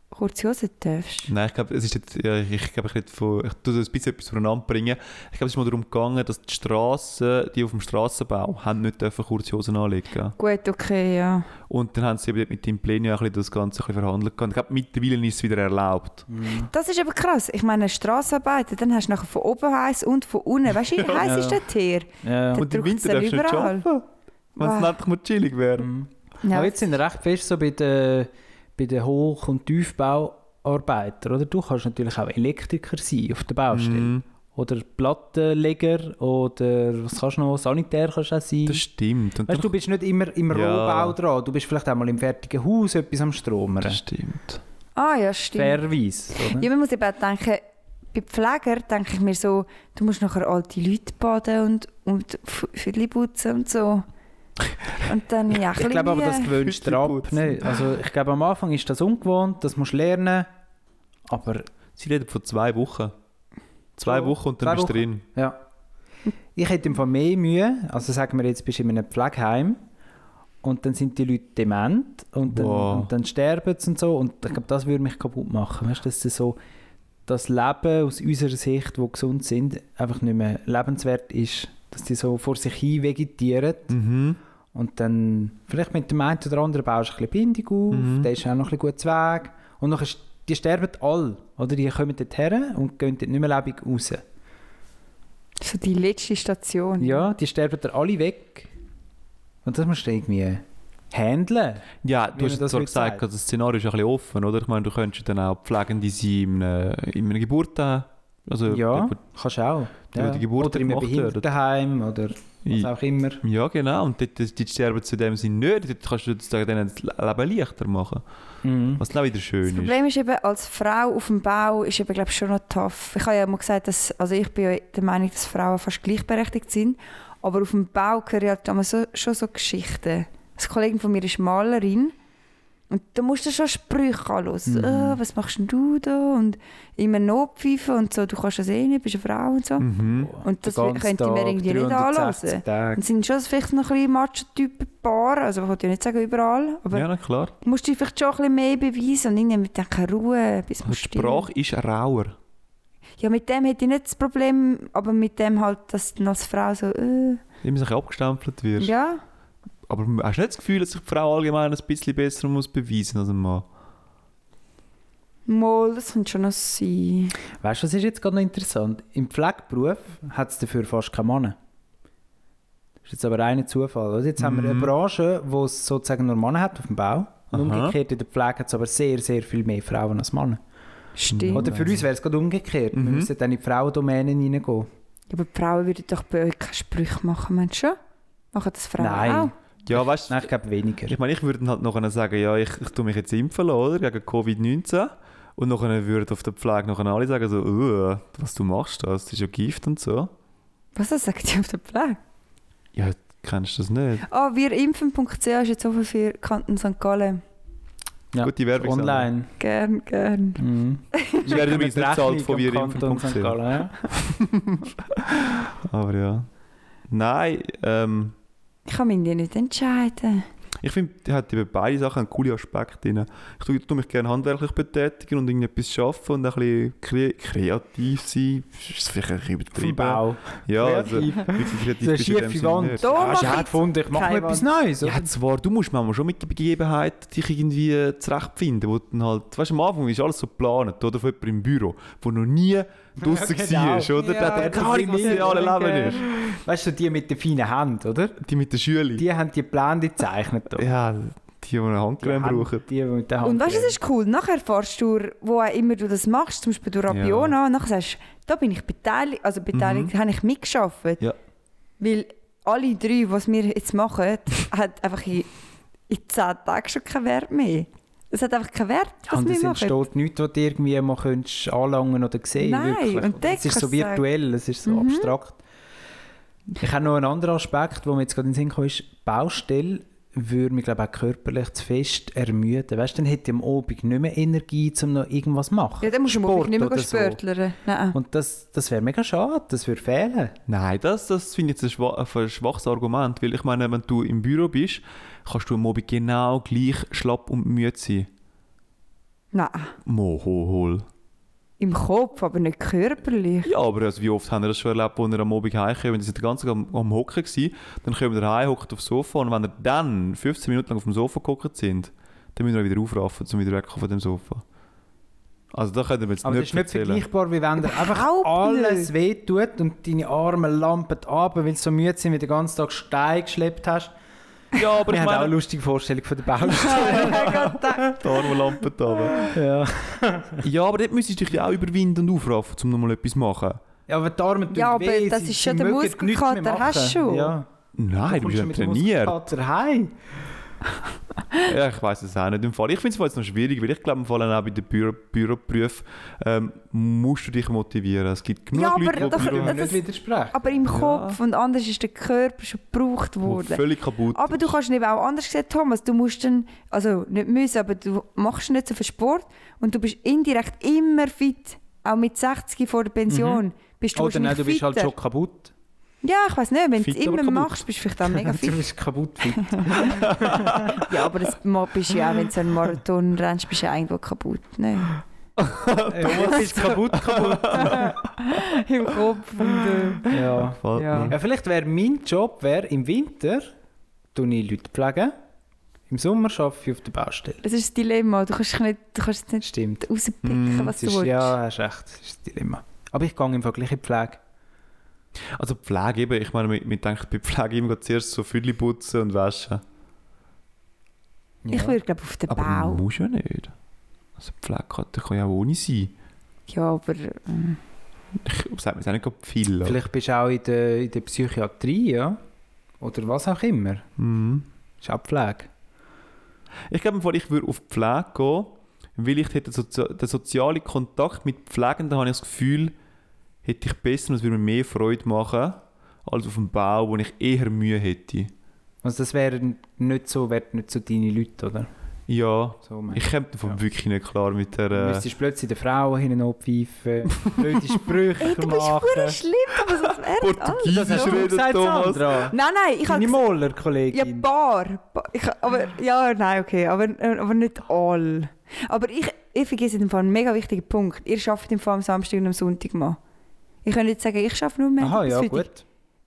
[SPEAKER 3] kurze Hose darfst.
[SPEAKER 5] Hm.
[SPEAKER 4] Nein, ich glaube, es ist jetzt, ja, ich, ich glaube, ich rede von, ich tue das ein bisschen etwas voneinander bringen. Ich glaube, es ist mal darum gegangen, dass die Strassen, die auf dem Strassenbau, haben nicht dürfen kurze Hosen anlegen.
[SPEAKER 3] Gut, okay, ja.
[SPEAKER 4] Und dann haben sie eben dort mit dem Plenio auch ein bisschen das Ganze ein bisschen verhandelt. gehabt. Ich glaube, mittlerweile ist es wieder erlaubt.
[SPEAKER 3] Das ist aber krass. Ich meine, Straßenarbeiten, dann hast du nachher von oben heiß und von unten. Weißt du, wie heiß
[SPEAKER 5] Ja.
[SPEAKER 3] ist das hier?
[SPEAKER 5] Ja.
[SPEAKER 3] Dann
[SPEAKER 4] Und im
[SPEAKER 3] drückt's
[SPEAKER 4] Winter darfst du nicht
[SPEAKER 3] überall.
[SPEAKER 4] arbeiten, wenn es
[SPEAKER 3] Wow.
[SPEAKER 4] endlich mal chillig wäre.
[SPEAKER 5] Mhm.
[SPEAKER 3] Ja.
[SPEAKER 5] Aber jetzt sind wir recht fest so bei den, bei den Hoch- und Tiefbauarbeitern, oder? Du kannst natürlich auch Elektriker sein auf der Baustelle.
[SPEAKER 4] Mhm,
[SPEAKER 5] Oder Plattenleger oder was kannst du noch? Sanitär kannst du auch sein.
[SPEAKER 4] das stimmt. Und dann,
[SPEAKER 5] Weißt, du bist nicht immer im
[SPEAKER 4] Ja.
[SPEAKER 5] Rohbau dran. Du bist vielleicht auch mal im fertigen Haus etwas am Stromern.
[SPEAKER 4] das stimmt.
[SPEAKER 3] Ah, ja, stimmt.
[SPEAKER 5] Fairerweise. Oder?
[SPEAKER 3] Ja, man muss eben auch denken, bei Pfleger denke ich mir so, du musst nachher alte Leute baden und, und F- Füdli putzen und so. Und dann ja, ein
[SPEAKER 5] Ich glaube aber, das
[SPEAKER 3] bisschen,
[SPEAKER 5] gewöhnst du dir ab.
[SPEAKER 4] Hütchen
[SPEAKER 5] Nicht? Also, ich glaube, am Anfang ist das ungewohnt, das musst du lernen. Aber
[SPEAKER 4] Sie reden von zwei Wochen. Zwei
[SPEAKER 5] So,
[SPEAKER 4] Wochen und dann
[SPEAKER 5] zwei
[SPEAKER 4] bist du
[SPEAKER 5] Wochen.
[SPEAKER 4] drin.
[SPEAKER 5] Ja. Ich hätte im Fall mehr Mühe, also sagen wir jetzt, bist du in einem Pflegeheim und dann sind die Leute dement und dann,
[SPEAKER 4] Wow.
[SPEAKER 5] und dann sterben sie und so und ich glaube, das würde mich kaputt machen. Weißt du, dass das so das Leben aus unserer Sicht, wo gesund sind, einfach nicht mehr lebenswert ist, dass die so vor sich hin vegetieren
[SPEAKER 4] Mhm.
[SPEAKER 5] und dann vielleicht mit dem einen oder anderen baust du ein bisschen Bindung auf,
[SPEAKER 4] Mhm.
[SPEAKER 5] der ist auch noch ein bisschen gut Weg und nachher, st- die sterben alle, oder? Die kommen dort her und gehen dort nicht mehr lebendig raus.
[SPEAKER 3] So die letzte Station.
[SPEAKER 5] Ja, die sterben dann alle weg. Und das musst du irgendwie handeln.
[SPEAKER 4] Ja,
[SPEAKER 5] Wie
[SPEAKER 4] du hast
[SPEAKER 5] man
[SPEAKER 4] jetzt
[SPEAKER 5] das
[SPEAKER 4] zwar
[SPEAKER 5] heute
[SPEAKER 4] gesagt, also
[SPEAKER 5] sagt.
[SPEAKER 4] das Szenario ist ein bisschen offen, oder? Ich meine, du könntest dann auch Pflegende sein in einem, äh, in einem Geburtenheim. Also,
[SPEAKER 5] ja,
[SPEAKER 4] dort,
[SPEAKER 5] kannst du auch.
[SPEAKER 4] wo die Geburten
[SPEAKER 5] oder in einem
[SPEAKER 4] gemacht werden.
[SPEAKER 5] Behindertenheim oder
[SPEAKER 4] wo-
[SPEAKER 5] was auch immer.
[SPEAKER 4] Ja, genau. Und dort, dort sterben zu dem Sinn nicht. Dort kannst du sozusagen denen das Leben leichter machen.
[SPEAKER 5] Mhm.
[SPEAKER 4] Was dann auch wieder
[SPEAKER 3] Das
[SPEAKER 4] schön ist.
[SPEAKER 3] Problem ist eben, als Frau auf dem Bau ist eben, glaube ich, schon noch tough. Ich habe ja mal gesagt, dass, also ich bin ja der Meinung, dass Frauen fast gleichberechtigt sind, aber auf dem Bau höre ich halt immer so, schon so Geschichten. Eine Kollegin von mir ist Malerin und da musst du schon Sprüche anhören.
[SPEAKER 5] Mhm.
[SPEAKER 3] «Ah, was machst denn du da? Und immer Notpfeifen und so, du kannst das eh nicht, bist eine Frau und so.
[SPEAKER 4] Mhm.
[SPEAKER 3] Und das
[SPEAKER 5] Den ganzen
[SPEAKER 3] könnte ich mir
[SPEAKER 5] Tag,
[SPEAKER 3] irgendwie nicht
[SPEAKER 5] 360
[SPEAKER 3] anhören.
[SPEAKER 5] Tage.
[SPEAKER 3] Und sind schon vielleicht noch ein bisschen Macho-Typen paar, also ich wollte ja nicht sagen überall, aber
[SPEAKER 4] Ja, na klar.
[SPEAKER 3] musst dich vielleicht schon ein bisschen mehr beweisen und irgendwie mit denken, Ruhe, bis
[SPEAKER 4] Die
[SPEAKER 3] man still.
[SPEAKER 4] Sprache ist rauer.
[SPEAKER 3] Ja, mit dem hätte ich nicht das Problem, aber mit dem halt, dass du als Frau so, äh,
[SPEAKER 4] Immer sich abgestempelt wirst.
[SPEAKER 3] ja.
[SPEAKER 4] Aber hast du nicht das Gefühl, dass sich die Frau allgemein ein bisschen besser muss beweisen als ein Mann?
[SPEAKER 3] Mal, das könnte schon noch sein.
[SPEAKER 5] Weißt du, was ist jetzt gerade noch interessant? Im Pflegeberuf hat es dafür fast keine Männer. Das ist jetzt aber reiner Zufall. Oder? Jetzt haben wir eine
[SPEAKER 4] Mhm.
[SPEAKER 5] Branche, wo es sozusagen nur Männer hat auf dem Bau. Und
[SPEAKER 4] Aha.
[SPEAKER 5] umgekehrt in der Pflege hat es aber sehr, sehr viel mehr Frauen als Männer.
[SPEAKER 3] Stimmt.
[SPEAKER 5] Oder für uns wäre es gerade umgekehrt. Wir
[SPEAKER 4] Mhm.
[SPEAKER 5] müssen dann in die Frauendomänen reingehen.
[SPEAKER 3] Ja, aber die Frauen würden doch bei euch keine Sprüche machen, meinst du schon? Machen das Frauen
[SPEAKER 5] Nein.
[SPEAKER 3] auch?
[SPEAKER 4] Ja, weißt du,
[SPEAKER 5] Nein, ich glaube weniger.
[SPEAKER 4] Ich meine, ich würde halt nachher sagen, ja, ich, ich tue mich jetzt impfen lassen, oder? Gegen Covid-19. Und nachher würden auf der Pflege nachher alle sagen so, «Uah, was du machst das, das ist ja Gift und so.
[SPEAKER 3] Was das sagt ihr auf der Pflege?
[SPEAKER 4] Ja, kennst du das nicht?
[SPEAKER 3] Ah, wirimpfen.ch ist jetzt offen für Kanton St. Gallen.
[SPEAKER 5] Ja,
[SPEAKER 4] Gute Werbung. Sandra.
[SPEAKER 5] Online.
[SPEAKER 3] Gern, gern.
[SPEAKER 5] Mhm.
[SPEAKER 4] Wir werden übrigens nicht bezahlt von
[SPEAKER 5] Rechnung am Kanton St.
[SPEAKER 4] wirimpfen.ch.
[SPEAKER 5] Gallen, ja.
[SPEAKER 4] Aber ja. Nein, ähm,
[SPEAKER 3] Ich kann mich nicht entscheiden.
[SPEAKER 4] ich finde, die hat eben beide Sachen einen coolen Aspekt drin. Ich tue, tue mich gerne handwerklich betätigen und irgendetwas schaffen und ein bisschen kre kreativ sein. Ist vielleicht ein bisschen
[SPEAKER 5] Vom
[SPEAKER 4] übertrieben.
[SPEAKER 5] Bau.
[SPEAKER 4] Ja, also,
[SPEAKER 5] Kreativ.
[SPEAKER 4] wirklich kreativ
[SPEAKER 5] So eine
[SPEAKER 4] bist du in dem
[SPEAKER 5] schiefe
[SPEAKER 4] Sinne
[SPEAKER 5] Wand.
[SPEAKER 4] nicht.
[SPEAKER 3] Da
[SPEAKER 5] Ja,
[SPEAKER 3] mach
[SPEAKER 5] ich habe
[SPEAKER 3] ich
[SPEAKER 5] gefunden, ich mache mir
[SPEAKER 3] keine
[SPEAKER 5] etwas
[SPEAKER 3] Wand.
[SPEAKER 5] Neues. oder?
[SPEAKER 4] Ja, zwar, du musst manchmal schon mit der Begebenheit dich irgendwie äh, zurechtfinden, wo du dann halt, weißt du, am Anfang ist alles so geplant, oder, von jemandem im Büro, der noch nie draussen
[SPEAKER 5] genau.
[SPEAKER 4] war, oder, der
[SPEAKER 5] Ja,
[SPEAKER 4] hat
[SPEAKER 5] das
[SPEAKER 4] keine Ahnung,
[SPEAKER 5] sind
[SPEAKER 4] was das
[SPEAKER 5] wir
[SPEAKER 4] reale Leben
[SPEAKER 5] nicht.
[SPEAKER 4] ist.
[SPEAKER 5] Weißt du, die mit der feinen Hand, oder?
[SPEAKER 4] Die mit den Schülern.
[SPEAKER 5] Die haben die Pläne gezeichnet. da.
[SPEAKER 4] ja, die, die eine Handcreme
[SPEAKER 5] Hand-
[SPEAKER 4] brauchen.
[SPEAKER 5] Die, die mit der Hand.
[SPEAKER 3] Und weißt du, das ist cool. Nachher fährst du, wo auch immer du das machst, zum Beispiel durch Rabiona, und nachher sagst du, da bin ich beteiligt, also
[SPEAKER 5] Mhm.
[SPEAKER 3] beteiligt, habe ich mitgeschafft.
[SPEAKER 4] Ja.
[SPEAKER 3] Weil alle drei, was wir jetzt machen, das hat einfach in, in zehn Tagen schon keinen Wert mehr. Es hat einfach keinen Wert, was
[SPEAKER 5] und
[SPEAKER 3] wir
[SPEAKER 5] es
[SPEAKER 3] machen.
[SPEAKER 5] entsteht nichts, was du irgendwie mal könntest anlangen oder sehen
[SPEAKER 3] Nein,
[SPEAKER 5] wirklich.
[SPEAKER 3] und Mhm. dort
[SPEAKER 5] Es ist
[SPEAKER 3] kannst
[SPEAKER 5] so
[SPEAKER 3] du sagen-
[SPEAKER 5] virtuell, es ist so abstrakt. Ich habe noch einen anderen Aspekt, der mir jetzt gerade in den Sinn kam, ist Baustelle würde mich, glaube ich, auch körperlich zu fest ermüden. Weißt du, dann hätte ich am Abend nicht mehr Energie, um noch irgendwas zu machen.
[SPEAKER 3] Ja, dann musst du
[SPEAKER 5] Sport
[SPEAKER 3] morgen nicht mehr
[SPEAKER 5] oder
[SPEAKER 3] gehen
[SPEAKER 5] so.
[SPEAKER 3] spörtlern. Nein.
[SPEAKER 5] Und das, das wäre mega schade, das würde fehlen.
[SPEAKER 4] Nein, das, das finde ich jetzt ein, schwa ein schwaches Argument, weil ich meine, wenn du im Büro bist, kannst du am Abend genau gleich schlapp und müde sein.
[SPEAKER 3] Nein.
[SPEAKER 4] Mo, hol, hol.
[SPEAKER 3] Im Kopf, aber nicht körperlich.
[SPEAKER 4] Ja, aber also wie oft haben wir das schon erlebt, als wir am Abend heimkommen, wir sind den ganzen Tag am, am Hocken gewesen, dann kommen wir heim, hocken aufs Sofa und wenn wir dann 15 Minuten lang auf dem Sofa gehockt sind, dann müssen wir wieder aufraffen, um wieder wegzukommen von dem Sofa. Also da können wir jetzt
[SPEAKER 5] Aber das
[SPEAKER 4] nicht
[SPEAKER 5] ist nicht
[SPEAKER 4] erzählen.
[SPEAKER 5] vergleichbar, wie wenn dir einfach
[SPEAKER 3] Überhaupt
[SPEAKER 5] alles wehtut und deine Arme lampen ab, weil sie so müde sind, wie du den ganzen Tag Steine geschleppt hast.
[SPEAKER 4] Ja, aber
[SPEAKER 5] Wir
[SPEAKER 4] ich
[SPEAKER 5] haben auch eine
[SPEAKER 4] meine,
[SPEAKER 5] lustige Vorstellung von der Baustelle.
[SPEAKER 4] die Armenlampe da oben.
[SPEAKER 5] ja.
[SPEAKER 4] Ja, aber dort müsstest du dich ja auch überwinden und aufraffen, um nochmal etwas zu machen.
[SPEAKER 5] ja, aber die Arme tun
[SPEAKER 3] Ja, aber
[SPEAKER 5] weh,
[SPEAKER 3] das
[SPEAKER 5] sie-
[SPEAKER 3] ist
[SPEAKER 5] sie
[SPEAKER 3] schon der
[SPEAKER 5] mögen nichts mehr
[SPEAKER 3] Muskelkater,
[SPEAKER 5] machen.
[SPEAKER 3] hast du schon.
[SPEAKER 5] Ja.
[SPEAKER 4] Nein, du bist ja trainiert.
[SPEAKER 5] Hey.
[SPEAKER 4] Ja, ich weiß es auch nicht. Im Fall. Ich finde es jetzt noch schwierig, weil ich glaube, im Fall auch bei den Büro Büroberufen ähm, musst du dich motivieren. Es gibt genug
[SPEAKER 3] Ja, aber
[SPEAKER 4] Leute,
[SPEAKER 3] doch-
[SPEAKER 4] die Büro
[SPEAKER 5] Können wir
[SPEAKER 4] haben,
[SPEAKER 5] nicht
[SPEAKER 3] das-
[SPEAKER 5] widersprechen.
[SPEAKER 3] Aber im Kopf und anders ist der Körper schon gebraucht
[SPEAKER 4] die
[SPEAKER 3] worden.
[SPEAKER 4] völlig kaputt
[SPEAKER 3] Aber du kannst eben auch anders sehen, Thomas. Du musst dann, also nicht müssen, aber du machst nicht so viel Sport und du bist indirekt immer fit. Auch mit 60 vor der Pension bist du
[SPEAKER 5] Mhm. Oder nein,
[SPEAKER 3] wahrscheinlich
[SPEAKER 5] du bist halt
[SPEAKER 3] fitter.
[SPEAKER 5] schon kaputt.
[SPEAKER 3] Ja, ich weiß nicht, wenn du es
[SPEAKER 4] Fit, aber
[SPEAKER 3] immer
[SPEAKER 4] kaputt.
[SPEAKER 3] machst, bist du vielleicht auch mega
[SPEAKER 5] Du
[SPEAKER 3] fit.
[SPEAKER 5] bist kaputt fit.
[SPEAKER 3] ja, aber das Ma- bist du ja auch, wenn du so einen Marathon rennst, bist du ja irgendwo kaputt. ne? Nein.
[SPEAKER 5] Thomas ist kaputt, kaputt.
[SPEAKER 3] Im Kopf und... äh,
[SPEAKER 5] ja.
[SPEAKER 4] Fall.
[SPEAKER 3] Ja.
[SPEAKER 5] ja, vielleicht wäre mein Job wär, im Winter, tue ich Leute pflegen, im Sommer arbeite ich auf der Baustelle.
[SPEAKER 3] Das ist das Dilemma. Du kannst, dich nicht, du kannst nicht
[SPEAKER 5] Stimmt.
[SPEAKER 3] rauspicken, was
[SPEAKER 5] Mhm, Das
[SPEAKER 3] du
[SPEAKER 5] ist,
[SPEAKER 3] willst.
[SPEAKER 5] ja, hast recht, das ist ein Dilemma. Aber ich gehe im Vergleich in die Pflege.
[SPEAKER 4] Also Pflege eben, ich meine, man, man denkt bei Pflege immer zuerst so Füdli putzen und waschen.
[SPEAKER 5] Ja.
[SPEAKER 3] Ich würde, glaube auf den
[SPEAKER 4] Aber
[SPEAKER 3] Bau.
[SPEAKER 4] muss ja nicht. Also Pflege kann, das kann ja auch ohne sein.
[SPEAKER 3] Ja, aber... ähm,
[SPEAKER 4] Ich sage mir jetzt auch nicht gerade viel. aber-
[SPEAKER 5] Vielleicht bist du auch in der, in der Psychiatrie, ja? Oder was auch immer.
[SPEAKER 4] Mhm.
[SPEAKER 5] Ist auch Pflege.
[SPEAKER 4] Ich glaube, im Fall, ich würde auf die Pflege gehen, weil ich hätte den, Sozi den sozialen Kontakt mit Pflegenden, habe ich das Gefühl, hätte ich besser und es würde mir mehr Freude machen, als auf dem Bau, wo ich eher Mühe hätte.
[SPEAKER 5] Also das wären nicht so, wären nicht so deine Leute, oder?
[SPEAKER 4] Ja,
[SPEAKER 5] So meinst
[SPEAKER 4] ich komme davon
[SPEAKER 5] Ja.
[SPEAKER 4] wirklich nicht klar mit der...
[SPEAKER 5] Du
[SPEAKER 4] Äh,
[SPEAKER 5] müsstest plötzlich den Frauen hin und pfeifen, blöde Sprüche
[SPEAKER 3] Ey, du bist verdammt
[SPEAKER 5] machen.
[SPEAKER 3] schlimm, aber sonst wäre alles.
[SPEAKER 5] Das hast
[SPEAKER 4] Portugiesisch
[SPEAKER 5] du
[SPEAKER 4] reden,
[SPEAKER 5] gesagt,
[SPEAKER 4] Thomas.
[SPEAKER 5] Sandra.
[SPEAKER 3] Nein, nein, ich
[SPEAKER 5] Deine
[SPEAKER 3] habe... Ja,
[SPEAKER 5] Maler-Kollegin.
[SPEAKER 3] Bar. Ba- Ich, aber,
[SPEAKER 5] Ah.
[SPEAKER 3] ja, nein, okay, aber, äh, aber nicht all. Aber ich, ich vergesse im Fall einen mega wichtigen Punkt. Ihr arbeitet im Fall am Samstag und am Sonntag mal. Ich könnte jetzt sagen, ich arbeite nur mehr.
[SPEAKER 5] Aha, ja, gut.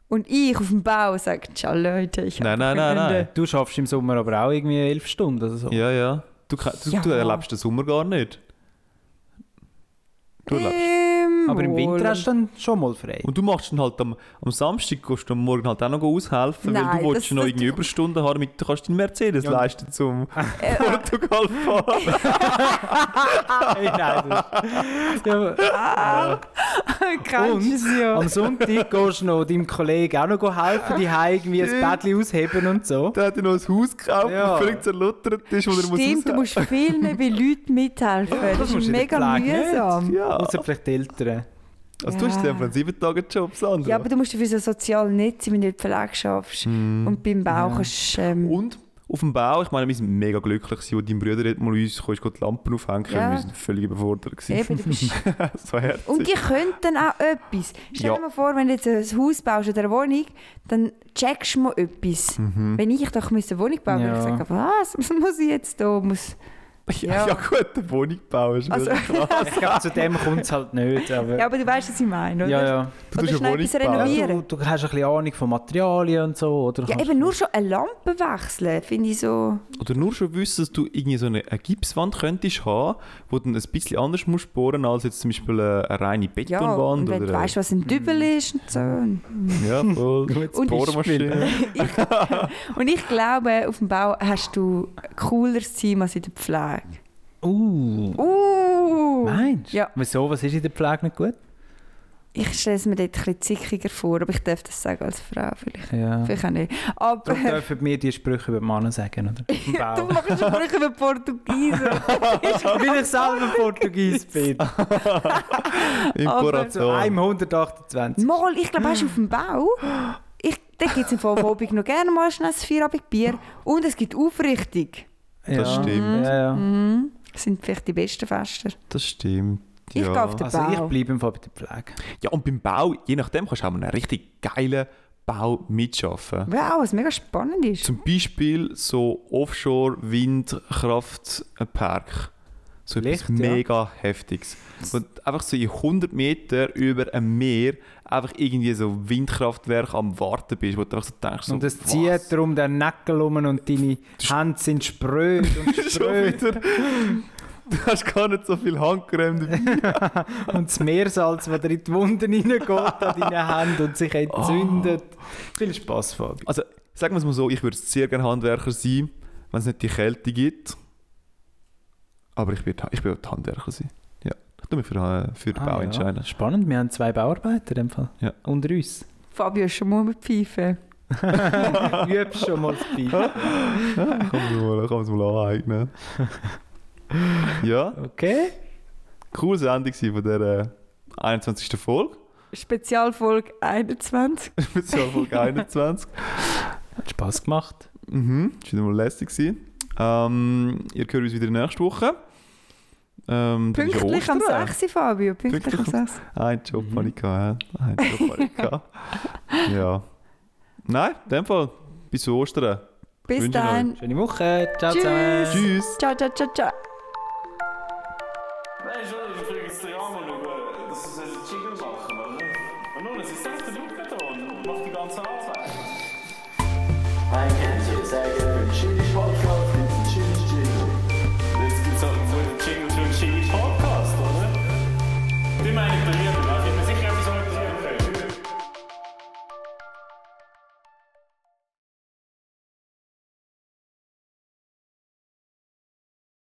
[SPEAKER 3] Und ich auf dem Bau sage, tschau Leute, ich
[SPEAKER 4] Nein, nein, nein, nein.
[SPEAKER 5] Du schaffst im Sommer aber auch irgendwie elf Stunden oder so.
[SPEAKER 4] Ja, ja. Du, ke- du, du
[SPEAKER 3] Ja.
[SPEAKER 4] erlebst den Sommer gar nicht. Du erlebst...
[SPEAKER 3] ähm,
[SPEAKER 5] Aber im
[SPEAKER 3] wohl.
[SPEAKER 5] Winter hast du dann schon mal frei.
[SPEAKER 4] Und du machst dann halt am, am Samstag, gehst du am Morgen halt auch noch aushelfen, weil
[SPEAKER 3] Nein,
[SPEAKER 4] du willst
[SPEAKER 3] das-
[SPEAKER 4] noch
[SPEAKER 3] das-
[SPEAKER 4] irgendwie Überstunden haben, damit du kannst deinen Mercedes
[SPEAKER 5] Ja.
[SPEAKER 4] leisten zum Portugal fahren.
[SPEAKER 5] Hey, nein, das ist... ja, aber-
[SPEAKER 3] Kennst du es ja.
[SPEAKER 5] Am Sonntag gehst du noch deinem Kollegen auch noch helfen, die Hause irgendwie ein
[SPEAKER 4] Stimmt.
[SPEAKER 5] Bettchen ausheben und so.
[SPEAKER 4] Der hat ja noch ein Haus gekauft,
[SPEAKER 5] Ja.
[SPEAKER 4] das völlig zerluttert ist, wo er muss
[SPEAKER 3] Stimmt, du
[SPEAKER 4] aushelfen.
[SPEAKER 3] musst viel mehr bei Leuten mithelfen. Das
[SPEAKER 5] Das
[SPEAKER 3] ist
[SPEAKER 5] musst du in der
[SPEAKER 3] mega
[SPEAKER 5] Pflege nicht.
[SPEAKER 3] mühsam.
[SPEAKER 4] Ja, also
[SPEAKER 5] Außer vielleicht die Eltern.
[SPEAKER 4] du hast
[SPEAKER 3] Ja.
[SPEAKER 4] ja einen 7-Tage-Job, Sandra.
[SPEAKER 3] Ja, aber du musst dafür so sozial nicht sein, wenn du in der Pflege schaffst. Und beim Bau
[SPEAKER 5] Hm. Ja.
[SPEAKER 3] kannst du... Ähm,
[SPEAKER 4] Und auf dem Bau, ich meine, wir sind mega glücklich, gewesen, wo dein Bruder hat mal uns kommst, die Lampen aufhängen
[SPEAKER 3] Ja.
[SPEAKER 4] Wir sind völlig überfordert.
[SPEAKER 5] Oh.
[SPEAKER 4] gewesen.
[SPEAKER 3] Eben, du bist
[SPEAKER 4] so herzig.
[SPEAKER 3] und die können dann auch etwas. Stell dir
[SPEAKER 4] Ja.
[SPEAKER 3] mal vor, wenn du jetzt ein Haus baust oder eine Wohnung, dann checkst du mal etwas.
[SPEAKER 4] Mhm.
[SPEAKER 3] Wenn ich doch müsste eine Wohnung bauen würde,
[SPEAKER 5] Ja.
[SPEAKER 3] würde ich sagen, was, was muss ich jetzt da? Muss...
[SPEAKER 4] ja.
[SPEAKER 3] Ja.
[SPEAKER 4] ja gut, eine Wohnung bauen ist
[SPEAKER 3] Also-
[SPEAKER 4] also, krass.
[SPEAKER 5] Ich glaube, zu dem kommt es halt nicht. Aber,
[SPEAKER 3] Ja, aber du weißt, was ich meine, oder?
[SPEAKER 5] ja, ja.
[SPEAKER 4] Du
[SPEAKER 3] Oder
[SPEAKER 4] tust eine
[SPEAKER 3] schnell
[SPEAKER 4] Wohnung
[SPEAKER 3] etwas
[SPEAKER 4] bauen.
[SPEAKER 5] Ja,
[SPEAKER 3] renovieren.
[SPEAKER 5] du, du hast ein bisschen Ahnung von Materialien und so, oder?
[SPEAKER 3] Ja,
[SPEAKER 5] Kannst-
[SPEAKER 3] eben nur schon eine Lampe wechseln, finde ich so...
[SPEAKER 4] Oder nur schon wissen, dass du irgendwie so eine, eine Gipswand könntest haben, wo du dann ein bisschen anders musst bohren, als jetzt zum Beispiel eine, eine reine
[SPEAKER 3] Ja,
[SPEAKER 4] Betonwand.
[SPEAKER 3] und wenn
[SPEAKER 4] oder
[SPEAKER 3] du
[SPEAKER 4] Mhm.
[SPEAKER 3] weißt, was ein Dübel ist und so.
[SPEAKER 4] Ja, voll.
[SPEAKER 5] Gutes
[SPEAKER 4] Die Bohrmaschine.
[SPEAKER 3] Und ich glaube, auf dem Bau hast du ein cooleres Team als in der Pflege.
[SPEAKER 5] Uh.
[SPEAKER 3] Uh!
[SPEAKER 5] Meinst du?
[SPEAKER 3] Ja.
[SPEAKER 5] Wieso? Was ist in der Pflege nicht gut?
[SPEAKER 3] Ich stelle es mir dort ein bisschen zickiger vor, aber ich darf das sagen als Frau vielleicht.
[SPEAKER 5] Ja.
[SPEAKER 3] Vielleicht auch nicht. Aber
[SPEAKER 5] Darum dürfen wir die Sprüche über die Männer sagen, oder? Im
[SPEAKER 3] du
[SPEAKER 5] Bau.
[SPEAKER 3] machst Sprüche über Portugiesen.
[SPEAKER 5] Weil ich selber Portugies bin. Also,
[SPEAKER 4] Im
[SPEAKER 3] Aber-
[SPEAKER 5] Zu
[SPEAKER 4] Corazon.
[SPEAKER 5] einem 128.
[SPEAKER 3] Mal, ich glaube, hast du auf dem Bau? Ich, Dann gibt es im Fall am Abend noch gerne mal schnell ein Feierabendbier. Und es gibt Aufrichtung.
[SPEAKER 4] Das
[SPEAKER 5] ja.
[SPEAKER 4] stimmt.
[SPEAKER 5] Ja, ja.
[SPEAKER 3] Mhm. Das sind vielleicht die besten Fester.
[SPEAKER 4] Das stimmt.
[SPEAKER 3] Ich gehe auf den
[SPEAKER 5] Also
[SPEAKER 3] Bau.
[SPEAKER 5] ich bleibe im Fall bei der Pflege.
[SPEAKER 4] Ja, und beim Bau, je nachdem, kannst du auch mal einen richtig geilen Bau mitschaffen.
[SPEAKER 3] Wow, was mega spannend ist.
[SPEAKER 4] Zum Beispiel so Offshore-Windkraftpark. So etwas
[SPEAKER 5] Licht, ja.
[SPEAKER 4] mega Heftiges. Und einfach so in 100 Meter über einem Meer einfach irgendwie so Windkraftwerk am Warten bist, wo du einfach so denkst,
[SPEAKER 5] Und
[SPEAKER 4] so,
[SPEAKER 5] es zieht darum den Näckel um und deine Hände sind spröd und
[SPEAKER 4] schon
[SPEAKER 5] spröd.
[SPEAKER 4] wieder. Du hast gar nicht so viel Handcreme dabei.
[SPEAKER 5] und das Meersalz, das dir in die Wunden reingeht an deinen Händen und
[SPEAKER 4] Ah.
[SPEAKER 5] sich entzündet. Viel Spaß, Fabi.
[SPEAKER 4] Also, sagen wir es mal so, ich würde sehr gerne Handwerker sein, wenn es nicht die Kälte gibt. Aber ich würde ich würd Handwerker sein. Ja. Ich tue mich für, äh, für
[SPEAKER 5] Ah,
[SPEAKER 4] den Bau entscheiden.
[SPEAKER 5] Spannend, wir haben zwei Bauarbeiter in dem Fall.
[SPEAKER 4] Ja.
[SPEAKER 5] Unter uns.
[SPEAKER 3] Fabio ist schon mal mit Pfeife.
[SPEAKER 5] Übst schon mal das Bein.
[SPEAKER 4] Kann man es mal, kann mal aneignen. ja,
[SPEAKER 5] Okay?
[SPEAKER 4] coole Sendung gewesen von dieser äh, 21. Folge.
[SPEAKER 3] Spezialfolge 21.
[SPEAKER 4] Spezial Folge 21.
[SPEAKER 5] Hat Spass gemacht.
[SPEAKER 4] Mhm, das war wieder mal lässig. gewesen. Ähm, ihr hört uns wieder nächste Woche. Ähm, dann ist ja
[SPEAKER 3] Pünktlich am
[SPEAKER 4] Ostern.
[SPEAKER 3] 6. Fabio. Pünktlich am
[SPEAKER 4] Pünktlich
[SPEAKER 3] 6.
[SPEAKER 4] Ein Job mhm. habe ich gehabt. hä? Ein Job habe ich gehabt. Ja. Nein, in dem Fall. Bis Ostern. Wünsche
[SPEAKER 3] Bis
[SPEAKER 4] ich
[SPEAKER 3] dann.
[SPEAKER 5] Schöne Woche. Ciao
[SPEAKER 3] Tschüss.
[SPEAKER 5] zusammen.
[SPEAKER 4] Tschüss.
[SPEAKER 3] Ciao, ciao, ciao, ciao.
[SPEAKER 1] Nein, schon, ich kriege es dir an, schauen, dass sie einen Jingle machen, oder? Und nun, es ist echt der Luftbeton und macht die ganze Arbeit.
[SPEAKER 2] I can't say it's again